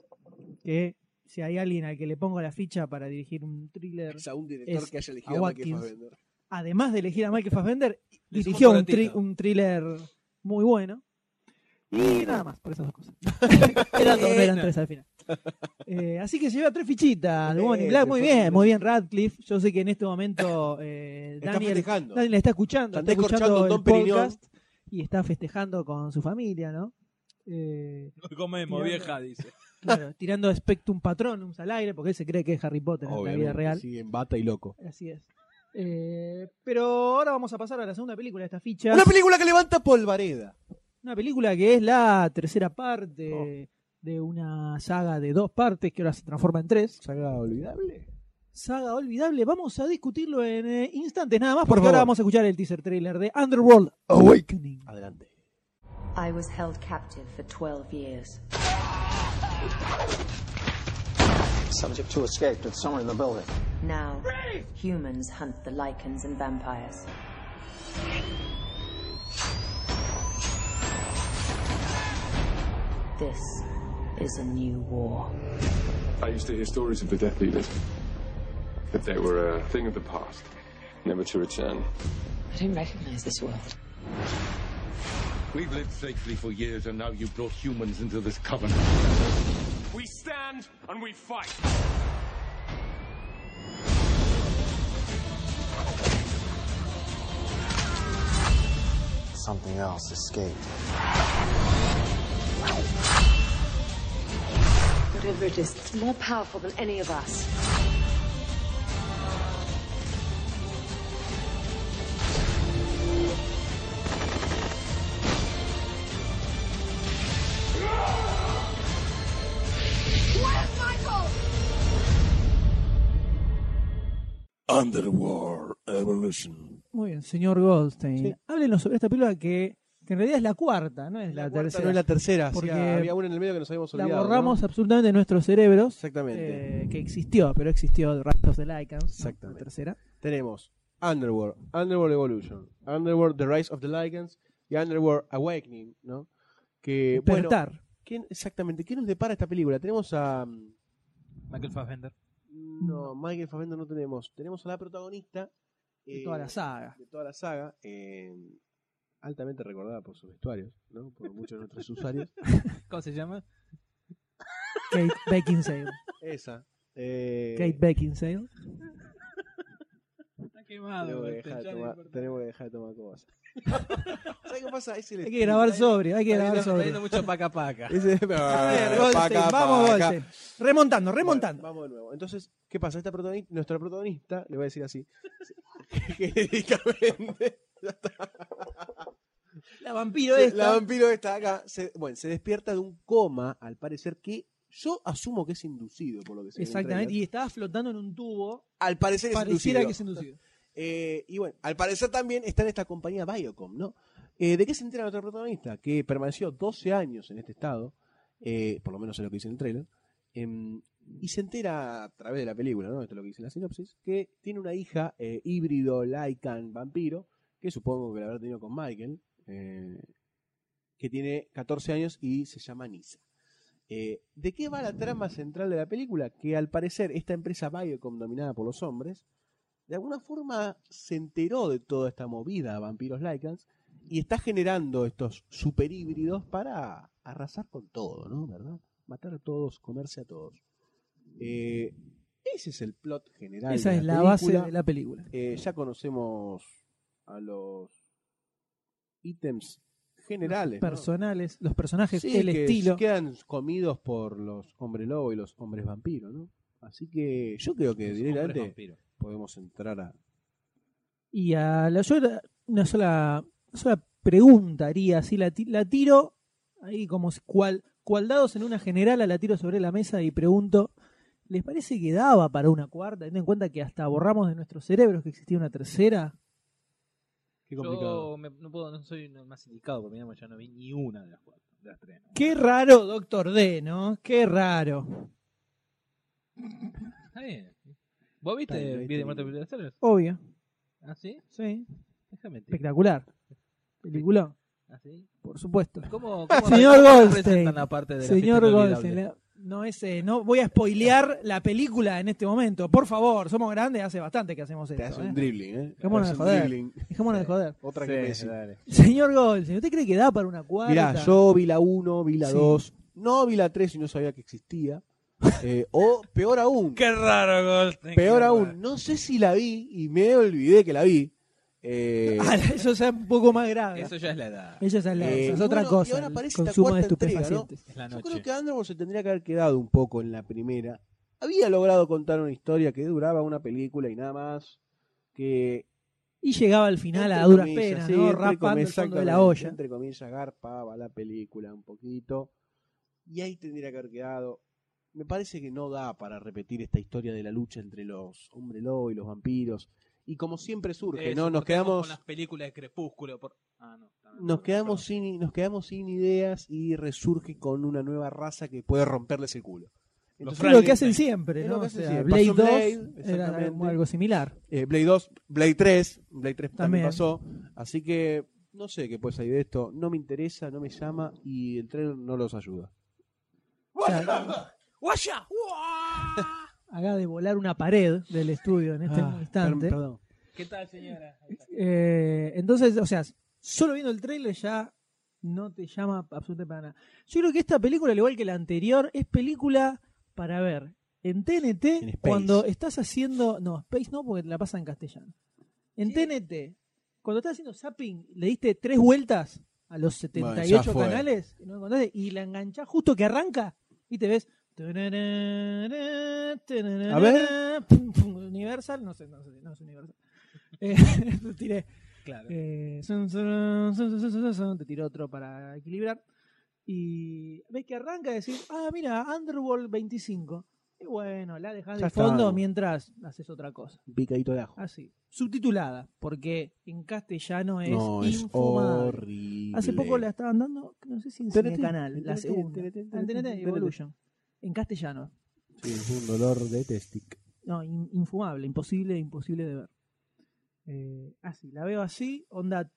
[SPEAKER 2] Que si hay alguien al que le pongo la ficha para dirigir un thriller.
[SPEAKER 3] Es a un director
[SPEAKER 2] Es
[SPEAKER 3] que haya
[SPEAKER 2] a
[SPEAKER 3] elegido a Michael
[SPEAKER 2] Watkins.
[SPEAKER 3] Fassbender.
[SPEAKER 2] además de elegir a Michael Fassbender,
[SPEAKER 1] Le
[SPEAKER 2] dirigió
[SPEAKER 1] suma
[SPEAKER 2] un,
[SPEAKER 1] cortito.
[SPEAKER 2] tri- un thriller muy bueno. Y nada más, por esas dos cosas. eran dos, no eran tres al final. Eh, así que se lleva tres fichitas.
[SPEAKER 3] Bien,
[SPEAKER 2] Bonnie Black, muy
[SPEAKER 3] Bonnie
[SPEAKER 2] bien,
[SPEAKER 3] Black.
[SPEAKER 2] muy bien Radcliffe. Yo sé que en este momento eh,
[SPEAKER 3] Está
[SPEAKER 2] Daniel,
[SPEAKER 3] festejando.
[SPEAKER 2] Daniel está escuchando,
[SPEAKER 3] Está
[SPEAKER 2] está
[SPEAKER 3] descorchando
[SPEAKER 2] escuchando
[SPEAKER 3] un
[SPEAKER 2] el
[SPEAKER 3] Don Periñón.
[SPEAKER 2] podcast y está festejando con su familia, ¿no? eh,
[SPEAKER 1] No comemos,
[SPEAKER 2] Tirando.
[SPEAKER 1] vieja, dice.
[SPEAKER 2] claro, tirando Spectrum Patronums al aire, porque él se cree que es Harry Potter en la vida
[SPEAKER 3] Obviamente,
[SPEAKER 2] real.
[SPEAKER 3] sí, en bata y loco.
[SPEAKER 2] Así es. Eh, pero ahora vamos a pasar a la segunda película de esta ficha.
[SPEAKER 3] Una película que levanta polvareda.
[SPEAKER 2] Una película que es la tercera parte
[SPEAKER 3] Oh.
[SPEAKER 2] de una saga de dos partes que ahora se transforma en tres.
[SPEAKER 3] Saga olvidable.
[SPEAKER 2] Saga olvidable, vamos a discutirlo en eh, instantes nada más,
[SPEAKER 3] Por
[SPEAKER 2] porque ahora
[SPEAKER 3] favor.
[SPEAKER 2] vamos a escuchar el teaser trailer de Underworld Awakening.
[SPEAKER 3] Adelante.
[SPEAKER 5] I was held captive for 12 years.
[SPEAKER 6] Subject two escaped. It's somewhere in the building.
[SPEAKER 5] Now, humans hunt the lichens and vampires. This is a new war.
[SPEAKER 7] I used to hear stories of the Death Eaters. That they were a thing of the past, never to return.
[SPEAKER 5] I don't recognize this world.
[SPEAKER 8] We've lived safely for years, and now you've brought humans into this coven.
[SPEAKER 7] We stand and we fight.
[SPEAKER 6] Something else escaped.
[SPEAKER 5] Whatever it is, it's more powerful than any of us.
[SPEAKER 3] Underworld Evolution.
[SPEAKER 2] Muy bien, señor Goldstein.
[SPEAKER 3] Sí.
[SPEAKER 2] Háblenos sobre esta película que, que en realidad es la cuarta, no es la, tercera.
[SPEAKER 3] No es la tercera,
[SPEAKER 2] Porque
[SPEAKER 3] sí, había una en el medio que nos habíamos
[SPEAKER 2] La
[SPEAKER 3] olvidado.
[SPEAKER 2] borramos
[SPEAKER 3] ¿no?
[SPEAKER 2] absolutamente de nuestros cerebros.
[SPEAKER 3] Exactamente.
[SPEAKER 2] eh, que existió, pero existió Raptors de Lycans. ¿no?
[SPEAKER 3] Exactamente.
[SPEAKER 2] La tercera.
[SPEAKER 3] Tenemos Underworld, Underworld Evolution, Underworld The Rise of the Lycans y Underworld Awakening, ¿no? Que, Eh, bueno,
[SPEAKER 2] Despertar.
[SPEAKER 3] ¿quién- exactamente, ¿qué nos depara esta película? Tenemos a... mm,
[SPEAKER 1] Michael Fassbender.
[SPEAKER 3] No, Michael Fassbender no tenemos. Tenemos a la protagonista...
[SPEAKER 2] de
[SPEAKER 3] eh,
[SPEAKER 2] toda la saga.
[SPEAKER 3] de toda la saga, eh, altamente recordada por sus vestuarios, ¿no? Por muchos de nuestros usuarios.
[SPEAKER 1] ¿Cómo se llama?
[SPEAKER 2] Kate Beckinsale.
[SPEAKER 3] Esa. eh,
[SPEAKER 2] Kate Beckinsale.
[SPEAKER 1] Está quemado.
[SPEAKER 3] tenemos, que
[SPEAKER 1] este,
[SPEAKER 3] dejar de
[SPEAKER 1] ya no
[SPEAKER 3] tomar,
[SPEAKER 1] importa.
[SPEAKER 3] tenemos que dejar de tomar cosas. ¿Sabes qué pasa? Es el
[SPEAKER 2] Hay que
[SPEAKER 3] estilo.
[SPEAKER 2] grabar sobrio, hay que
[SPEAKER 3] Está
[SPEAKER 2] grabar
[SPEAKER 3] viendo-
[SPEAKER 1] Está
[SPEAKER 2] sobrio.
[SPEAKER 1] yendo mucho paca paca.
[SPEAKER 3] Ese-
[SPEAKER 2] A ver,
[SPEAKER 3] Paca,
[SPEAKER 2] Goldstein,
[SPEAKER 3] paca.
[SPEAKER 2] vamos, Goldstein. Remontando, remontando.
[SPEAKER 3] Bueno, vamos de nuevo. Entonces, ¿qué pasa? Esta protagonista, nuestra protagonista, le voy a decir así, genéricamente,
[SPEAKER 2] la vampiro esta.
[SPEAKER 3] la vampiro está acá, se, bueno, se despierta de un coma, al parecer que yo asumo que es inducido, por lo que se ve en el
[SPEAKER 2] Exactamente,
[SPEAKER 3] tráiler.
[SPEAKER 2] y estaba flotando en un tubo.
[SPEAKER 3] Al parecer es
[SPEAKER 2] Pareciera
[SPEAKER 3] inducido.
[SPEAKER 2] que es inducido.
[SPEAKER 3] Eh, y bueno, al parecer también está en esta compañía Biocom, ¿no? Eh, ¿De qué se entera nuestro protagonista? Que permaneció 12 años en este estado, eh, por lo menos es lo que dice en el trailer, em, y se entera a través de la película, ¿no? Esto es lo que dice en la sinopsis, que tiene una hija eh, híbrido, laican, vampiro, que supongo que la habrá tenido con Michael, eh, que tiene 14 años y se llama Nisa. Eh, ¿De qué va la trama central de la película? Que al parecer esta empresa Biocom dominada por los hombres, de alguna forma se enteró de toda esta movida vampiros Lycans y está generando estos superhíbridos para arrasar con todo, ¿no? ¿Verdad? Matar a todos, comerse a todos. Eh, ese es el plot general.
[SPEAKER 2] Esa
[SPEAKER 3] de
[SPEAKER 2] es la base de la película.
[SPEAKER 3] eh, ya conocemos a los ítems generales. ¿no?
[SPEAKER 2] Personales, los personajes,
[SPEAKER 3] Sí,
[SPEAKER 2] el
[SPEAKER 3] que
[SPEAKER 2] estilo.
[SPEAKER 3] Quedan comidos por los hombres lobo y los hombres vampiros, ¿no? Así que yo creo que directamente podemos entrar a.
[SPEAKER 2] Y a la, yo la- una sola, una sola pregunta haría, así la, ti- la tiro ahí como si- cual, cual dados en una general, la tiro sobre la mesa y pregunto, ¿les parece que daba para una cuarta? Teniendo en cuenta que hasta borramos de nuestros cerebros que existía una tercera.
[SPEAKER 3] Qué complicado.
[SPEAKER 1] Yo me- no, puedo, no soy el más indicado porque mirá, yo no vi ni una de las cuatro, de las tres. ¿no?
[SPEAKER 2] Qué raro, Doctor D, ¿no? Qué raro.
[SPEAKER 1] Está bien. ¿Vos viste
[SPEAKER 3] Está bien,
[SPEAKER 1] el
[SPEAKER 3] viste
[SPEAKER 1] video de
[SPEAKER 3] bien.
[SPEAKER 1] Muerte de Celos?
[SPEAKER 2] Obvio,
[SPEAKER 1] ¿Ah, sí?
[SPEAKER 2] sí.
[SPEAKER 1] Déjame mentir.
[SPEAKER 2] Espectacular. Película,
[SPEAKER 1] ¿Ah, sí?
[SPEAKER 2] por supuesto.
[SPEAKER 1] ¿Cómo, cómo
[SPEAKER 2] Señor
[SPEAKER 1] re- cómo
[SPEAKER 2] Goldstein.
[SPEAKER 1] representan la parte de la
[SPEAKER 2] Señor
[SPEAKER 1] fiesta
[SPEAKER 2] Goldstein,
[SPEAKER 1] inolvidable?
[SPEAKER 2] la- no es, eh, no voy a spoilear la película en este momento. Por favor, somos grandes, hace bastante que hacemos
[SPEAKER 3] Te
[SPEAKER 2] esto.
[SPEAKER 3] hace
[SPEAKER 2] ¿eh?
[SPEAKER 3] un dribbling, ¿eh?
[SPEAKER 2] Cómo no me
[SPEAKER 3] Te hace un
[SPEAKER 2] joder.
[SPEAKER 3] dribbling.
[SPEAKER 2] Dejémonos de joder.
[SPEAKER 3] Otra que Messi.
[SPEAKER 2] Señor Goldstein, ¿usted cree que da para una cuarta?
[SPEAKER 3] Mirá, yo vi la 1, vi la
[SPEAKER 2] Sí.
[SPEAKER 3] 2, no vi la 3 y no sabía que existía. Eh, o peor aún,
[SPEAKER 1] Qué raro, Goldstein.
[SPEAKER 3] peor
[SPEAKER 1] qué
[SPEAKER 3] aún,
[SPEAKER 1] raro.
[SPEAKER 3] no sé si la vi y me olvidé que la vi. Eh,
[SPEAKER 2] Ah, Eso ya es un poco más grave.
[SPEAKER 1] Eso ya es la edad.
[SPEAKER 2] Eso es, la-
[SPEAKER 3] Eh,
[SPEAKER 2] eso es otra
[SPEAKER 3] bueno, y
[SPEAKER 2] cosa.
[SPEAKER 3] ahora
[SPEAKER 2] el
[SPEAKER 3] aparece esta
[SPEAKER 2] consumo de
[SPEAKER 3] cuarta entrega,
[SPEAKER 2] estupefacientes.
[SPEAKER 1] Es la
[SPEAKER 3] yo
[SPEAKER 1] noche.
[SPEAKER 3] creo que Underworld se tendría que haber quedado un poco en la primera. Había logrado contar una historia que duraba una película y nada más. Que
[SPEAKER 2] Y llegaba al final a
[SPEAKER 3] Entre
[SPEAKER 2] duras
[SPEAKER 3] comillas,
[SPEAKER 2] penas,
[SPEAKER 3] sí,
[SPEAKER 2] ¿no?
[SPEAKER 3] entre
[SPEAKER 2] Rapando el
[SPEAKER 3] comillas,
[SPEAKER 2] fondo de la
[SPEAKER 3] exactamente,
[SPEAKER 2] olla.
[SPEAKER 3] Entre comillas, garpaba la película un poquito. Y ahí tendría que haber quedado. Me parece que no da para repetir esta historia de la lucha entre los hombres lobo y los vampiros. Y como siempre surge,
[SPEAKER 1] Eso,
[SPEAKER 3] ¿no? Nos
[SPEAKER 1] porque estamos
[SPEAKER 3] quedamos,
[SPEAKER 1] Con las películas de Crepúsculo. por- Ah, no, está bien.
[SPEAKER 3] nos, quedamos
[SPEAKER 1] Perdón.
[SPEAKER 3] sin, nos quedamos sin ideas y resurge con una nueva raza que puede romperles el culo.
[SPEAKER 1] Los
[SPEAKER 2] Es lo que
[SPEAKER 1] Frankenstein.
[SPEAKER 2] hacen siempre,
[SPEAKER 3] Es
[SPEAKER 2] ¿no?
[SPEAKER 3] lo que
[SPEAKER 2] O
[SPEAKER 3] hacen
[SPEAKER 2] sea,
[SPEAKER 3] siempre.
[SPEAKER 2] Blade 2
[SPEAKER 3] Pasó Blade,
[SPEAKER 2] era
[SPEAKER 3] exactamente.
[SPEAKER 2] algo similar.
[SPEAKER 3] Eh, Blade 2, Blade 3, Blade 3 también,
[SPEAKER 2] También.
[SPEAKER 3] pasó. Así que no sé qué puede salir de esto. No me interesa, no me llama y el tren no los ayuda.
[SPEAKER 2] O sea, Haga de volar una pared del estudio en este
[SPEAKER 3] Ah,
[SPEAKER 2] instante.
[SPEAKER 3] per- perdón.
[SPEAKER 1] ¿Qué tal, señora?
[SPEAKER 2] Eh, entonces, o sea, solo viendo el tráiler ya no te llama absolutamente para nada. Yo creo que esta película, al igual que la anterior, es película para ver en TNT
[SPEAKER 3] En Space.
[SPEAKER 2] cuando estás haciendo... No, Space no, porque la pasa en castellano. En TNT, cuando estás haciendo zapping, le diste tres vueltas a los
[SPEAKER 3] Bueno, ya
[SPEAKER 2] 78
[SPEAKER 3] fue.
[SPEAKER 2] canales y no encontraste, y la enganchás justo que arranca y te ves... A
[SPEAKER 3] ver.
[SPEAKER 2] Universal, no sé, no sé, no es Universal. Eh, te tiré.
[SPEAKER 1] Claro.
[SPEAKER 2] eh, sun, sun, sun, sun, sun, sun, sun, te tiré otro para equilibrar. Y ves que arranca a decir, ah, mira, Underworld 25. Y bueno, la dejas
[SPEAKER 3] Ya
[SPEAKER 2] de
[SPEAKER 3] está.
[SPEAKER 2] fondo mientras haces otra cosa.
[SPEAKER 3] Un picadito de ajo.
[SPEAKER 2] Así. Subtitulada, porque en castellano es
[SPEAKER 3] no, es
[SPEAKER 2] infumable.
[SPEAKER 3] horrible.
[SPEAKER 2] Hace poco la estaban dando, no sé si en
[SPEAKER 3] TNT,
[SPEAKER 2] el canal, la
[SPEAKER 3] TNT,
[SPEAKER 2] segunda.
[SPEAKER 3] TNT,
[SPEAKER 2] Ah, en TNT,
[SPEAKER 3] TNT.
[SPEAKER 2] Evolution. En castellano.
[SPEAKER 3] Sí, es un dolor de testic.
[SPEAKER 2] No, in- infumable, imposible, imposible de ver. Eh, así, la veo así, onda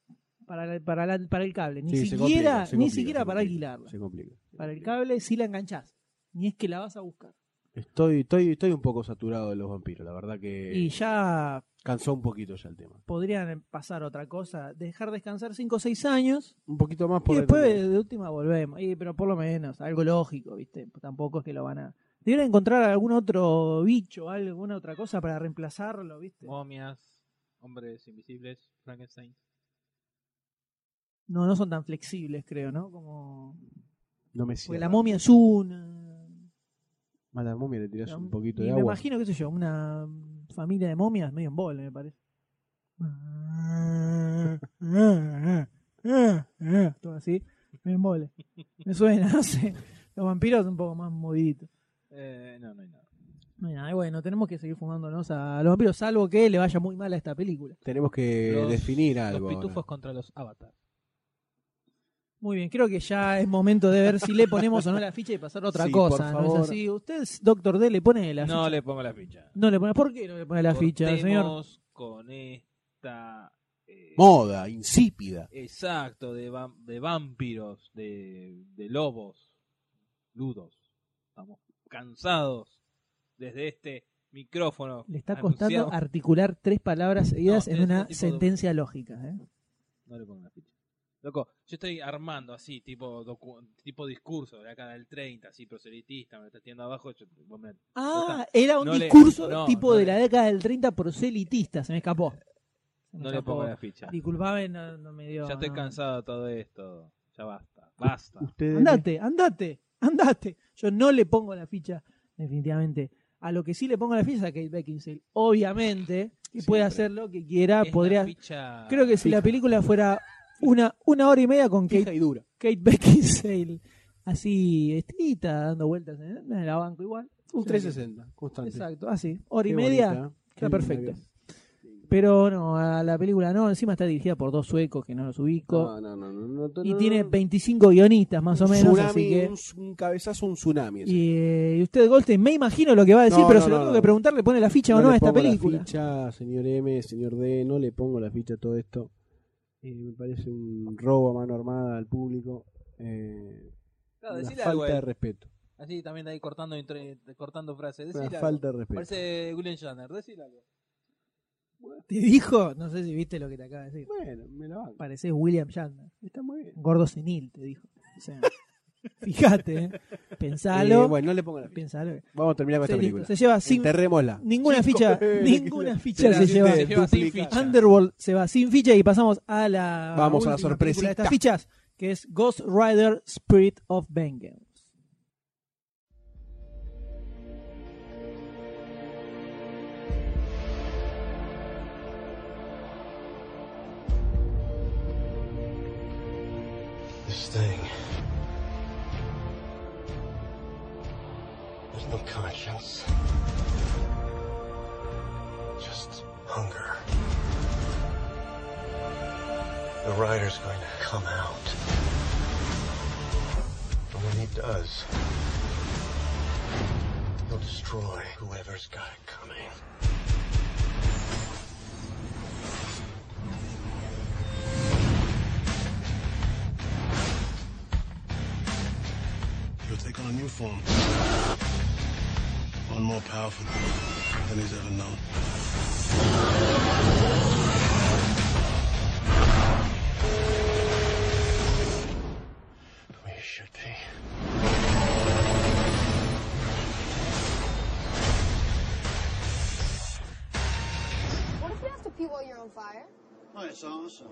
[SPEAKER 2] para, la- para, la- para el cable. Ni
[SPEAKER 3] Sí, se complica,
[SPEAKER 2] siquiera,
[SPEAKER 3] se
[SPEAKER 2] ni
[SPEAKER 3] complica,
[SPEAKER 2] siquiera
[SPEAKER 3] se
[SPEAKER 2] para
[SPEAKER 3] complica,
[SPEAKER 2] alquilarla.
[SPEAKER 3] Se complica.
[SPEAKER 2] Para el cable sí la enganchás. Ni es que la vas a buscar.
[SPEAKER 3] Estoy, estoy, estoy un poco saturado de los vampiros, la verdad que
[SPEAKER 2] Y ya
[SPEAKER 3] cansó un poquito ya el tema.
[SPEAKER 2] podrían pasar otra cosa. Dejar descansar 5 o 6 años.
[SPEAKER 3] Un poquito más
[SPEAKER 2] Y
[SPEAKER 3] por
[SPEAKER 2] después de, de última volvemos. Y, pero por lo menos, algo lógico, ¿viste? Tampoco es que lo van a. Deberían encontrar algún otro bicho, alguna otra cosa para reemplazarlo, ¿viste?
[SPEAKER 1] Momias, hombres invisibles, Frankenstein.
[SPEAKER 2] No, no son tan flexibles, creo, ¿no? Como
[SPEAKER 3] No me
[SPEAKER 2] Porque
[SPEAKER 3] cierra.
[SPEAKER 2] la momia es una.
[SPEAKER 3] A la momia le tirás un poquito
[SPEAKER 2] y
[SPEAKER 3] de
[SPEAKER 2] me
[SPEAKER 3] agua.
[SPEAKER 2] imagino, qué sé yo, una familia de momias medio en bola, me parece. Todo así, medio en bola. Me suena, no sé. Los vampiros un poco más moviditos.
[SPEAKER 1] Eh, no, no hay nada.
[SPEAKER 2] Bueno, y bueno, tenemos que seguir fumándonos a los vampiros, salvo que le vaya muy mal a esta película.
[SPEAKER 3] Tenemos que
[SPEAKER 1] Los-
[SPEAKER 3] definir algo.
[SPEAKER 1] Los
[SPEAKER 3] ahora.
[SPEAKER 1] pitufos contra los avatars.
[SPEAKER 2] Muy bien, creo que ya es momento de ver si le ponemos o no la ficha y pasar a otra
[SPEAKER 3] Sí, por
[SPEAKER 2] cosa. ¿no
[SPEAKER 3] favor.
[SPEAKER 2] es así? ¿Usted, doctor D, le pone la
[SPEAKER 1] No
[SPEAKER 2] ficha?
[SPEAKER 1] le pongo la ficha.
[SPEAKER 2] No le pone. ¿Por qué no le pone la ficha, señor?
[SPEAKER 1] Cortemos con esta... eh,
[SPEAKER 3] Moda, insípida.
[SPEAKER 1] Exacto, de, vam- de vampiros, de, de lobos, ludos. Estamos cansados desde este micrófono.
[SPEAKER 2] Le está costando
[SPEAKER 1] anunciado.
[SPEAKER 2] articular tres palabras seguidas
[SPEAKER 1] No,
[SPEAKER 2] en
[SPEAKER 1] es
[SPEAKER 2] una
[SPEAKER 1] un tipo de-
[SPEAKER 2] sentencia lógica. ¿eh?
[SPEAKER 1] No le pongo la ficha. Loco, yo estoy armando así, tipo docu- tipo discurso de acá del 30, así proselitista, me está tirando abajo. yo- vos me-
[SPEAKER 2] Ah, era un
[SPEAKER 1] No le-
[SPEAKER 2] discurso
[SPEAKER 1] no,
[SPEAKER 2] tipo
[SPEAKER 1] no
[SPEAKER 2] de
[SPEAKER 1] le-
[SPEAKER 2] la década del 30 proselitista, se me escapó. Se me
[SPEAKER 1] no le
[SPEAKER 2] escapó.
[SPEAKER 1] pongo la ficha.
[SPEAKER 2] Disculpame, no, no me dio.
[SPEAKER 1] Ya estoy
[SPEAKER 2] no.
[SPEAKER 1] cansado de todo esto. Ya basta, basta.
[SPEAKER 3] Ustedes
[SPEAKER 2] Andate, andate, andate. Yo no le pongo la ficha, definitivamente. A lo que sí le pongo la ficha es a Kate Beckinsale. Obviamente, que
[SPEAKER 1] Siempre.
[SPEAKER 2] puede hacer lo que quiera.
[SPEAKER 1] Es la
[SPEAKER 2] podría.
[SPEAKER 1] ficha
[SPEAKER 2] Creo que si la
[SPEAKER 1] fija.
[SPEAKER 2] película fuera una, una hora y media con Kate
[SPEAKER 3] fija y dura.
[SPEAKER 2] Kate Beckinsale así estirita, dando vueltas en en la banco igual.
[SPEAKER 3] Un
[SPEAKER 2] Sí.
[SPEAKER 3] 360, constante.
[SPEAKER 2] Exacto, así, hora y
[SPEAKER 3] Qué
[SPEAKER 2] media,
[SPEAKER 3] bonita, ¿eh? qué
[SPEAKER 2] está
[SPEAKER 3] linda
[SPEAKER 2] perfecto.
[SPEAKER 3] que es.
[SPEAKER 2] Pero no, a la película no, encima está dirigida por dos suecos que no los ubico.
[SPEAKER 3] No, no, no, no, Ah, no, no,
[SPEAKER 2] y
[SPEAKER 3] no,
[SPEAKER 2] tiene
[SPEAKER 3] no.
[SPEAKER 2] 25 guionistas más o
[SPEAKER 3] Un
[SPEAKER 2] menos,
[SPEAKER 3] tsunami,
[SPEAKER 2] así que...
[SPEAKER 3] un, s- un cabezazo, un tsunami. ese.
[SPEAKER 2] Y, eh, y usted, Goldstein, me imagino lo que va a decir,
[SPEAKER 3] No,
[SPEAKER 2] pero
[SPEAKER 3] no,
[SPEAKER 2] se lo
[SPEAKER 3] no,
[SPEAKER 2] tengo
[SPEAKER 3] no.
[SPEAKER 2] que preguntar, ¿le pone la ficha o
[SPEAKER 3] le
[SPEAKER 2] no a esta
[SPEAKER 3] pongo la
[SPEAKER 2] película?
[SPEAKER 3] ficha, señor M, señor D, no le pongo la ficha a todo esto. Eh, me parece un robo a mano armada al público. Eh,
[SPEAKER 1] Claro,
[SPEAKER 3] una
[SPEAKER 1] decile
[SPEAKER 3] falta
[SPEAKER 1] algo, eh.
[SPEAKER 3] de respeto.
[SPEAKER 1] Así también ahí cortando, entre- cortando frases.
[SPEAKER 3] Una
[SPEAKER 1] Decile algo.
[SPEAKER 3] falta de respeto.
[SPEAKER 1] Parece William Shatner, decile algo.
[SPEAKER 2] ¿Te dijo? No sé si viste lo que te acaba de decir.
[SPEAKER 3] Bueno, me la banco.
[SPEAKER 2] Pareces William Shatner.
[SPEAKER 3] Está muy bien.
[SPEAKER 2] gordo senil, te dijo. O sea, fíjate, ¿eh? Pensalo.
[SPEAKER 3] Eh, bueno, no le pongan la ficha.
[SPEAKER 2] Pensalo.
[SPEAKER 3] Vamos a terminar con
[SPEAKER 2] Se,
[SPEAKER 3] esta
[SPEAKER 2] listo, se
[SPEAKER 3] película.
[SPEAKER 2] lleva sin,
[SPEAKER 3] Enterrémosla.
[SPEAKER 2] ninguna
[SPEAKER 3] Cinco.
[SPEAKER 2] ficha.
[SPEAKER 3] Eh,
[SPEAKER 2] Ninguna ficha
[SPEAKER 1] Pero
[SPEAKER 2] se
[SPEAKER 1] así
[SPEAKER 2] lleva.
[SPEAKER 1] se lleva sin
[SPEAKER 3] duplica.
[SPEAKER 1] ficha.
[SPEAKER 2] Underworld se va sin ficha y pasamos a la.
[SPEAKER 3] Vamos a la
[SPEAKER 2] última
[SPEAKER 3] sorpresita.
[SPEAKER 2] película de estas fichas, que es Ghost Rider Spirit of Vengeance.
[SPEAKER 9] This thing. There's no conscience. Just hunger. The rider's going to come out. And when he does, he'll destroy whoever's got it coming. He'll take on a new form. One more powerful than he's ever known. Where you should be.
[SPEAKER 10] What if you have to pee while you're on fire?
[SPEAKER 9] Oh, that's awesome.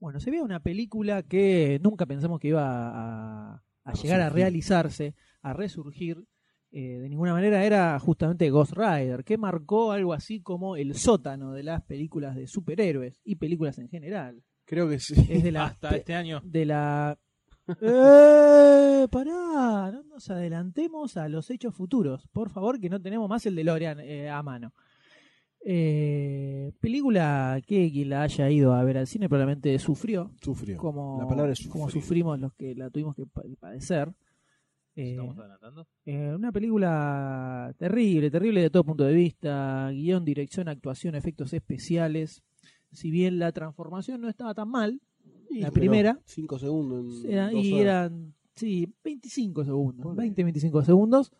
[SPEAKER 2] Bueno, se ve una película que nunca pensamos que iba a, a llegar a
[SPEAKER 3] resurgir.
[SPEAKER 2] realizarse, a resurgir. eh, de ninguna manera era justamente Ghost Rider, que marcó algo así como el sótano de las películas de superhéroes y películas en general.
[SPEAKER 3] Creo que sí.
[SPEAKER 2] Es de Eh, la,
[SPEAKER 1] Hasta
[SPEAKER 2] pe-
[SPEAKER 1] este año.
[SPEAKER 2] de la... ¡Eh! Pará, no nos adelantemos a los hechos futuros. Por favor, que no tenemos más el de Lorean a mano. Eh, película que quien la haya ido a ver al cine probablemente sufrió,
[SPEAKER 3] Sufrió.
[SPEAKER 2] como,
[SPEAKER 3] la palabra es
[SPEAKER 2] como
[SPEAKER 3] sufrir.
[SPEAKER 2] sufrimos los que la tuvimos que pa- padecer. Eh,
[SPEAKER 1] Estamos adelantando.
[SPEAKER 2] eh, una película terrible, terrible de todo punto de vista, guión, dirección, actuación, efectos especiales. Si bien la transformación no estaba tan mal,
[SPEAKER 3] Sí,
[SPEAKER 2] la
[SPEAKER 3] pero
[SPEAKER 2] primera-
[SPEAKER 3] Cinco segundos. En
[SPEAKER 2] era-
[SPEAKER 3] dos
[SPEAKER 2] y
[SPEAKER 3] horas.
[SPEAKER 2] eran, sí, 25 segundos,
[SPEAKER 3] Ponele.
[SPEAKER 2] 20-25 segundos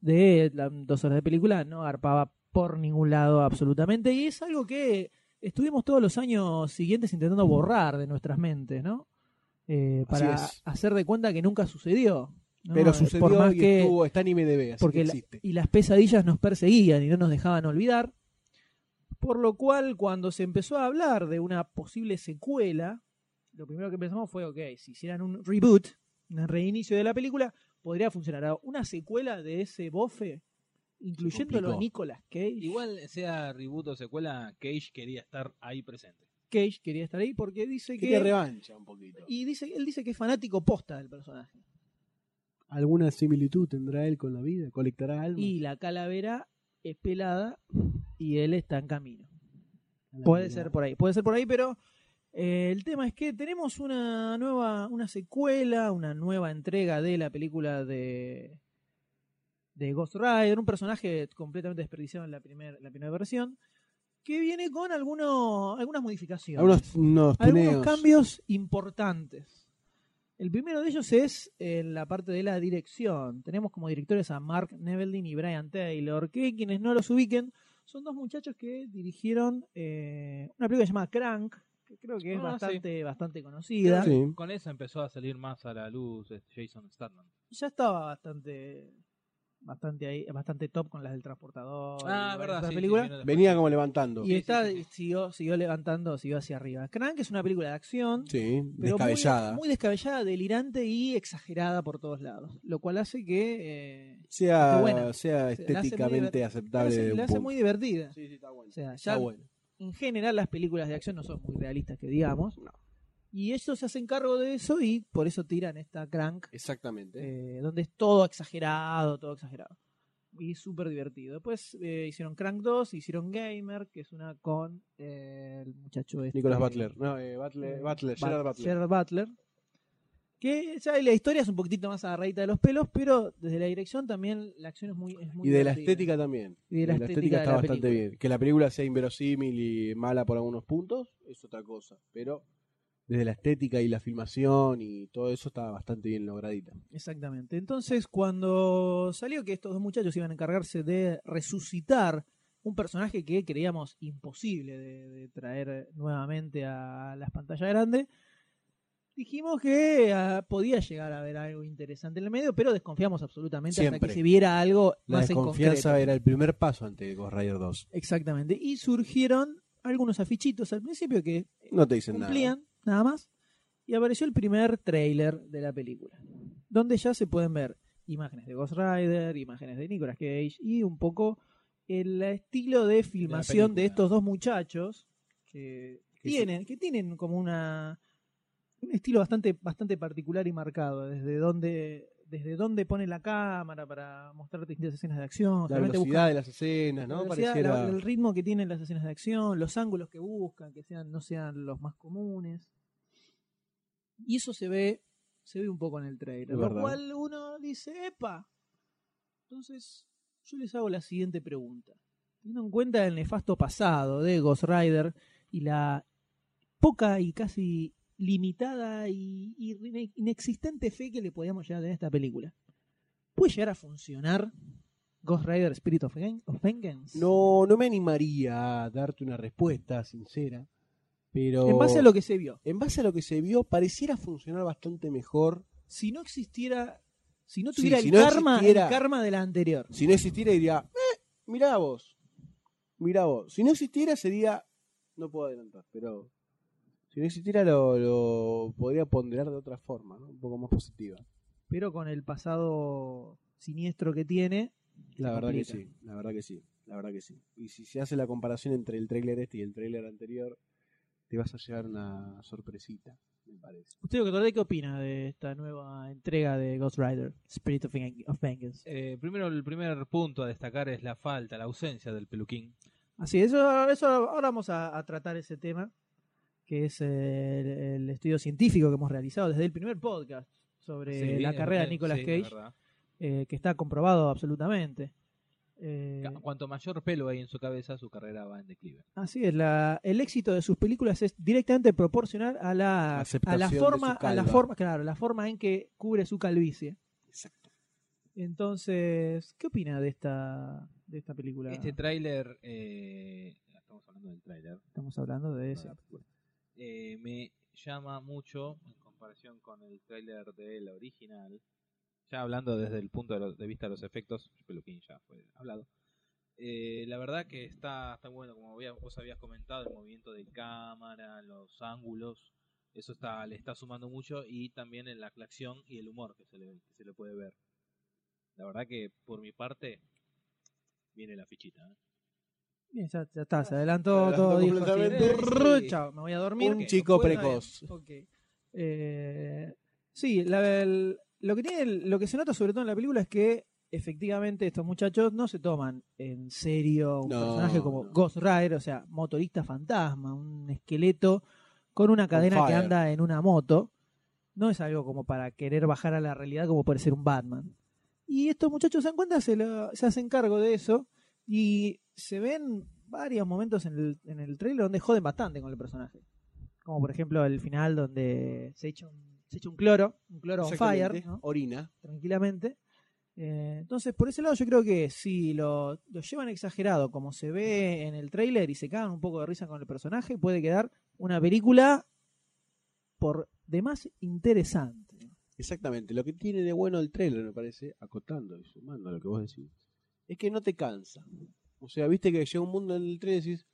[SPEAKER 2] de la- dos horas de película, no arpaba por ningún lado absolutamente. Y es algo que estuvimos todos los años siguientes intentando borrar de nuestras mentes, ¿no? Eh,
[SPEAKER 3] Así
[SPEAKER 2] para
[SPEAKER 3] es.
[SPEAKER 2] hacer de cuenta que nunca sucedió. ¿no?
[SPEAKER 3] Pero
[SPEAKER 2] Eh,
[SPEAKER 3] sucedió
[SPEAKER 2] por más
[SPEAKER 3] y
[SPEAKER 2] que
[SPEAKER 3] estuvo, está en IMDB, así que
[SPEAKER 2] porque la-
[SPEAKER 3] existe.
[SPEAKER 2] y las pesadillas nos perseguían y no nos dejaban olvidar. Por lo cual, cuando se empezó a hablar de una posible secuela, lo primero que pensamos fue, ok, si hicieran un reboot, un reinicio de la película, podría funcionar. Ahora, Una secuela de ese bofe, incluyéndolo a
[SPEAKER 3] Complicó.
[SPEAKER 2] Nicolas Cage.
[SPEAKER 1] Igual sea reboot o secuela, Cage quería estar ahí presente.
[SPEAKER 2] Cage quería estar ahí porque dice
[SPEAKER 3] Quería
[SPEAKER 2] que...
[SPEAKER 3] revancha un poquito.
[SPEAKER 2] Y dice, él dice que es fanático posta del personaje.
[SPEAKER 3] ¿Alguna similitud tendrá él con la vida? ¿Colectará alma?
[SPEAKER 2] Y la calavera es pelada y él está en camino.
[SPEAKER 3] La
[SPEAKER 2] Puede
[SPEAKER 3] mirada.
[SPEAKER 2] ser por ahí, puede ser por ahí, pero eh, el tema es que tenemos una nueva, una secuela, una nueva entrega de la película de, de Ghost Rider, un personaje completamente desperdiciado en la, primer, la primera versión, que viene con algunos, algunas modificaciones
[SPEAKER 3] Algunos, unos tuneos.
[SPEAKER 2] algunos cambios importantes. El primero de ellos es en la parte de la dirección. Tenemos como directores a Mark Neveldin y Brian Taylor, que quienes no los ubiquen son dos muchachos que dirigieron eh, una película llamada Crank, que creo que es
[SPEAKER 1] Ah, sí.
[SPEAKER 2] bastante, bastante conocida.
[SPEAKER 3] Sí.
[SPEAKER 1] Con eso empezó a salir más a la luz eh, Jason Statham.
[SPEAKER 2] Ya estaba bastante bastante ahí, bastante top con las del transportador. y varias otras
[SPEAKER 1] Ah, sí,
[SPEAKER 2] películas.
[SPEAKER 1] sí, vino después.
[SPEAKER 3] Venía como levantando.
[SPEAKER 2] y esta siguió, siguió levantando, siguió hacia arriba. Crank es una película de acción.
[SPEAKER 3] Sí,
[SPEAKER 2] pero muy-
[SPEAKER 3] descabellada.
[SPEAKER 2] Muy, descabellada, delirante y exagerada por todos lados. Lo cual hace que. eh,
[SPEAKER 3] sea,
[SPEAKER 2] está buena.
[SPEAKER 3] sea
[SPEAKER 2] Se la hace muy
[SPEAKER 3] estéticamente
[SPEAKER 2] divertida. la
[SPEAKER 3] aceptable.
[SPEAKER 2] hace,
[SPEAKER 3] de
[SPEAKER 2] la
[SPEAKER 3] un
[SPEAKER 2] hace
[SPEAKER 3] punto.
[SPEAKER 2] muy divertida.
[SPEAKER 3] Sí, sí, está bueno.
[SPEAKER 2] O sea,
[SPEAKER 3] Está
[SPEAKER 2] ya
[SPEAKER 3] bueno.
[SPEAKER 2] en general las películas de acción no son muy realistas, que digamos. Y ellos se hacen cargo de eso y por eso tiran esta crank,
[SPEAKER 3] Exactamente.
[SPEAKER 2] eh, donde es todo exagerado, todo exagerado. Y súper divertido. Después eh, hicieron Crank 2, hicieron Gamer, que es una con eh, el muchacho este.
[SPEAKER 3] Nicolás Butler. No, eh, Butler,
[SPEAKER 2] Bat-
[SPEAKER 3] Butler, Gerard Butler.
[SPEAKER 2] Mm, Gerard Butler. Que ya la historia es un poquitito más agarradita de los pelos, pero desde la dirección también la acción es muy, es muy
[SPEAKER 3] Y de la
[SPEAKER 2] divertida.
[SPEAKER 3] estética también.
[SPEAKER 2] Y de la estética de
[SPEAKER 3] está
[SPEAKER 2] la
[SPEAKER 3] bastante
[SPEAKER 2] película.
[SPEAKER 3] bien. Que la película sea inverosímil y mala por algunos puntos es otra cosa. Pero desde la estética y la filmación y todo eso está bastante bien logradita.
[SPEAKER 2] Exactamente. Entonces, cuando salió que estos dos muchachos iban a encargarse de resucitar un personaje que creíamos imposible de, de traer nuevamente a las pantallas grandes, dijimos que ah, podía llegar a haber algo interesante en el medio, pero desconfiamos absolutamente hasta
[SPEAKER 3] Siempre.
[SPEAKER 2] que se viera algo
[SPEAKER 3] La
[SPEAKER 2] más en concreto.
[SPEAKER 3] desconfianza era el primer paso ante Ghost Rider 2.
[SPEAKER 2] Exactamente. Y surgieron algunos afichitos al principio que
[SPEAKER 3] No te dicen nada.
[SPEAKER 2] cumplían, nada más. Y apareció el primer trailer de la película, donde ya se pueden ver imágenes de Ghost Rider, imágenes de Nicolas Cage y un poco el estilo de filmación de,
[SPEAKER 1] película.
[SPEAKER 2] estos dos muchachos que
[SPEAKER 3] Que
[SPEAKER 2] tienen, que tienen como una un estilo bastante bastante particular y marcado desde donde desde dónde pone la cámara para mostrarte distintas escenas de acción,
[SPEAKER 3] La
[SPEAKER 2] generalmente
[SPEAKER 3] velocidad de las escenas,
[SPEAKER 2] la
[SPEAKER 3] ¿no?
[SPEAKER 2] velocidad,
[SPEAKER 3] Pareciera.
[SPEAKER 2] la- el ritmo que tienen las escenas de acción, los ángulos que buscan, que sean, no sean los más comunes. Y eso se ve, se ve un poco en el trailer.
[SPEAKER 3] Es
[SPEAKER 2] Lo
[SPEAKER 3] verdad.
[SPEAKER 2] cual uno dice, epa. Entonces, yo les hago la siguiente pregunta. Teniendo en cuenta el nefasto pasado de Ghost Rider y la poca y casi limitada y, y ine- inexistente fe que le podíamos llegar a tener a esta película. ¿Puede llegar a funcionar Ghost Rider Spirit of, Ven- of Vengeance?
[SPEAKER 3] No, no me animaría a darte una respuesta sincera, pero
[SPEAKER 2] En base a lo que se vio,
[SPEAKER 3] en base a lo que se vio pareciera funcionar bastante mejor.
[SPEAKER 2] si no existiera, si no
[SPEAKER 3] Sí,
[SPEAKER 2] tuviera
[SPEAKER 3] si
[SPEAKER 2] el,
[SPEAKER 3] no
[SPEAKER 2] karma,
[SPEAKER 3] existiera-
[SPEAKER 2] el karma de la anterior,
[SPEAKER 3] Si no existiera diría, eh, mirá vos, mirá vos. Si no existiera sería, no puedo adelantar, pero si no existiera lo, lo podría ponderar de otra forma, ¿no? un poco más positiva.
[SPEAKER 2] pero con el pasado siniestro que tiene,
[SPEAKER 3] La
[SPEAKER 2] se
[SPEAKER 3] verdad que
[SPEAKER 2] complica.
[SPEAKER 3] sí, la verdad que sí, la verdad que sí. Y si se hace la comparación entre el tráiler este y el tráiler anterior, te vas a llevar una sorpresita, me parece.
[SPEAKER 2] ¿Usted, doctor, D, qué opina de esta nueva entrega de Ghost Rider Spirit of, Veng- of Vengeance?
[SPEAKER 1] Eh, primero, el primer punto a destacar es la falta, la ausencia del peluquín.
[SPEAKER 2] Así, eso, eso ahora vamos a, a tratar ese tema, que es el, el estudio científico que hemos realizado desde el primer podcast sobre
[SPEAKER 1] Sí,
[SPEAKER 2] la
[SPEAKER 1] eh,
[SPEAKER 2] carrera de
[SPEAKER 1] eh,
[SPEAKER 2] Nicolas
[SPEAKER 1] sí, es
[SPEAKER 2] Cage,
[SPEAKER 1] verdad.
[SPEAKER 2] eh, que está comprobado absolutamente. Eh,
[SPEAKER 1] Ca- Cuanto mayor pelo hay en su cabeza, su carrera va en declive.
[SPEAKER 2] así es, la, el éxito de sus películas es directamente proporcional a la, a
[SPEAKER 3] Aceptación
[SPEAKER 2] la
[SPEAKER 3] de
[SPEAKER 2] forma,
[SPEAKER 3] su
[SPEAKER 2] a la
[SPEAKER 3] calva.
[SPEAKER 2] forma, claro, la forma en que cubre su calvicie.
[SPEAKER 3] Exacto.
[SPEAKER 2] Entonces, ¿qué opina de esta de esta película?
[SPEAKER 1] Este tráiler, eh, estamos hablando del tráiler,
[SPEAKER 2] Estamos hablando de
[SPEAKER 1] no de
[SPEAKER 2] esa
[SPEAKER 1] la película. Eh, me llama mucho en comparación con el tráiler de la original. Ya hablando desde el punto de, lo- de vista de los efectos, Peluquín ya fue hablado. Eh, la verdad que está, está bueno, como había- vos habías comentado, el movimiento de cámara, los ángulos, eso está, le está sumando mucho y también en la, la acción y el humor que se, le, que se le puede ver. La verdad que por mi parte viene la fichita. ¿eh?
[SPEAKER 2] Bien, ya, ya está, se adelantó todo. Dijo
[SPEAKER 3] adelantó
[SPEAKER 2] así,
[SPEAKER 3] completamente.
[SPEAKER 2] "Eh, sí, Chao, me voy a dormir.
[SPEAKER 3] Un
[SPEAKER 2] que
[SPEAKER 3] chico
[SPEAKER 2] no puedo".
[SPEAKER 3] precoz.
[SPEAKER 2] Ok. Eh, sí, la- el- lo, que tiene, el- lo que se nota sobre todo en la película es que efectivamente estos muchachos no se toman en serio un
[SPEAKER 3] No,
[SPEAKER 2] personaje como
[SPEAKER 3] no.
[SPEAKER 2] Ghost Rider, o sea, motorista fantasma, un esqueleto con una cadena que
[SPEAKER 3] fire.
[SPEAKER 2] anda en una moto. No es algo como para querer bajar a la realidad como puede ser un Batman. Y estos muchachos se dan cuenta, se, lo- se hacen cargo de eso y se ven varios momentos en el, en el trailer donde joden bastante con el personaje. Como por ejemplo el final donde se echa un, se echa un cloro, un cloro on fire,
[SPEAKER 3] Exactamente.
[SPEAKER 2] ¿no?
[SPEAKER 3] Orina.
[SPEAKER 2] tranquilamente. Eh, entonces, por ese lado yo creo que si lo, lo llevan exagerado como se ve en el trailer y se cagan un poco de risa con el personaje, puede quedar una película por demás interesante.
[SPEAKER 3] Exactamente. Lo que tiene de bueno el trailer, me parece, acotando y sumando a lo que vos decís, es que no te cansa. O sea, viste que llega un mundo en el trailer y decís,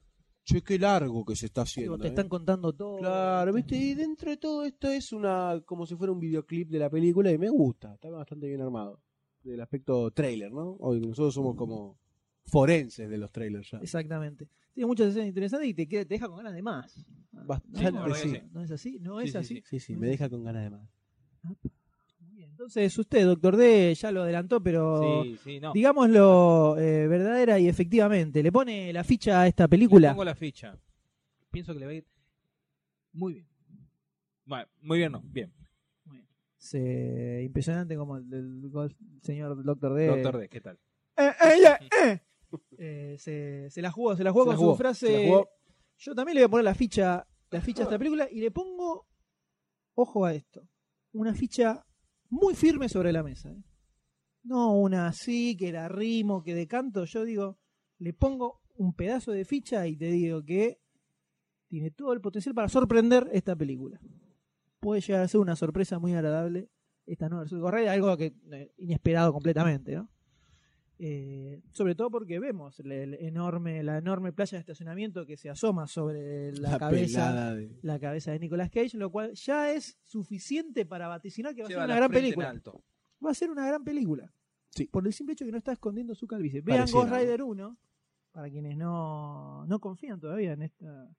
[SPEAKER 3] che, qué largo que se está haciendo.
[SPEAKER 2] Digo, te
[SPEAKER 3] ¿eh?".
[SPEAKER 2] están contando todo.
[SPEAKER 3] Claro, viste, y dentro de todo esto es una como si fuera un videoclip de la película y me gusta, está bastante bien armado. Del aspecto trailer, ¿no? Hoy nosotros somos como forenses de los trailers ya.
[SPEAKER 2] Exactamente. Tiene muchas escenas interesantes y te, queda- te deja con ganas de más.
[SPEAKER 3] Bastante,
[SPEAKER 2] ¿No, es-
[SPEAKER 1] sí.
[SPEAKER 2] ¿No es así? ¿No
[SPEAKER 1] Sí,
[SPEAKER 2] es
[SPEAKER 1] sí,
[SPEAKER 2] así?
[SPEAKER 3] Sí, sí, me deja con ganas de más.
[SPEAKER 2] Muy bien. Entonces, usted, doctor D, ya lo adelantó, pero
[SPEAKER 1] Sí, sí, no.
[SPEAKER 2] digámoslo eh, verdadera y efectivamente. ¿Le pone la ficha a esta película?
[SPEAKER 1] Le pongo la ficha. Pienso que le va a ir muy bien. Bueno, muy bien, no, bien.
[SPEAKER 2] Se- impresionante como el, del gol- señor doctor D.
[SPEAKER 1] Doctor D, ¿qué tal?
[SPEAKER 2] Eh, eh, ya, eh. Eh, se, se la jugó, se la jugó
[SPEAKER 3] Se la
[SPEAKER 2] con
[SPEAKER 3] jugó,
[SPEAKER 2] su frase.
[SPEAKER 3] se la jugó.
[SPEAKER 2] Yo también le voy a poner la ficha, la ficha a esta película y le pongo, ojo a esto, una ficha muy firme sobre la mesa. ¿eh? No una así, que la rimo, que decanto. Yo digo, le pongo un pedazo de ficha y te digo que tiene todo el potencial para sorprender esta película. Puede llegar a ser una sorpresa muy agradable esta nueva versión de Correa, algo que eh, inesperado completamente, ¿no? Eh, sobre todo porque vemos el, el enorme, la enorme playa de estacionamiento que se asoma sobre la, cabeza
[SPEAKER 3] pelada de-
[SPEAKER 2] la cabeza de Nicolas Cage, lo cual ya es suficiente para vaticinar que va a
[SPEAKER 1] Lleva
[SPEAKER 2] ser
[SPEAKER 1] la
[SPEAKER 2] una gran
[SPEAKER 1] frente en
[SPEAKER 2] película.
[SPEAKER 1] alto.
[SPEAKER 2] Va a ser una gran película.
[SPEAKER 3] Sí.
[SPEAKER 2] Por el simple hecho que no está escondiendo su calvicie. Vean
[SPEAKER 3] Pareciera,
[SPEAKER 2] Ghost Rider 1, para quienes no, no confían todavía en esta,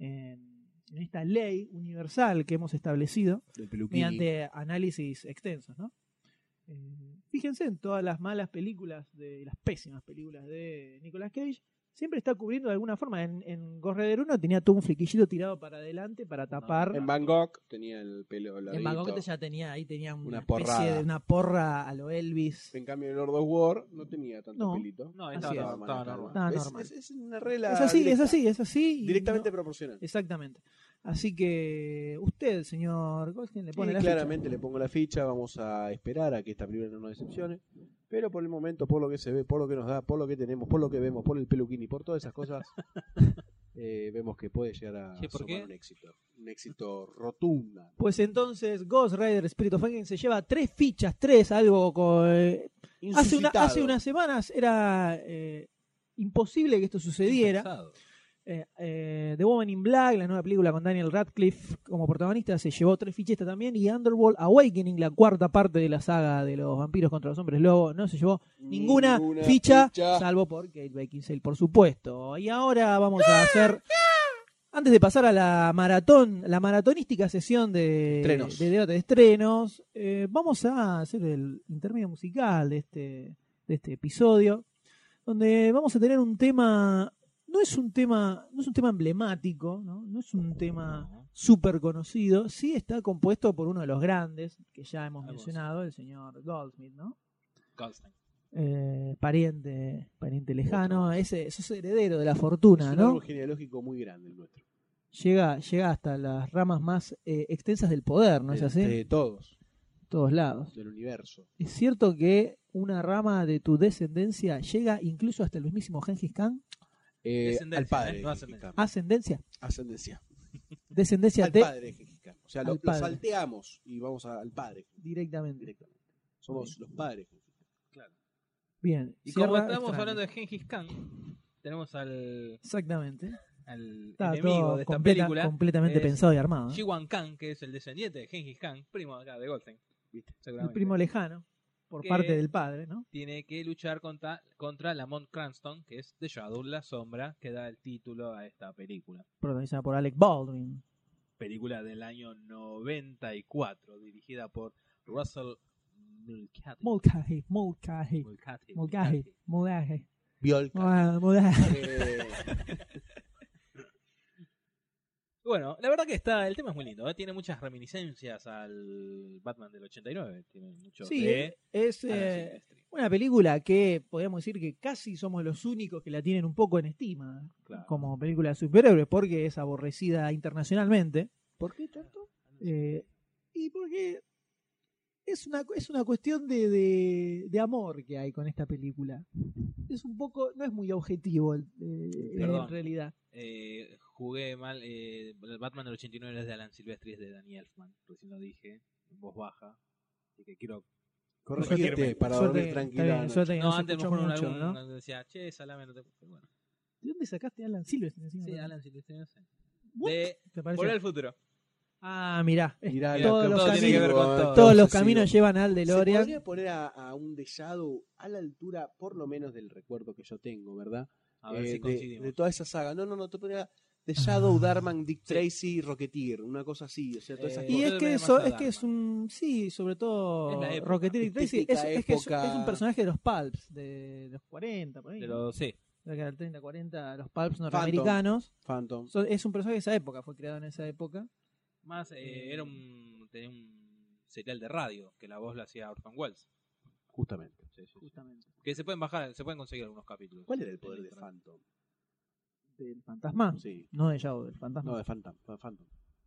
[SPEAKER 2] en, en esta ley universal que hemos establecido
[SPEAKER 3] Del peluquín.
[SPEAKER 2] mediante análisis extensos, ¿no? Eh, fíjense en todas las malas películas de y las pésimas películas de Nicolas Cage. Siempre está cubriendo de alguna forma. En, en Ghost Rider 1 tenía todo un flequillito tirado para adelante para tapar.
[SPEAKER 3] En Bangkok tenía el pelo
[SPEAKER 2] en
[SPEAKER 3] larguito.
[SPEAKER 2] Bangkok ya tenía ahí tenía una,
[SPEAKER 3] Una
[SPEAKER 2] especie
[SPEAKER 3] porrada.
[SPEAKER 2] de una porra a lo Elvis.
[SPEAKER 3] En cambio, en Lord of War no tenía tanto
[SPEAKER 2] No.
[SPEAKER 3] pelito.
[SPEAKER 1] No,
[SPEAKER 2] estaba-
[SPEAKER 1] estaba,
[SPEAKER 2] estaba
[SPEAKER 1] normal.
[SPEAKER 2] Estaba
[SPEAKER 3] Es-
[SPEAKER 2] normal.
[SPEAKER 3] Es, es una regla.
[SPEAKER 2] Es así, es
[SPEAKER 3] directa,
[SPEAKER 2] así, es así. y no-
[SPEAKER 3] Directamente
[SPEAKER 2] Eh,
[SPEAKER 3] proporcional.
[SPEAKER 2] exactamente. Así que usted, señor Goldstein, le pone
[SPEAKER 3] Y
[SPEAKER 2] la ficha.
[SPEAKER 3] claramente le pongo la ficha, vamos a esperar a que esta película no nos decepcione. Pero por el momento, por lo que se ve, por lo que nos da, por lo que tenemos, por lo que vemos, por el peluquín y por todas esas cosas, eh, vemos que puede llegar a
[SPEAKER 1] Che, ¿por
[SPEAKER 3] sumar
[SPEAKER 1] qué?
[SPEAKER 3] un éxito. Un éxito rotunda.
[SPEAKER 2] Pues entonces Ghost Rider Spirit of Vengeance se lleva tres fichas, tres, algo con... eh, Hace, una- hace unas semanas era eh, imposible que esto sucediera.
[SPEAKER 1] Impensado.
[SPEAKER 2] Eh, eh, The Woman in Black, la nueva película con Daniel Radcliffe como protagonista, se llevó tres fichas esta también. Y Underworld Awakening, la cuarta parte de la saga de los vampiros contra los hombres lobo, no se llevó ninguna, ficha, salvo por Kate Beckinsale, por supuesto. Y ahora vamos a hacer, antes de pasar a la maratón, la maratonística sesión de,
[SPEAKER 3] Estrenos.
[SPEAKER 2] de debate de estrenos, eh, vamos a hacer el intermedio musical de este, de este episodio, donde vamos a tener un tema, no es un tema, no es un tema emblemático, no, no es un tema súper conocido, sí está compuesto por uno de los grandes que ya hemos
[SPEAKER 1] Ah, vos.
[SPEAKER 2] mencionado, el señor Goldsmith, ¿no?
[SPEAKER 1] Goldstein.
[SPEAKER 2] eh, pariente, pariente lejano, ese, sos heredero de la fortuna,
[SPEAKER 3] Es un
[SPEAKER 2] ¿no?
[SPEAKER 3] árbol genealógico muy grande el nuestro.
[SPEAKER 2] Llega, llega hasta las ramas más eh, extensas del poder, ¿no es
[SPEAKER 3] de,
[SPEAKER 2] así?
[SPEAKER 3] de todos,
[SPEAKER 2] Todos lados.
[SPEAKER 3] del universo.
[SPEAKER 2] ¿Es cierto que una rama de tu descendencia llega incluso hasta el mismísimo Gengis Khan?
[SPEAKER 3] Eh,
[SPEAKER 1] Descendencia,
[SPEAKER 3] al padre.
[SPEAKER 1] ¿eh?
[SPEAKER 3] de
[SPEAKER 1] No
[SPEAKER 3] Gengis
[SPEAKER 1] ascendencia.
[SPEAKER 3] Khan.
[SPEAKER 2] ¿Ascendencia?
[SPEAKER 3] Ascendencia.
[SPEAKER 2] Descendencia
[SPEAKER 3] Al
[SPEAKER 2] de
[SPEAKER 3] padre de Gengis Khan. O sea,
[SPEAKER 2] Al
[SPEAKER 3] lo, lo
[SPEAKER 2] padre.
[SPEAKER 3] salteamos y vamos a- al padre.
[SPEAKER 2] directamente.
[SPEAKER 3] Directamente. Somos los padres.
[SPEAKER 2] Bien.
[SPEAKER 1] Y
[SPEAKER 2] cierra
[SPEAKER 1] como estamos
[SPEAKER 2] extraño.
[SPEAKER 1] hablando de Gengis Khan, tenemos al,
[SPEAKER 2] Exactamente.
[SPEAKER 1] al
[SPEAKER 2] Está
[SPEAKER 1] enemigo
[SPEAKER 2] todo
[SPEAKER 1] de esta
[SPEAKER 2] completa-
[SPEAKER 1] película.
[SPEAKER 2] completamente
[SPEAKER 1] es
[SPEAKER 2] pensado y armado. ¿eh?
[SPEAKER 1] Jiwan Khan, que es el descendiente de Gengis Khan, primo acá de Goldstein.
[SPEAKER 2] El
[SPEAKER 1] Seguramente.
[SPEAKER 2] primo lejano, por
[SPEAKER 1] Que-
[SPEAKER 2] parte del padre, ¿no?
[SPEAKER 1] tiene que luchar contra, contra la Mont Cranston, que es The Shadow, la sombra, que da el título a esta película.
[SPEAKER 2] Protagonizada por Alec Baldwin.
[SPEAKER 1] Película del año 94, dirigida por Russell Mulcahy.
[SPEAKER 2] Mulcahy, Mulcahy.
[SPEAKER 1] Mulcahy.
[SPEAKER 2] Mulcahy, Mulcahy.
[SPEAKER 3] Biolka.
[SPEAKER 2] Ah, Mulcahy.
[SPEAKER 3] Eh,
[SPEAKER 1] Bueno, la verdad que está, el tema es muy lindo, ¿eh? tiene muchas reminiscencias al Batman del 89, tiene mucho
[SPEAKER 2] Sí,
[SPEAKER 1] de
[SPEAKER 2] es
[SPEAKER 1] Alan
[SPEAKER 2] eh,
[SPEAKER 1] Silvestri.
[SPEAKER 2] una película que podríamos decir que casi somos los únicos que la tienen un poco en estima
[SPEAKER 1] Claro.
[SPEAKER 2] como película de superhéroes porque es aborrecida internacionalmente. ¿Por qué tanto? y porque es una, es una cuestión de, de- de amor que hay con esta película. Es un poco, no es muy objetivo eh, en
[SPEAKER 1] Perdón.
[SPEAKER 2] realidad.
[SPEAKER 1] Eh, jugué mal, eh, el Batman del 89 es de Alan Silvestri, es de Danny Elfman, recién lo dije, en voz baja, así que quiero
[SPEAKER 3] Corregirte para
[SPEAKER 2] Suerte
[SPEAKER 3] dormir
[SPEAKER 2] que-
[SPEAKER 3] tranquila.
[SPEAKER 2] está bien,
[SPEAKER 3] anoche.
[SPEAKER 2] suerte que no,
[SPEAKER 1] No,
[SPEAKER 2] se
[SPEAKER 1] antes
[SPEAKER 2] escuchó
[SPEAKER 1] mejor
[SPEAKER 2] mucho,
[SPEAKER 1] algún,
[SPEAKER 2] ¿no?
[SPEAKER 1] decía, che, salame, no te... pero Bueno.
[SPEAKER 2] ¿De dónde sacaste a Alan Silvestre? encima?
[SPEAKER 1] Sí, Alan Silvestri, no sé.
[SPEAKER 2] What?
[SPEAKER 1] De
[SPEAKER 2] ¿Te pareció?
[SPEAKER 1] Volver al futuro.
[SPEAKER 2] Ah, mirá.
[SPEAKER 3] Mirá,
[SPEAKER 1] Mirá,
[SPEAKER 2] todos
[SPEAKER 3] la-
[SPEAKER 2] los
[SPEAKER 3] todo tiene que ver
[SPEAKER 1] caminos-
[SPEAKER 3] con todo.
[SPEAKER 2] Todos los
[SPEAKER 3] Obsesivo.
[SPEAKER 2] caminos llevan al
[SPEAKER 3] Se
[SPEAKER 2] DeLorean.
[SPEAKER 3] podría poner a, a un de Shadow a la altura, por lo menos del recuerdo que yo tengo, ¿verdad?
[SPEAKER 1] A ver
[SPEAKER 3] Eh,
[SPEAKER 1] si
[SPEAKER 3] de- de,
[SPEAKER 1] coincidimos.
[SPEAKER 3] toda esa saga. No, no, no, te podría. De
[SPEAKER 2] Ah.
[SPEAKER 3] Shadow, Darman, Dick Tracy, Rocketeer, una cosa así. O sea, todas esas
[SPEAKER 1] Eh,
[SPEAKER 2] Y
[SPEAKER 1] Yo
[SPEAKER 2] es
[SPEAKER 1] le
[SPEAKER 2] que
[SPEAKER 1] veo
[SPEAKER 2] eso,
[SPEAKER 1] más a
[SPEAKER 2] es que es un sí, sobre
[SPEAKER 1] Es
[SPEAKER 2] todo
[SPEAKER 1] la época.
[SPEAKER 2] Rocketeer y Tracy, es,
[SPEAKER 3] Típica
[SPEAKER 2] es que es,
[SPEAKER 3] época.
[SPEAKER 2] es un personaje de los Pulps, de los 40, por ahí.
[SPEAKER 1] De los, sí,
[SPEAKER 2] Creo que era el 30, 40, los Pulps norteamericanos.
[SPEAKER 3] Phantom.
[SPEAKER 2] So- es un personaje de esa época, fue creado en esa época.
[SPEAKER 1] más eh, era un, tenía un serial de radio que la voz la hacía Orson Welles.
[SPEAKER 3] Justamente.
[SPEAKER 2] Justamente.
[SPEAKER 1] Que se pueden bajar, se pueden conseguir algunos capítulos.
[SPEAKER 3] ¿Cuál era el poder
[SPEAKER 1] En
[SPEAKER 3] de
[SPEAKER 1] internet.
[SPEAKER 3] Phantom?
[SPEAKER 2] Del fantasma.
[SPEAKER 3] Sí.
[SPEAKER 2] No de Shadow, del fantasma.
[SPEAKER 3] No, de Phantom. de Phantom.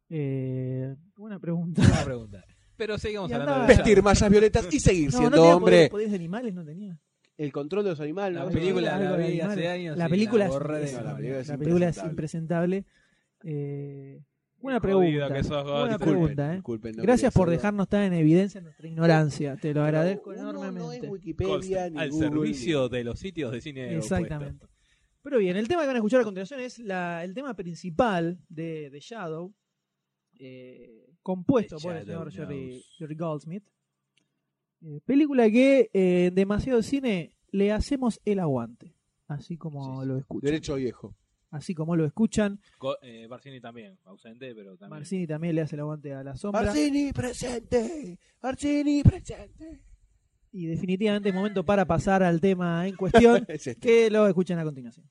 [SPEAKER 2] Eh, buena pregunta.
[SPEAKER 1] Buena pregunta. Pero seguimos
[SPEAKER 2] Y
[SPEAKER 1] hablando
[SPEAKER 2] andaba-
[SPEAKER 1] de
[SPEAKER 2] Vestir
[SPEAKER 1] Shadow.
[SPEAKER 3] mallas violetas y seguir
[SPEAKER 2] No, no tenía poder- poderes de animales, no tenía.
[SPEAKER 3] el control de los animales.
[SPEAKER 1] La
[SPEAKER 3] ¿no?
[SPEAKER 1] película
[SPEAKER 3] Algo
[SPEAKER 1] la
[SPEAKER 3] de
[SPEAKER 1] vi
[SPEAKER 3] animales.
[SPEAKER 1] hace años
[SPEAKER 2] La
[SPEAKER 1] y
[SPEAKER 2] película
[SPEAKER 1] la
[SPEAKER 2] es
[SPEAKER 1] borré de-
[SPEAKER 2] es-
[SPEAKER 3] No,
[SPEAKER 2] la
[SPEAKER 3] la película es
[SPEAKER 2] película es impresentable. Eh, una pregunta.
[SPEAKER 1] Jodido que sos, Gotti.
[SPEAKER 2] buena
[SPEAKER 1] Disculpen,
[SPEAKER 2] pregunta, ¿eh?
[SPEAKER 3] Disculpen, no
[SPEAKER 2] Gracias
[SPEAKER 3] quería
[SPEAKER 2] por
[SPEAKER 3] hacerlo.
[SPEAKER 2] dejarnos tan en evidencia nuestra ignorancia. Te lo
[SPEAKER 3] Pero
[SPEAKER 2] agradezco
[SPEAKER 3] uno No es
[SPEAKER 2] enormemente.
[SPEAKER 3] Wikipedia
[SPEAKER 1] Consta,
[SPEAKER 3] ni
[SPEAKER 1] al
[SPEAKER 3] Google,
[SPEAKER 1] servicio de los sitios de cine opuesto.
[SPEAKER 2] Exactamente. Pero bien, el tema que van a escuchar a continuación es la- el tema principal de, de Shadow, eh, compuesto
[SPEAKER 1] The
[SPEAKER 2] por el
[SPEAKER 1] Shadow
[SPEAKER 2] señor Jerry,
[SPEAKER 1] knows.
[SPEAKER 2] Jerry Goldsmith. Eh, película que eh, en demasiado cine le hacemos el aguante, así como
[SPEAKER 3] Sí, sí.
[SPEAKER 2] lo
[SPEAKER 3] ni-
[SPEAKER 2] escuchan.
[SPEAKER 3] Derecho viejo.
[SPEAKER 2] Así como lo escuchan,
[SPEAKER 1] Co- eh, Barcini también, ausente, pero también.
[SPEAKER 2] Marcini también le hace el aguante a la sombra.
[SPEAKER 3] Barcini presente. Barcini presente.
[SPEAKER 2] Y definitivamente momento para pasar al tema en cuestión,
[SPEAKER 3] Es este.
[SPEAKER 2] que lo escuchan a continuación.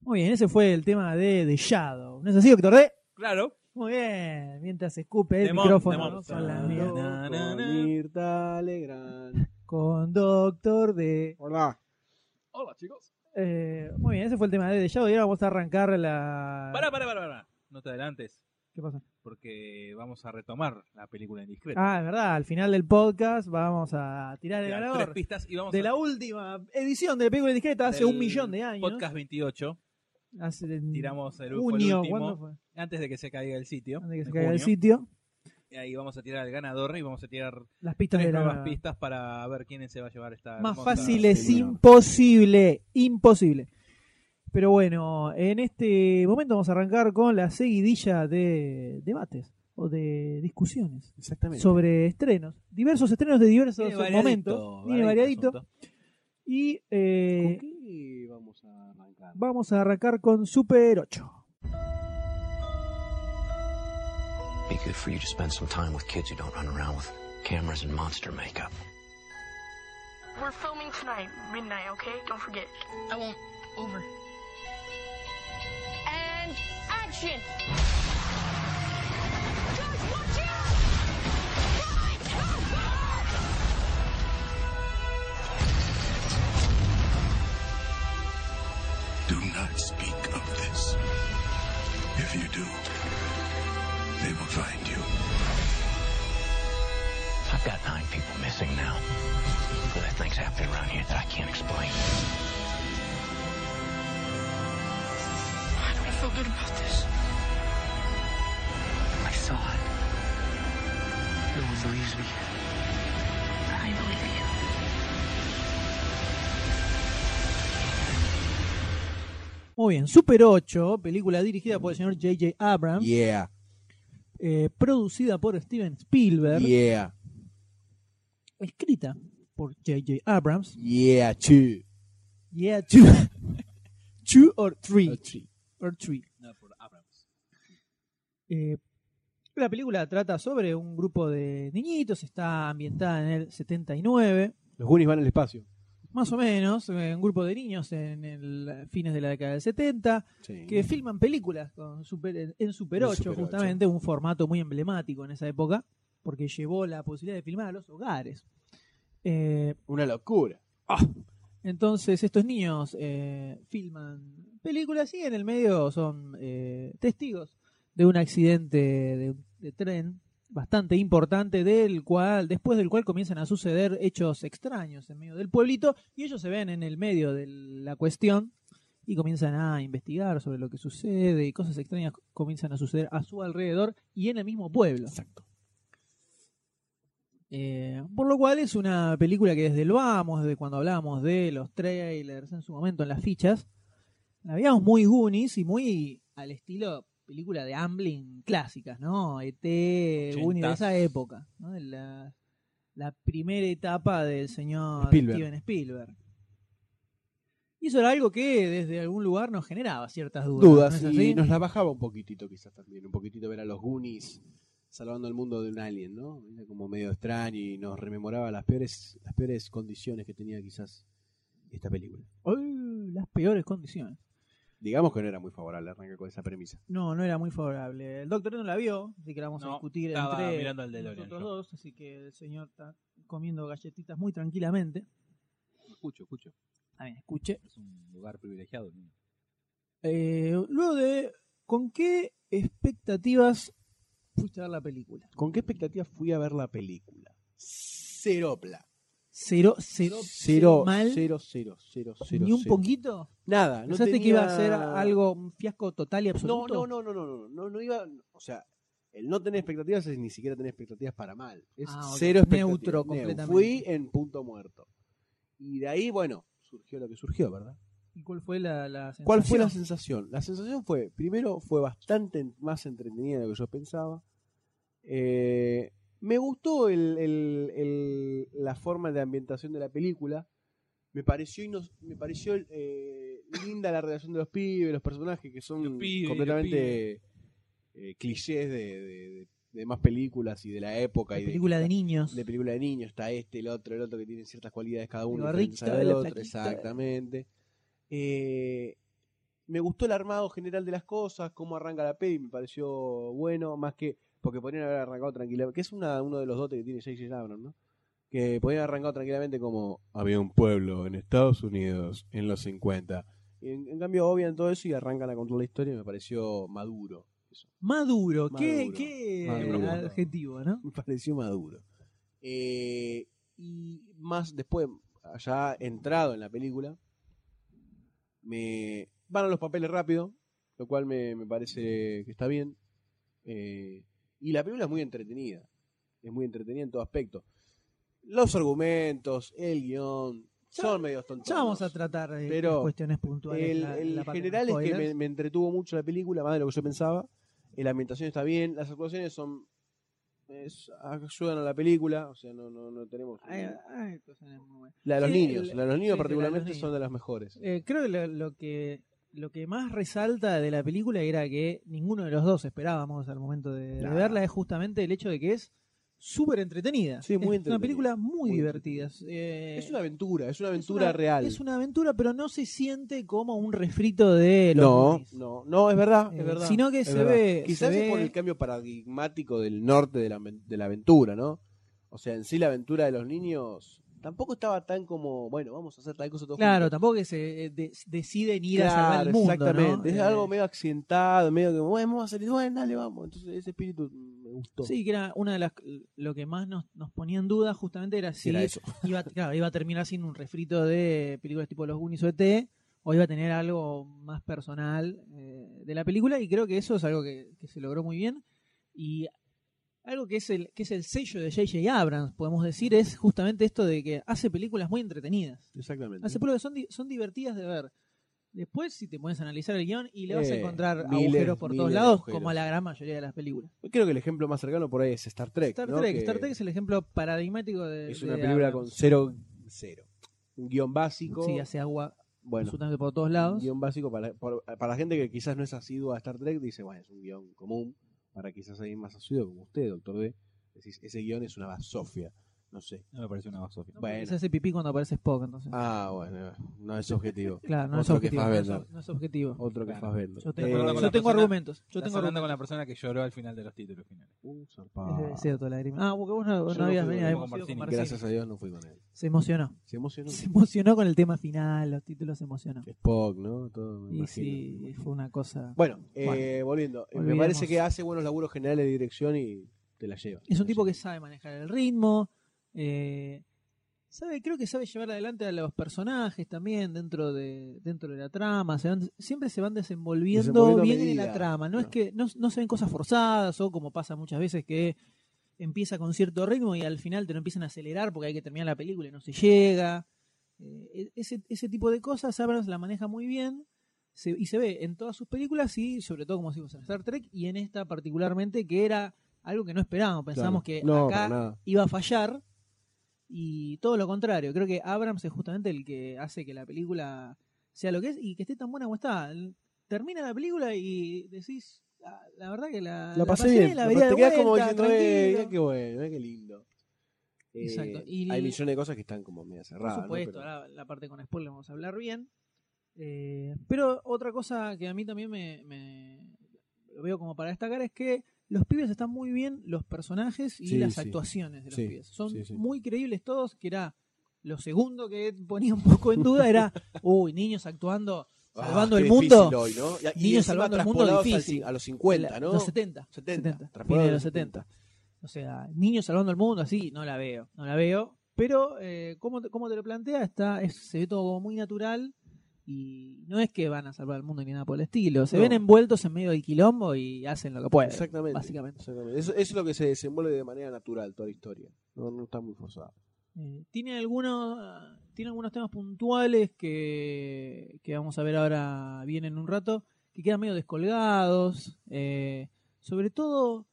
[SPEAKER 2] Muy bien, ese fue el tema de The Shadow. ¿No es así, doctor D?
[SPEAKER 1] Claro.
[SPEAKER 2] Muy bien, mientras escupe el
[SPEAKER 1] Demon,
[SPEAKER 2] micrófono
[SPEAKER 1] demon. Ah.
[SPEAKER 2] con la
[SPEAKER 1] Demon.
[SPEAKER 2] mierda.
[SPEAKER 1] Na, na, na.
[SPEAKER 3] Con Mirta Legrand.
[SPEAKER 2] Con Doctor D.
[SPEAKER 3] Hola.
[SPEAKER 1] Hola, chicos.
[SPEAKER 2] Eh, muy bien, ese fue el tema de The Shadow. Y ahora vamos a arrancar la.
[SPEAKER 1] Pará, pará, pará, pará. No te adelantes,
[SPEAKER 2] ¿Qué pasa?
[SPEAKER 1] porque vamos a retomar la película indiscreta.
[SPEAKER 2] Ah, es verdad, al final del podcast vamos a tirar el
[SPEAKER 1] Te dan tres
[SPEAKER 2] ganador
[SPEAKER 1] pistas y vamos
[SPEAKER 2] de
[SPEAKER 1] a
[SPEAKER 2] la última edición de la película discreta hace
[SPEAKER 1] del
[SPEAKER 2] un millón de años.
[SPEAKER 1] Podcast 28.
[SPEAKER 2] Hace en
[SPEAKER 1] Tiramos el, fue el
[SPEAKER 2] junio,
[SPEAKER 1] último
[SPEAKER 2] ¿cuándo fue?
[SPEAKER 1] antes de que se caiga el sitio.
[SPEAKER 2] Antes de que se
[SPEAKER 1] en
[SPEAKER 2] caiga el
[SPEAKER 1] junio.
[SPEAKER 2] sitio.
[SPEAKER 1] Y ahí vamos a tirar al ganador y vamos a tirar
[SPEAKER 2] Las pistas
[SPEAKER 1] tres
[SPEAKER 2] de la.
[SPEAKER 1] nuevas pistas para ver quién se va a llevar esta.
[SPEAKER 2] Más
[SPEAKER 1] hermosa
[SPEAKER 2] fácil es
[SPEAKER 3] señor.
[SPEAKER 2] imposible, imposible. Pero bueno, en este momento vamos a arrancar con la seguidilla de debates o de discusiones
[SPEAKER 3] Exactamente.
[SPEAKER 2] sobre estrenos, diversos estrenos de diversos
[SPEAKER 1] Tiene variadito,
[SPEAKER 2] momentos, tiene
[SPEAKER 1] variadito
[SPEAKER 2] variadito
[SPEAKER 1] asunto.
[SPEAKER 2] Y eh,
[SPEAKER 3] ¿Con qué vamos a arrancar?
[SPEAKER 2] vamos a arrancar con Super 8.
[SPEAKER 11] Be good for you to spend some time with kids who don't run around with cameras and monster makeup.
[SPEAKER 12] We're filming tonight, midnight, okay? Don't forget. I won't. Over. And action!
[SPEAKER 9] Do not speak of this. If you do, they will find you.
[SPEAKER 11] I've got nine people missing now. Other things happening around here that I can't explain.
[SPEAKER 12] I don't feel good about this.
[SPEAKER 11] I saw it. No one believes me.
[SPEAKER 12] I believe you.
[SPEAKER 2] Muy bien, Super 8, película dirigida por el señor J.J. Abrams,
[SPEAKER 3] Yeah,
[SPEAKER 2] eh, producida por Steven Spielberg,
[SPEAKER 3] yeah,
[SPEAKER 2] escrita por J.J. Abrams.
[SPEAKER 3] yeah, two.
[SPEAKER 2] Yeah, two. two or three.
[SPEAKER 3] Or three.
[SPEAKER 2] Or three.
[SPEAKER 1] No, por Abrams.
[SPEAKER 2] Eh, la película trata sobre un grupo de niñitos, está ambientada en el 79,
[SPEAKER 3] Los Goonies van al espacio.
[SPEAKER 2] más o menos, eh, un grupo de niños en el fines de la década del 70,
[SPEAKER 3] Sí.
[SPEAKER 2] que filman películas con super- en Super
[SPEAKER 3] En
[SPEAKER 2] 8,
[SPEAKER 3] Super 8.
[SPEAKER 2] justamente, un formato muy emblemático en esa época, porque llevó la posibilidad de filmar a los hogares. Eh,
[SPEAKER 3] Una locura.
[SPEAKER 2] entonces estos niños eh, filman películas y en el medio son eh, testigos de un accidente de, de tren bastante importante del cual después del cual comienzan a suceder hechos extraños en medio del pueblito y ellos se ven en el medio de la cuestión y comienzan a investigar sobre lo que sucede y cosas extrañas comienzan a suceder a su alrededor y en el mismo pueblo.
[SPEAKER 3] Exacto.
[SPEAKER 2] Eh, por lo cual es una película que desde el vamos, desde cuando hablábamos de los trailers en su momento en las fichas, la veíamos muy Goonies y muy al estilo película de Amblin clásicas, ¿no? ET, Goonies de esa época, ¿no? De la, la primera etapa del señor
[SPEAKER 3] Spielberg.
[SPEAKER 2] Steven Spielberg. Y eso era algo que desde algún lugar nos generaba ciertas dudas.
[SPEAKER 3] Dudas,
[SPEAKER 2] ¿no es así?
[SPEAKER 3] y nos la bajaba un poquitito quizás también. Un poquitito ver a los Goonies salvando el mundo de un alien, ¿no? Era como medio extraño y nos rememoraba las peores, las peores condiciones que tenía quizás esta película.
[SPEAKER 2] Uy, las peores condiciones.
[SPEAKER 3] Digamos que no era muy favorable arrancar con esa premisa.
[SPEAKER 2] No, no era muy favorable. El doctor no la vio, así que la vamos a
[SPEAKER 1] No,
[SPEAKER 2] discutir
[SPEAKER 1] estaba
[SPEAKER 2] entre
[SPEAKER 1] mirando al DeLorean
[SPEAKER 2] nosotros
[SPEAKER 1] yo.
[SPEAKER 2] dos, así que el señor está comiendo galletitas muy tranquilamente.
[SPEAKER 1] Escucho, escucho.
[SPEAKER 2] También escuche.
[SPEAKER 1] Es un lugar privilegiado. el mío.
[SPEAKER 2] Eh, luego de, ¿con qué expectativas fuiste a ver la película?
[SPEAKER 3] ¿Con qué expectativa fui a ver la película? Ceropla.
[SPEAKER 2] Cero, cero,
[SPEAKER 3] Cero,
[SPEAKER 2] mal,
[SPEAKER 3] cero, cero, cero, cero.
[SPEAKER 2] ni un
[SPEAKER 3] cero.
[SPEAKER 2] poquito.
[SPEAKER 3] Nada. No
[SPEAKER 2] ¿Pensaste
[SPEAKER 3] tenía-
[SPEAKER 2] que iba a ser algo, un fiasco total y
[SPEAKER 3] No,
[SPEAKER 2] absoluto?
[SPEAKER 3] no, no, no, no, no, no, no iba. O sea, el no tener expectativas es ni siquiera tener expectativas para mal. Es
[SPEAKER 2] Ah, ok.
[SPEAKER 3] cero expectativas.
[SPEAKER 2] Neutro
[SPEAKER 3] Neu.
[SPEAKER 2] completamente.
[SPEAKER 3] Fui en punto muerto. Y de ahí, bueno, surgió lo que surgió, ¿verdad?
[SPEAKER 2] ¿Y cuál fue la, la sensación?
[SPEAKER 3] ¿Cuál fue la sensación? La sensación fue, primero, fue bastante en- más entretenida de lo que yo pensaba. Eh, me gustó el- el- el- la forma de ambientación de la película. Me pareció, ino- me pareció eh, linda la relación de los pibes, los personajes que son
[SPEAKER 1] Los pibes,
[SPEAKER 3] completamente eh, clichés de, de- de- de más películas y de la época.
[SPEAKER 2] La
[SPEAKER 3] y
[SPEAKER 2] película de niños.
[SPEAKER 3] de película de niños, está este, el otro, el otro que tienen ciertas cualidades cada uno,
[SPEAKER 2] La
[SPEAKER 3] diferentes
[SPEAKER 2] barrita,
[SPEAKER 3] al
[SPEAKER 2] la
[SPEAKER 3] otro,
[SPEAKER 2] flaquita.
[SPEAKER 3] exactamente. Eh, me gustó el armado general de las cosas, cómo arranca la peli, me pareció bueno, más que porque podrían haber arrancado tranquilamente, que es una, uno de los dotes que tiene J.J. Abrams, ¿no? Que podrían haber arrancado tranquilamente como había un pueblo en Estados Unidos en los 50. Y en, en cambio obvian todo eso y arrancan a contar la historia y me pareció maduro. Eso.
[SPEAKER 2] Maduro, qué,
[SPEAKER 3] Maduro.
[SPEAKER 2] qué
[SPEAKER 3] Maduro.
[SPEAKER 2] adjetivo, ¿no?
[SPEAKER 3] me pareció maduro. Eh, y más después, allá entrado en la película, me van a los papeles rápido, lo cual me, me parece que está bien. Eh, y la película es muy entretenida, es muy entretenida en todo aspecto. Los argumentos, el guión,
[SPEAKER 2] Ya-
[SPEAKER 3] son medios tontos.
[SPEAKER 2] Ya vamos a tratar eh,
[SPEAKER 3] Pero
[SPEAKER 2] las cuestiones puntuales.
[SPEAKER 3] El,
[SPEAKER 2] la-
[SPEAKER 3] el
[SPEAKER 2] la parte de
[SPEAKER 3] general es que
[SPEAKER 2] spoilers.
[SPEAKER 3] me, me entretuvo mucho la película, más de lo que yo pensaba. Eh, La ambientación está bien, las actuaciones son es- ayudan a la película, o sea, no, no, no tenemos...
[SPEAKER 2] Hay- hay cosas muy buenas.
[SPEAKER 3] La de los
[SPEAKER 2] ah, Sí,
[SPEAKER 3] niños,
[SPEAKER 2] el-
[SPEAKER 3] la de los niños
[SPEAKER 2] sí,
[SPEAKER 3] particularmente
[SPEAKER 2] niños.
[SPEAKER 3] son de las mejores.
[SPEAKER 2] Eh, creo que lo, lo que lo que más resalta de la película era que ninguno de los dos esperábamos al momento de, de
[SPEAKER 3] Nah.
[SPEAKER 2] verla es justamente el hecho de que es súper entretenida.
[SPEAKER 3] Sí, muy
[SPEAKER 2] es una
[SPEAKER 3] entretenida.
[SPEAKER 2] película muy,
[SPEAKER 3] Muy
[SPEAKER 2] divertida. Eh,
[SPEAKER 3] Es una aventura, es una
[SPEAKER 2] es
[SPEAKER 3] aventura
[SPEAKER 2] una-
[SPEAKER 3] real.
[SPEAKER 2] Es una aventura, pero no se siente como un refrito de los
[SPEAKER 3] no,
[SPEAKER 2] Goonies.
[SPEAKER 3] no, no, es verdad, es
[SPEAKER 2] Eh,
[SPEAKER 3] verdad.
[SPEAKER 2] sino que
[SPEAKER 3] es
[SPEAKER 2] se
[SPEAKER 3] verdad.
[SPEAKER 2] ve-
[SPEAKER 3] Quizás
[SPEAKER 2] se
[SPEAKER 3] es por
[SPEAKER 2] ve-
[SPEAKER 3] el cambio paradigmático del norte de la, men- de la aventura, ¿no? O sea, en sí la aventura de los niños tampoco estaba tan como, bueno, vamos a hacer tal cosa todo
[SPEAKER 2] Claro, tampoco que se eh, de- deciden ir a
[SPEAKER 3] Claro,
[SPEAKER 2] salvar el mundo.
[SPEAKER 3] Exactamente.
[SPEAKER 2] ¿no?
[SPEAKER 3] Es
[SPEAKER 2] Eh,
[SPEAKER 3] algo medio accidentado, medio que, bueno, vamos a salir, bueno, dale, vamos. Entonces, ese espíritu me gustó.
[SPEAKER 2] Sí, que era una de las lo que más nos, nos ponía en duda justamente era si
[SPEAKER 3] Era eso.
[SPEAKER 2] Iba, claro, iba a terminar siendo un refrito de películas tipo Los Goonies o ET o iba a tener algo más personal eh, de la película y creo que eso es algo que, que se logró muy bien y algo que es el que es el sello de J.J. Abrams, podemos decir, es justamente esto de que hace películas muy entretenidas.
[SPEAKER 3] Exactamente.
[SPEAKER 2] Hace películas que son, di- son divertidas de ver. Después, si te pones a analizar el guión y le vas a
[SPEAKER 3] Eh,
[SPEAKER 2] encontrar
[SPEAKER 3] miles,
[SPEAKER 2] agujeros por todos
[SPEAKER 3] miles de
[SPEAKER 2] lados,
[SPEAKER 3] agujeros.
[SPEAKER 2] como la gran mayoría de las películas.
[SPEAKER 3] Creo que el ejemplo más cercano por ahí es Star Trek.
[SPEAKER 2] Star
[SPEAKER 3] ¿no?
[SPEAKER 2] Trek,
[SPEAKER 3] Que
[SPEAKER 2] Star Trek es el ejemplo paradigmático de.
[SPEAKER 3] Es una
[SPEAKER 2] de
[SPEAKER 3] película
[SPEAKER 2] Abrams.
[SPEAKER 3] con cero, cero. Un guión básico.
[SPEAKER 2] Sí, hace agua
[SPEAKER 3] bueno,
[SPEAKER 2] absolutamente por todos
[SPEAKER 3] un
[SPEAKER 2] lados.
[SPEAKER 3] guión básico para, por- para la gente que quizás no es asidua a Star Trek, dice, bueno, es un guión común. Para quizás alguien más asiduo como usted, doctor D, decís, ese guión es una basofia. No sé.
[SPEAKER 1] No me pareció una basofia.
[SPEAKER 2] No, porque
[SPEAKER 3] Bueno.
[SPEAKER 2] Se hace pipí cuando aparece Spock, entonces.
[SPEAKER 3] Ah, bueno, no es objetivo.
[SPEAKER 2] claro, no es
[SPEAKER 3] Otro que
[SPEAKER 2] objetivo. No es,
[SPEAKER 3] Fassbender.
[SPEAKER 2] ob- no es objetivo.
[SPEAKER 3] Otro que
[SPEAKER 1] Claro.
[SPEAKER 3] Fassbender.
[SPEAKER 2] Yo tengo,
[SPEAKER 3] Eh,
[SPEAKER 2] yo
[SPEAKER 1] hablando con la
[SPEAKER 2] tengo
[SPEAKER 1] persona-
[SPEAKER 2] argumentos. Yo
[SPEAKER 1] Estás
[SPEAKER 2] tengo
[SPEAKER 1] hablando
[SPEAKER 2] argumentos.
[SPEAKER 1] con la persona que lloró al final de los títulos finales.
[SPEAKER 3] Uh, zarpado.
[SPEAKER 2] Es cierto, lágrima. Ah, porque vos no,
[SPEAKER 3] Yo
[SPEAKER 2] no
[SPEAKER 3] no
[SPEAKER 2] habías
[SPEAKER 3] fui
[SPEAKER 2] venido.
[SPEAKER 1] con-
[SPEAKER 2] habíamos
[SPEAKER 1] con
[SPEAKER 2] ido
[SPEAKER 1] Marcini.
[SPEAKER 2] con Marcini.
[SPEAKER 3] Gracias a Dios no fui con él.
[SPEAKER 2] Se emocionó.
[SPEAKER 3] Se emocionó.
[SPEAKER 2] Se emocionó con el tema final, los títulos se emocionó.
[SPEAKER 3] Spock, ¿no? Todo, me
[SPEAKER 2] Y
[SPEAKER 3] imagino.
[SPEAKER 2] sí, fue una cosa.
[SPEAKER 3] Bueno,
[SPEAKER 2] Bueno,
[SPEAKER 3] eh, volviendo. Eh, Me
[SPEAKER 2] olvidemos.
[SPEAKER 3] parece que hace buenos laburos generales de dirección y te la lleva.
[SPEAKER 2] Es un tipo que sabe manejar el ritmo, eh, sabe, creo que sabe llevar adelante a los personajes también dentro de dentro de la trama. se van- siempre se van desenvolviendo,
[SPEAKER 3] Desenvolviendo a
[SPEAKER 2] bien en
[SPEAKER 3] medida.
[SPEAKER 2] la trama. No, es
[SPEAKER 3] No.
[SPEAKER 2] que no, no se ven cosas forzadas o como pasa muchas veces que empieza con cierto ritmo y al final te lo empiezan a acelerar porque hay que terminar la película y no se llega. Eh, e- ese, ese tipo de cosas Abrams la maneja muy bien se- y se ve en todas sus películas y sobre todo como decimos en Star Trek y en esta particularmente que era algo que no esperábamos, pensamos que
[SPEAKER 3] no, para
[SPEAKER 2] acá
[SPEAKER 3] nada.
[SPEAKER 2] iba a fallar y todo lo contrario, creo que Abrams es justamente el que hace que la película sea lo que es y que esté tan buena como está. L- Termina la película y decís, "Ah, la verdad que la,
[SPEAKER 3] La pasé bien.
[SPEAKER 2] la
[SPEAKER 3] la
[SPEAKER 2] vería de
[SPEAKER 3] pasé- te quedas como
[SPEAKER 2] vuelta,
[SPEAKER 3] diciendo, eh, mirá
[SPEAKER 2] tranquilo".
[SPEAKER 3] qué bueno, eh, qué lindo. Eh,
[SPEAKER 2] Exacto, y-
[SPEAKER 3] Hay millones de cosas que están como medio cerradas.
[SPEAKER 2] Por
[SPEAKER 3] ¿no?
[SPEAKER 2] supuesto,
[SPEAKER 3] Pero-
[SPEAKER 2] ahora la parte con spoiler vamos a hablar bien. Eh, pero otra cosa que a mí también me, me- lo veo como para destacar es que los pibes están muy bien, los personajes y
[SPEAKER 3] Sí,
[SPEAKER 2] las
[SPEAKER 3] sí.
[SPEAKER 2] actuaciones de los
[SPEAKER 3] Sí,
[SPEAKER 2] pibes. Son
[SPEAKER 3] sí, sí.
[SPEAKER 2] muy creíbles todos, que era lo segundo que ponía un poco en duda, era, uy, niños actuando,
[SPEAKER 3] Ah,
[SPEAKER 2] salvando
[SPEAKER 3] qué
[SPEAKER 2] el
[SPEAKER 3] difícil
[SPEAKER 2] mundo.
[SPEAKER 3] hoy, ¿no? Y- y
[SPEAKER 2] Niños
[SPEAKER 3] encima
[SPEAKER 2] salvando el mundo
[SPEAKER 3] transpolados al
[SPEAKER 2] difícil.
[SPEAKER 3] cin- a los 50,
[SPEAKER 2] La-
[SPEAKER 3] ¿no?
[SPEAKER 2] Los 70.
[SPEAKER 3] 70,
[SPEAKER 2] 70
[SPEAKER 3] transportado
[SPEAKER 2] fines de los
[SPEAKER 3] a los
[SPEAKER 2] 70. O sea, niños salvando el mundo, así, no la veo, no la veo. Pero, eh, ¿cómo, te, cómo te lo plantea? Está, es- se ve todo como muy natural y no es que van a salvar el mundo ni nada por el estilo. Se
[SPEAKER 3] No.
[SPEAKER 2] ven envueltos en medio del quilombo y hacen lo que pueden.
[SPEAKER 3] Exactamente.
[SPEAKER 2] Básicamente.
[SPEAKER 3] Exactamente. Eso, eso es lo que se desenvuelve de manera natural toda la historia. No, no está muy forzada.
[SPEAKER 2] Eh, tiene, algunos, tiene algunos temas puntuales que, que vamos a ver ahora bien en un rato, que quedan medio descolgados. eh, sobre todo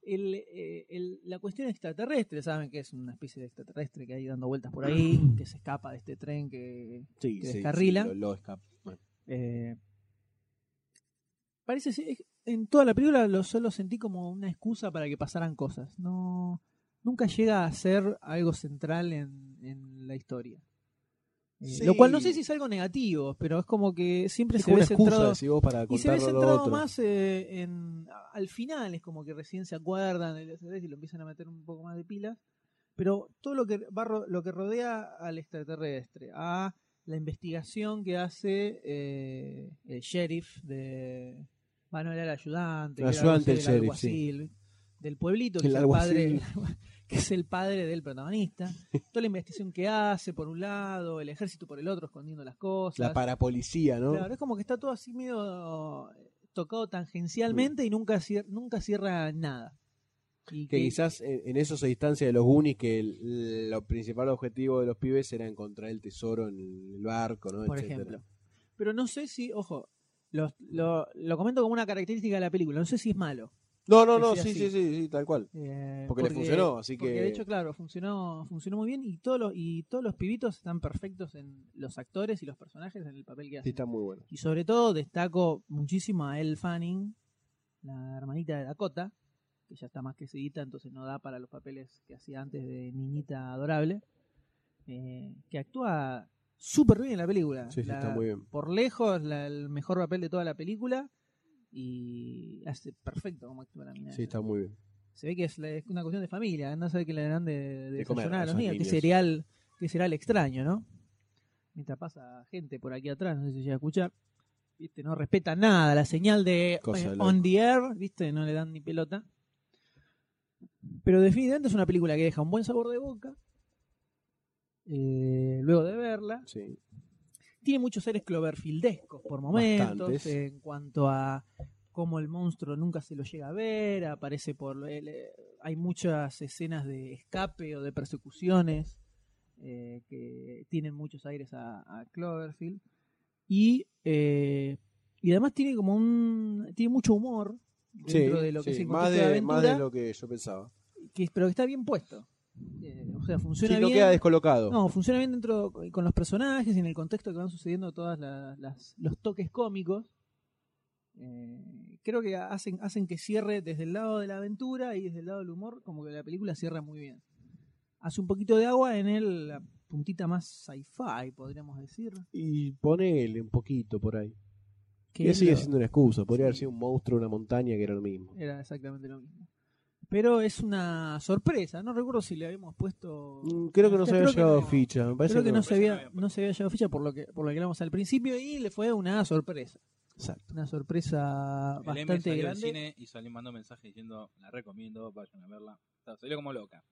[SPEAKER 2] el, eh, el- la cuestión extraterrestre, saben que es una especie de extraterrestre que hay dando vueltas por ahí, que se escapa de este tren que...
[SPEAKER 3] Sí,
[SPEAKER 2] Que descarrila.
[SPEAKER 3] lo, lo escapa. Bueno.
[SPEAKER 2] eh, parece ser- en toda la película lo solo sentí como una excusa para que pasaran cosas. No, nunca llega a ser algo central en, en la historia. Eh,
[SPEAKER 3] Sí.
[SPEAKER 2] Lo cual no sé si es algo negativo, pero es como que siempre
[SPEAKER 3] Es
[SPEAKER 2] se
[SPEAKER 3] como
[SPEAKER 2] ve
[SPEAKER 3] una excusa,
[SPEAKER 2] centrado
[SPEAKER 3] decís vos, para
[SPEAKER 2] y se ve
[SPEAKER 3] contar lo
[SPEAKER 2] centrado
[SPEAKER 3] otro.
[SPEAKER 2] más eh, en a- al final, es como que recién se acuerdan del extraterrestre y lo empiezan a meter un poco más de pilas. Pero todo lo que va ro- lo que rodea al extraterrestre, a la investigación que hace eh, el sheriff de Manuel era el ayudante,
[SPEAKER 3] El
[SPEAKER 2] que era, no
[SPEAKER 3] ayudante
[SPEAKER 2] sé,
[SPEAKER 3] del sheriff, sí.
[SPEAKER 2] alguacil del pueblito, que
[SPEAKER 3] El
[SPEAKER 2] es el padre,
[SPEAKER 3] alguacil.
[SPEAKER 2] que es el padre del protagonista. Toda la investigación que hace por un lado, el ejército por el otro, escondiendo las cosas.
[SPEAKER 3] La parapolicía, ¿no?
[SPEAKER 2] Claro, es como que está todo así medio eh, tocado tangencialmente y nunca cierra, nunca cierra nada. Y
[SPEAKER 3] que
[SPEAKER 2] que-
[SPEAKER 3] quizás en, en eso se distancia de los Goonies, que el, lo principal objetivo de los pibes era encontrar el tesoro en el barco, ¿no?
[SPEAKER 2] por
[SPEAKER 3] Etcétera.
[SPEAKER 2] ejemplo. Pero no sé si, ojo, lo, lo- lo comento como una característica de la película, no sé si es malo.
[SPEAKER 3] No, no, no,
[SPEAKER 2] sea
[SPEAKER 3] sí,
[SPEAKER 2] así.
[SPEAKER 3] sí, sí, sí, tal cual.
[SPEAKER 2] Eh,
[SPEAKER 3] Porque le funcionó, así
[SPEAKER 2] porque
[SPEAKER 3] que-
[SPEAKER 2] de hecho, claro, funcionó, funcionó muy bien y todos los, y todos los pibitos están perfectos en los actores y los personajes en el papel que
[SPEAKER 3] Sí,
[SPEAKER 2] hacen.
[SPEAKER 3] está muy bueno.
[SPEAKER 2] Y sobre todo destaco muchísimo a Elle Fanning, la hermanita de Dakota, que ya está más que seguida, entonces no da para los papeles que hacía antes de niñita adorable, eh, que actúa súper bien en la película.
[SPEAKER 3] Sí, sí,
[SPEAKER 2] La-
[SPEAKER 3] está muy bien.
[SPEAKER 2] Por lejos, la- el mejor papel de toda la película y hace perfecto como actúa la mina.
[SPEAKER 3] Sí, está muy bien.
[SPEAKER 2] Se ve que es la- es una cuestión de familia, ¿eh? no sabe que le dan de, de
[SPEAKER 3] De comer
[SPEAKER 2] desayunar a
[SPEAKER 3] a
[SPEAKER 2] los
[SPEAKER 3] esos
[SPEAKER 2] niños, que
[SPEAKER 3] niños.
[SPEAKER 2] cereal, que cereal extraño, ¿no? Mientras pasa gente por aquí atrás, no sé si llega a escuchar, ¿viste? No respeta nada, la señal de
[SPEAKER 3] Cosa
[SPEAKER 2] eh,
[SPEAKER 3] de loco.
[SPEAKER 2] on the air, ¿viste? No le dan ni pelota. Pero definitivamente es una película que deja un buen sabor de boca, eh, luego de verla.
[SPEAKER 3] Sí.
[SPEAKER 2] Tiene muchos seres cloverfildescos por momentos,
[SPEAKER 3] Bastantes.
[SPEAKER 2] en cuanto a cómo el monstruo nunca se lo llega a ver, aparece por... el- eh, hay muchas escenas de escape o de persecuciones eh, que tienen muchos aires a, a Cloverfield. Y, eh, y además tiene como un... tiene mucho humor dentro
[SPEAKER 3] Sí,
[SPEAKER 2] de lo que
[SPEAKER 3] sí,
[SPEAKER 2] se encontró
[SPEAKER 3] más,
[SPEAKER 2] de
[SPEAKER 3] de,
[SPEAKER 2] aventura,
[SPEAKER 3] más de lo que yo pensaba.
[SPEAKER 2] que, pero que está bien puesto. Eh, o sea,
[SPEAKER 3] Sí,
[SPEAKER 2] funciona
[SPEAKER 3] no
[SPEAKER 2] bien.
[SPEAKER 3] queda descolocado.
[SPEAKER 2] No, funciona bien dentro con los personajes y en el contexto que van sucediendo todas la- las, los toques cómicos. Eh, creo que hacen, hacen que cierre desde el lado de la aventura y desde el lado del humor, como que la película cierra muy bien. Hace un poquito de agua en el, la puntita más sci-fi, podríamos decir.
[SPEAKER 3] Y ponele un poquito por ahí.
[SPEAKER 2] que
[SPEAKER 3] Y
[SPEAKER 2] es
[SPEAKER 3] sigue
[SPEAKER 2] lo-
[SPEAKER 3] siendo una excusa.
[SPEAKER 2] Sí.
[SPEAKER 3] Podría haber sido un monstruo, una montaña, que era lo mismo.
[SPEAKER 2] Era exactamente lo mismo. Pero es una sorpresa, no recuerdo si le habíamos puesto...
[SPEAKER 3] Mm, Creo que no se había
[SPEAKER 2] Creo que
[SPEAKER 3] llegado
[SPEAKER 2] no.
[SPEAKER 3] ficha. Me parece
[SPEAKER 2] Creo que, no, se
[SPEAKER 3] se
[SPEAKER 2] había, no se había llegado ficha por lo que por lo que hablamos al principio y le fue una sorpresa.
[SPEAKER 3] Exacto.
[SPEAKER 2] Una sorpresa
[SPEAKER 1] El M
[SPEAKER 2] bastante
[SPEAKER 1] salió al
[SPEAKER 2] grande.
[SPEAKER 1] cine y salió mandó mensaje diciendo, la recomiendo, vayan a verla. O sea, salió como loca.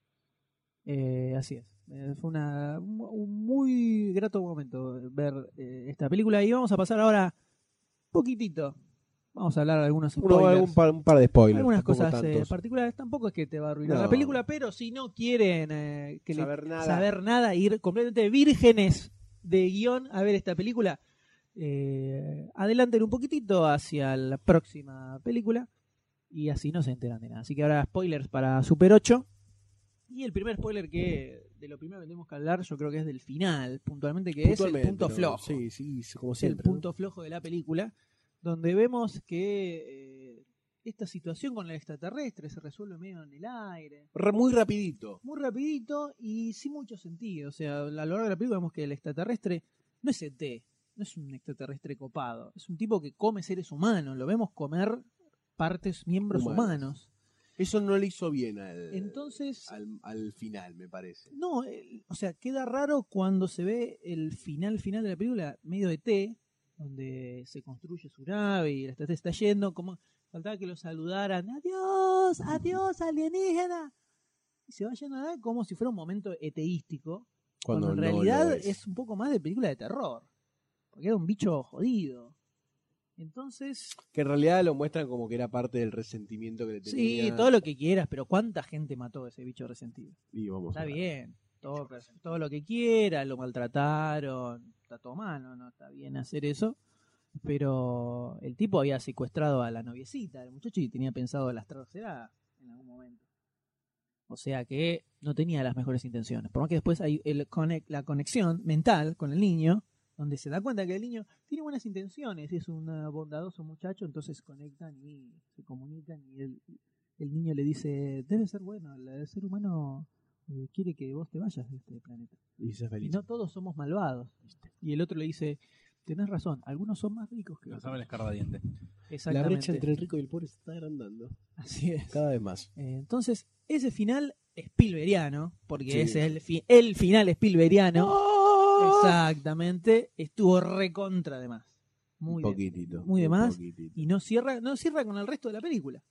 [SPEAKER 2] Eh, así es. Eh, fue una, un- un muy grato momento ver eh, esta película. Y vamos a pasar ahora poquitito. Vamos a hablar de algunos
[SPEAKER 3] Uno-
[SPEAKER 2] spoilers.
[SPEAKER 3] algún par, un par de spoilers.
[SPEAKER 2] Algunas
[SPEAKER 3] tampoco
[SPEAKER 2] cosas eh,
[SPEAKER 3] tantos.
[SPEAKER 2] particulares. Tampoco es que te va a arruinar
[SPEAKER 3] No.
[SPEAKER 2] la película, pero si no quieren eh, que le-
[SPEAKER 3] Saber nada.
[SPEAKER 2] saber nada, ir completamente vírgenes de guión a ver esta película, eh, adelanten un poquitito hacia la próxima película y así no se enteran de nada. Así que ahora spoilers para Super 8. Y el primer spoiler que de lo primero que tenemos que hablar, yo creo que es del final, puntualmente, que es
[SPEAKER 3] Puntualmente,
[SPEAKER 2] el punto
[SPEAKER 3] ¿no?
[SPEAKER 2] flojo
[SPEAKER 3] Sí, sí, sí, como
[SPEAKER 2] es el
[SPEAKER 3] siempre. ¿no?
[SPEAKER 2] punto flojo de la película, donde vemos que eh, esta situación con el extraterrestre se resuelve medio en el aire,
[SPEAKER 3] Re- Muy rapidito.
[SPEAKER 2] muy rapidito y sin mucho sentido. O sea, a lo largo de la película vemos que el extraterrestre no es ET, no es un extraterrestre copado, es un tipo que come seres humanos, lo vemos comer partes, miembros
[SPEAKER 3] Humanos.
[SPEAKER 2] humanos.
[SPEAKER 3] Eso no le hizo bien al,
[SPEAKER 2] Entonces,
[SPEAKER 3] al, al final, me parece.
[SPEAKER 2] no, el- o sea, queda raro cuando se ve el final final de la película, medio de T, donde se construye su nave y la estatua está yendo, como faltaba que lo saludaran, adiós, adiós alienígena. Y se va yendo a nada como si fuera un momento eteístico, cuando, en
[SPEAKER 3] no
[SPEAKER 2] realidad
[SPEAKER 3] lo
[SPEAKER 2] es. un poco más de película de terror, porque era un bicho jodido. Entonces,
[SPEAKER 3] Que en realidad lo muestran como que era parte del resentimiento que le tenía.
[SPEAKER 2] sí, todo lo que quieras, pero ¿cuánta gente mató ese bicho resentido?
[SPEAKER 3] Y vamos a
[SPEAKER 2] Está
[SPEAKER 3] ver.
[SPEAKER 2] bien, todo, todo lo que quiera, lo maltrataron, está todo mal, no, no está bien hacer eso. Pero el tipo había secuestrado a la noviecita del muchacho y tenía pensado lastrársela en algún momento. O sea que no tenía las mejores intenciones. Por más que después hay el conex- la conexión mental con el niño, donde se da cuenta que el niño tiene buenas intenciones, es un eh, bondadoso muchacho, entonces se conectan y se comunican y el, el niño le dice, debe ser bueno, el ser humano eh, quiere que vos te vayas de este planeta.
[SPEAKER 3] Y se
[SPEAKER 2] Y
[SPEAKER 3] feliz.
[SPEAKER 2] no todos somos malvados. Y el otro le dice, tenés razón, algunos son más ricos que
[SPEAKER 1] Lo
[SPEAKER 2] otros.
[SPEAKER 1] sabe el escarbadiente.
[SPEAKER 3] la
[SPEAKER 2] Exactamente.
[SPEAKER 3] brecha entre el rico y el pobre se está agrandando.
[SPEAKER 2] Así es.
[SPEAKER 3] Cada vez más.
[SPEAKER 2] Eh, entonces, ese final es pilberiano, porque
[SPEAKER 3] Sí.
[SPEAKER 2] ese es el, fi- el final es pilberiano. Exactamente. Estuvo recontra además. Muy
[SPEAKER 3] un
[SPEAKER 2] bien.
[SPEAKER 3] poquitito.
[SPEAKER 2] Muy de
[SPEAKER 3] un
[SPEAKER 2] más.
[SPEAKER 3] poquitito.
[SPEAKER 2] Y no cierra, no cierra con el resto de la película.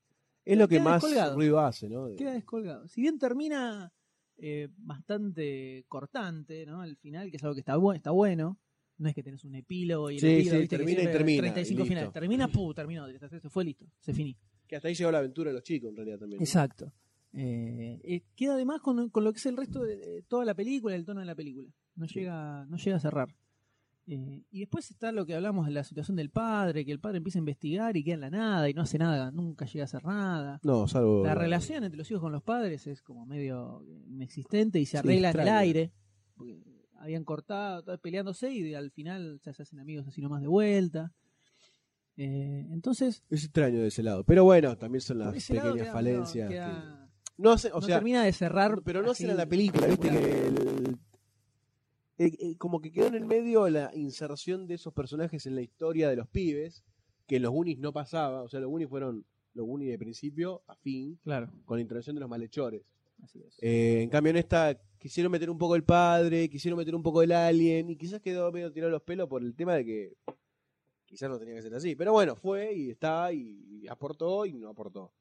[SPEAKER 3] Es lo que
[SPEAKER 2] queda
[SPEAKER 3] más
[SPEAKER 2] descolgado.
[SPEAKER 3] ruido hace, ¿no? De-
[SPEAKER 2] Queda descolgado. Si bien termina eh, bastante cortante, ¿no? El final, que es algo que está, bu- está bueno. No es que tenés un epílogo y el
[SPEAKER 3] Sí,
[SPEAKER 2] epílogo,
[SPEAKER 3] sí,
[SPEAKER 2] viste, que
[SPEAKER 3] termina y
[SPEAKER 2] siempre
[SPEAKER 3] termina,
[SPEAKER 2] 35
[SPEAKER 3] y listo.
[SPEAKER 2] finales. Termina, pu, terminó. Se fue listo. Se finí.
[SPEAKER 3] Que hasta ahí llegó la aventura de los chicos, en realidad también. ¿no?
[SPEAKER 2] Exacto. Eh, eh, queda además con, con lo que es el resto de, de toda la película, el tono de la película. No llega, no llega a cerrar. Eh, y después está lo que hablamos de la situación del padre, que el padre empieza a investigar y queda en la nada y no hace nada, nunca llega a hacer nada.
[SPEAKER 3] No, salvo.
[SPEAKER 2] La relación entre los hijos con los padres es como medio inexistente y se
[SPEAKER 3] Sí,
[SPEAKER 2] arregla en el
[SPEAKER 3] extraña.
[SPEAKER 2] aire. Porque habían cortado, todos peleándose y de- al final ya se hacen amigos así nomás de vuelta. Eh, entonces,
[SPEAKER 3] Es extraño de ese lado. Pero bueno, también son las
[SPEAKER 2] por ese lado
[SPEAKER 3] pequeñas
[SPEAKER 2] queda-
[SPEAKER 3] falencias.
[SPEAKER 2] queda-
[SPEAKER 3] que- No hace- o
[SPEAKER 2] no
[SPEAKER 3] sea,
[SPEAKER 2] termina de cerrar.
[SPEAKER 3] pero no
[SPEAKER 2] así
[SPEAKER 3] hacen a la película, viste
[SPEAKER 2] espectacular.
[SPEAKER 3] que el- eh, eh, como que quedó en el medio la inserción de esos personajes en la historia de los pibes, que en los Goonies no pasaba, o sea, los Goonies fueron los Goonies de principio a fin,
[SPEAKER 2] Claro,
[SPEAKER 3] con la intervención de los malhechores.
[SPEAKER 2] así es.
[SPEAKER 3] Eh, en cambio en esta quisieron meter un poco el padre, quisieron meter un poco el alien, y quizás quedó medio tirado los pelos por el tema de que quizás no tenía que ser así. Pero bueno, fue y está, y, y aportó y no aportó.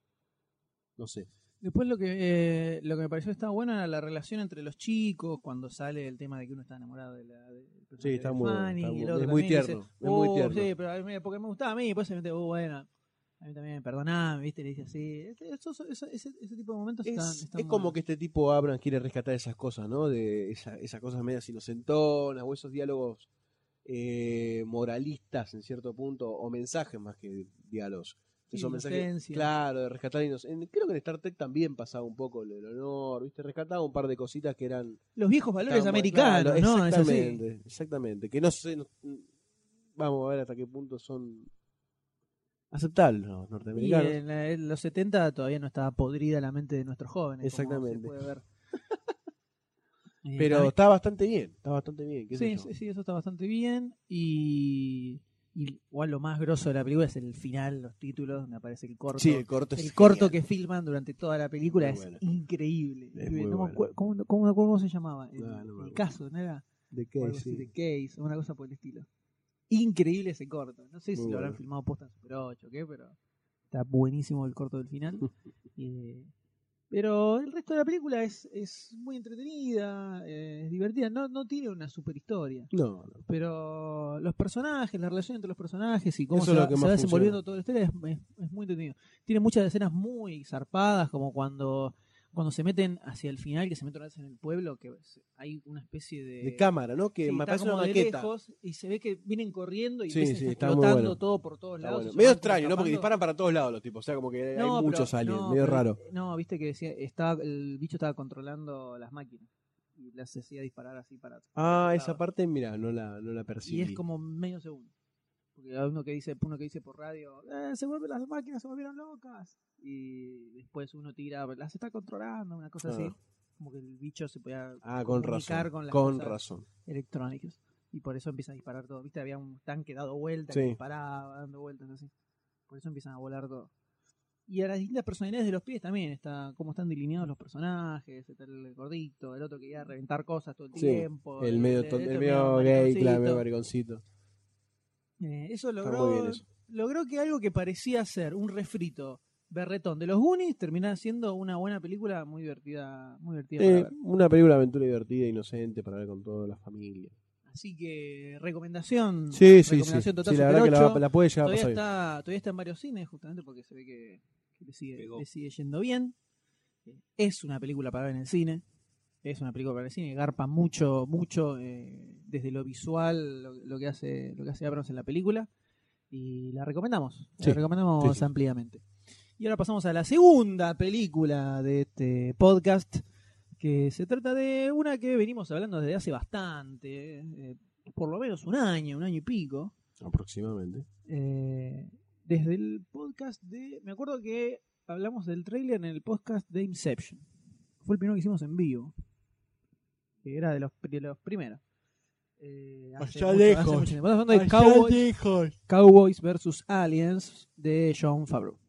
[SPEAKER 3] No sé.
[SPEAKER 2] Después lo que eh, lo que me pareció estaba buena era la relación entre los chicos cuando sale el tema de que uno está enamorado de la de, del personaje
[SPEAKER 3] está
[SPEAKER 2] de
[SPEAKER 3] muy bueno,
[SPEAKER 2] Fanny, y
[SPEAKER 3] está
[SPEAKER 2] el
[SPEAKER 3] muy-
[SPEAKER 2] otro
[SPEAKER 3] es muy
[SPEAKER 2] también que
[SPEAKER 3] tierno,
[SPEAKER 2] dice,
[SPEAKER 3] es muy
[SPEAKER 2] "Oh,
[SPEAKER 3] tierno".
[SPEAKER 2] sí, pero a mí me- porque me gustaba a mí, y después se mete, oh, bueno, a mí también me perdonaba, viste, le dice así. Este- eso- eso- ese, ese tipo de momentos están,
[SPEAKER 3] Es,
[SPEAKER 2] están
[SPEAKER 3] es
[SPEAKER 2] muy
[SPEAKER 3] como
[SPEAKER 2] buenos.
[SPEAKER 3] que este tipo Abrams quiere rescatar esas cosas, ¿no? De esa- esas cosas medias inocentonas o esos diálogos eh, moralistas en cierto punto o mensajes más que diálogos.
[SPEAKER 2] Sí,
[SPEAKER 3] esos mensajes,
[SPEAKER 2] inocencia.
[SPEAKER 3] claro, de rescatar inocencia. Creo que en Star Trek también pasaba un poco lo del honor, ¿viste? Rescataba un par de cositas que eran...
[SPEAKER 2] los viejos valores
[SPEAKER 3] estaban-
[SPEAKER 2] americanos,
[SPEAKER 3] claro,
[SPEAKER 2] ¿no? Es así.
[SPEAKER 3] Exactamente, exactamente. Que no sé... no- vamos a ver hasta qué punto son aceptables los
[SPEAKER 2] Y
[SPEAKER 3] norteamericanos.
[SPEAKER 2] en, la- en los 70 todavía no estaba podrida la mente de nuestros jóvenes.
[SPEAKER 3] Exactamente.
[SPEAKER 2] Como se puede ver. Eh,
[SPEAKER 3] pero
[SPEAKER 2] también-
[SPEAKER 3] está bastante bien, está bastante bien. qué
[SPEAKER 2] Sí,
[SPEAKER 3] sé yo.
[SPEAKER 2] sí, sí, eso está bastante bien. Y, y igual lo más grosso de la película es el final, los títulos, donde aparece el corto.
[SPEAKER 3] Sí, el corto es
[SPEAKER 2] el corto
[SPEAKER 3] genial.
[SPEAKER 2] que filman durante toda la película
[SPEAKER 3] Muy
[SPEAKER 2] es
[SPEAKER 3] bueno.
[SPEAKER 2] increíble. Eh,
[SPEAKER 3] Es muy
[SPEAKER 2] No me
[SPEAKER 3] bueno. Ah,
[SPEAKER 2] acuer- ¿cómo, cómo- cómo se llamaba? El,
[SPEAKER 3] No, no me
[SPEAKER 2] el
[SPEAKER 3] acuerdo.
[SPEAKER 2] caso, ¿no era?
[SPEAKER 3] De
[SPEAKER 2] O
[SPEAKER 3] Cage,
[SPEAKER 2] algo así,
[SPEAKER 3] sí.
[SPEAKER 2] The Case, una cosa por el estilo. Increíble ese corto. No sé si
[SPEAKER 3] Muy
[SPEAKER 2] lo habrán
[SPEAKER 3] bueno.
[SPEAKER 2] filmado posta en Super 8 o qué, pero está buenísimo el corto del final. Eh, pero el resto de la película es, es muy entretenida, eh, es divertida, no, no tiene una super historia.
[SPEAKER 3] No, no.
[SPEAKER 2] Pero los personajes, la relación entre los personajes y cómo
[SPEAKER 3] Eso
[SPEAKER 2] se,
[SPEAKER 3] es lo
[SPEAKER 2] va,
[SPEAKER 3] que
[SPEAKER 2] se
[SPEAKER 3] más
[SPEAKER 2] va desenvolviendo toda la historia es, es- es muy entretenido. Tiene muchas escenas muy zarpadas, como cuando, cuando se meten hacia el final, que se meten otra vez en el pueblo, que se- hay una especie de...
[SPEAKER 3] de cámara, ¿no? Que
[SPEAKER 2] Sí,
[SPEAKER 3] me
[SPEAKER 2] está
[SPEAKER 3] parece una
[SPEAKER 2] como de
[SPEAKER 3] maqueta.
[SPEAKER 2] lejos y se ve que vienen corriendo y
[SPEAKER 3] Sí,
[SPEAKER 2] empiezan
[SPEAKER 3] sí,
[SPEAKER 2] a
[SPEAKER 3] está muy
[SPEAKER 2] explotando
[SPEAKER 3] bueno.
[SPEAKER 2] todo por todos
[SPEAKER 3] Está
[SPEAKER 2] lados.
[SPEAKER 3] bueno.
[SPEAKER 2] y se
[SPEAKER 3] Medio
[SPEAKER 2] van
[SPEAKER 3] extraño, ¿no? Porque
[SPEAKER 2] escapando.
[SPEAKER 3] disparan para todos lados los tipos. O sea, como que
[SPEAKER 2] No,
[SPEAKER 3] hay
[SPEAKER 2] pero-
[SPEAKER 3] muchos aliens,
[SPEAKER 2] no,
[SPEAKER 3] medio
[SPEAKER 2] pero-
[SPEAKER 3] raro.
[SPEAKER 2] No, viste que decía, estaba, el bicho estaba controlando las máquinas y las hacía disparar así para
[SPEAKER 3] Ah, esa
[SPEAKER 2] estaba.
[SPEAKER 3] parte, mira, no la, no la percibí.
[SPEAKER 2] Y es como medio segundo. Porque hay uno que dice, uno que dice por radio, "Eh, se vuelven las máquinas, se volvieron locas. Y después uno tira, las está controlando, una cosa
[SPEAKER 3] Ah.
[SPEAKER 2] así. Como que el bicho se podía
[SPEAKER 3] Ah, con
[SPEAKER 2] comunicar
[SPEAKER 3] razón.
[SPEAKER 2] con
[SPEAKER 3] Con,
[SPEAKER 2] las cosas
[SPEAKER 3] razón.
[SPEAKER 2] electrónicos. Y por eso empiezan a disparar todo. Viste, había un tanque dado vueltas,
[SPEAKER 3] Sí.
[SPEAKER 2] que disparaba, dando vueltas así. Por eso empiezan a volar todo. Y a las distintas personalidades de los pies también, está cómo están delineados los personajes, está el gordito, el otro que iba a reventar cosas todo el
[SPEAKER 3] Sí,
[SPEAKER 2] tiempo.
[SPEAKER 3] el medio, ton- el
[SPEAKER 2] otro
[SPEAKER 3] medio gay,
[SPEAKER 2] mariconcito.
[SPEAKER 3] claro, medio mariconcito.
[SPEAKER 2] Eh, eso
[SPEAKER 3] Está
[SPEAKER 2] logró,
[SPEAKER 3] muy bien eso.
[SPEAKER 2] logró que algo que parecía ser un refrito berretón de los Goonies terminara siendo una buena película muy divertida, muy divertida para
[SPEAKER 3] Eh,
[SPEAKER 2] ver.
[SPEAKER 3] una película de aventura divertida, inocente, para ver con toda la familia.
[SPEAKER 2] Así que recomendación,
[SPEAKER 3] Sí, sí, sí.
[SPEAKER 2] recomendación total
[SPEAKER 3] Sí, la
[SPEAKER 2] Super
[SPEAKER 3] verdad que la,
[SPEAKER 2] 8.
[SPEAKER 3] va- la puede llegar a
[SPEAKER 2] todavía
[SPEAKER 3] pasar bien.
[SPEAKER 2] está, todavía está en varios cines justamente porque se ve que, que le, sigue,
[SPEAKER 1] Pegó.
[SPEAKER 2] le sigue yendo bien. Eh, Es una película para ver en el cine. Es una película para ver en el cine. Garpa mucho, mucho eh, desde lo visual, lo, lo que hace, lo que hace Abrams en la película. Y la recomendamos.
[SPEAKER 3] Sí,
[SPEAKER 2] La recomendamos
[SPEAKER 3] sí, sí.
[SPEAKER 2] ampliamente. Y ahora pasamos a la segunda película de este podcast, que se trata de una que venimos hablando desde hace bastante, eh, por lo menos un año, un año y pico,
[SPEAKER 3] Aproximadamente.
[SPEAKER 2] eh, desde el podcast de. Me acuerdo que hablamos del trailer en el podcast de Inception. Fue el primero que hicimos en vivo. Que era de los, pri- de los primeros. Eh, hace
[SPEAKER 3] Allá
[SPEAKER 2] mucho-
[SPEAKER 3] lejos.
[SPEAKER 2] hace mucho tiempo. Estamos hablando de Cowboys, Cowboys vs. Aliens de John Favreau.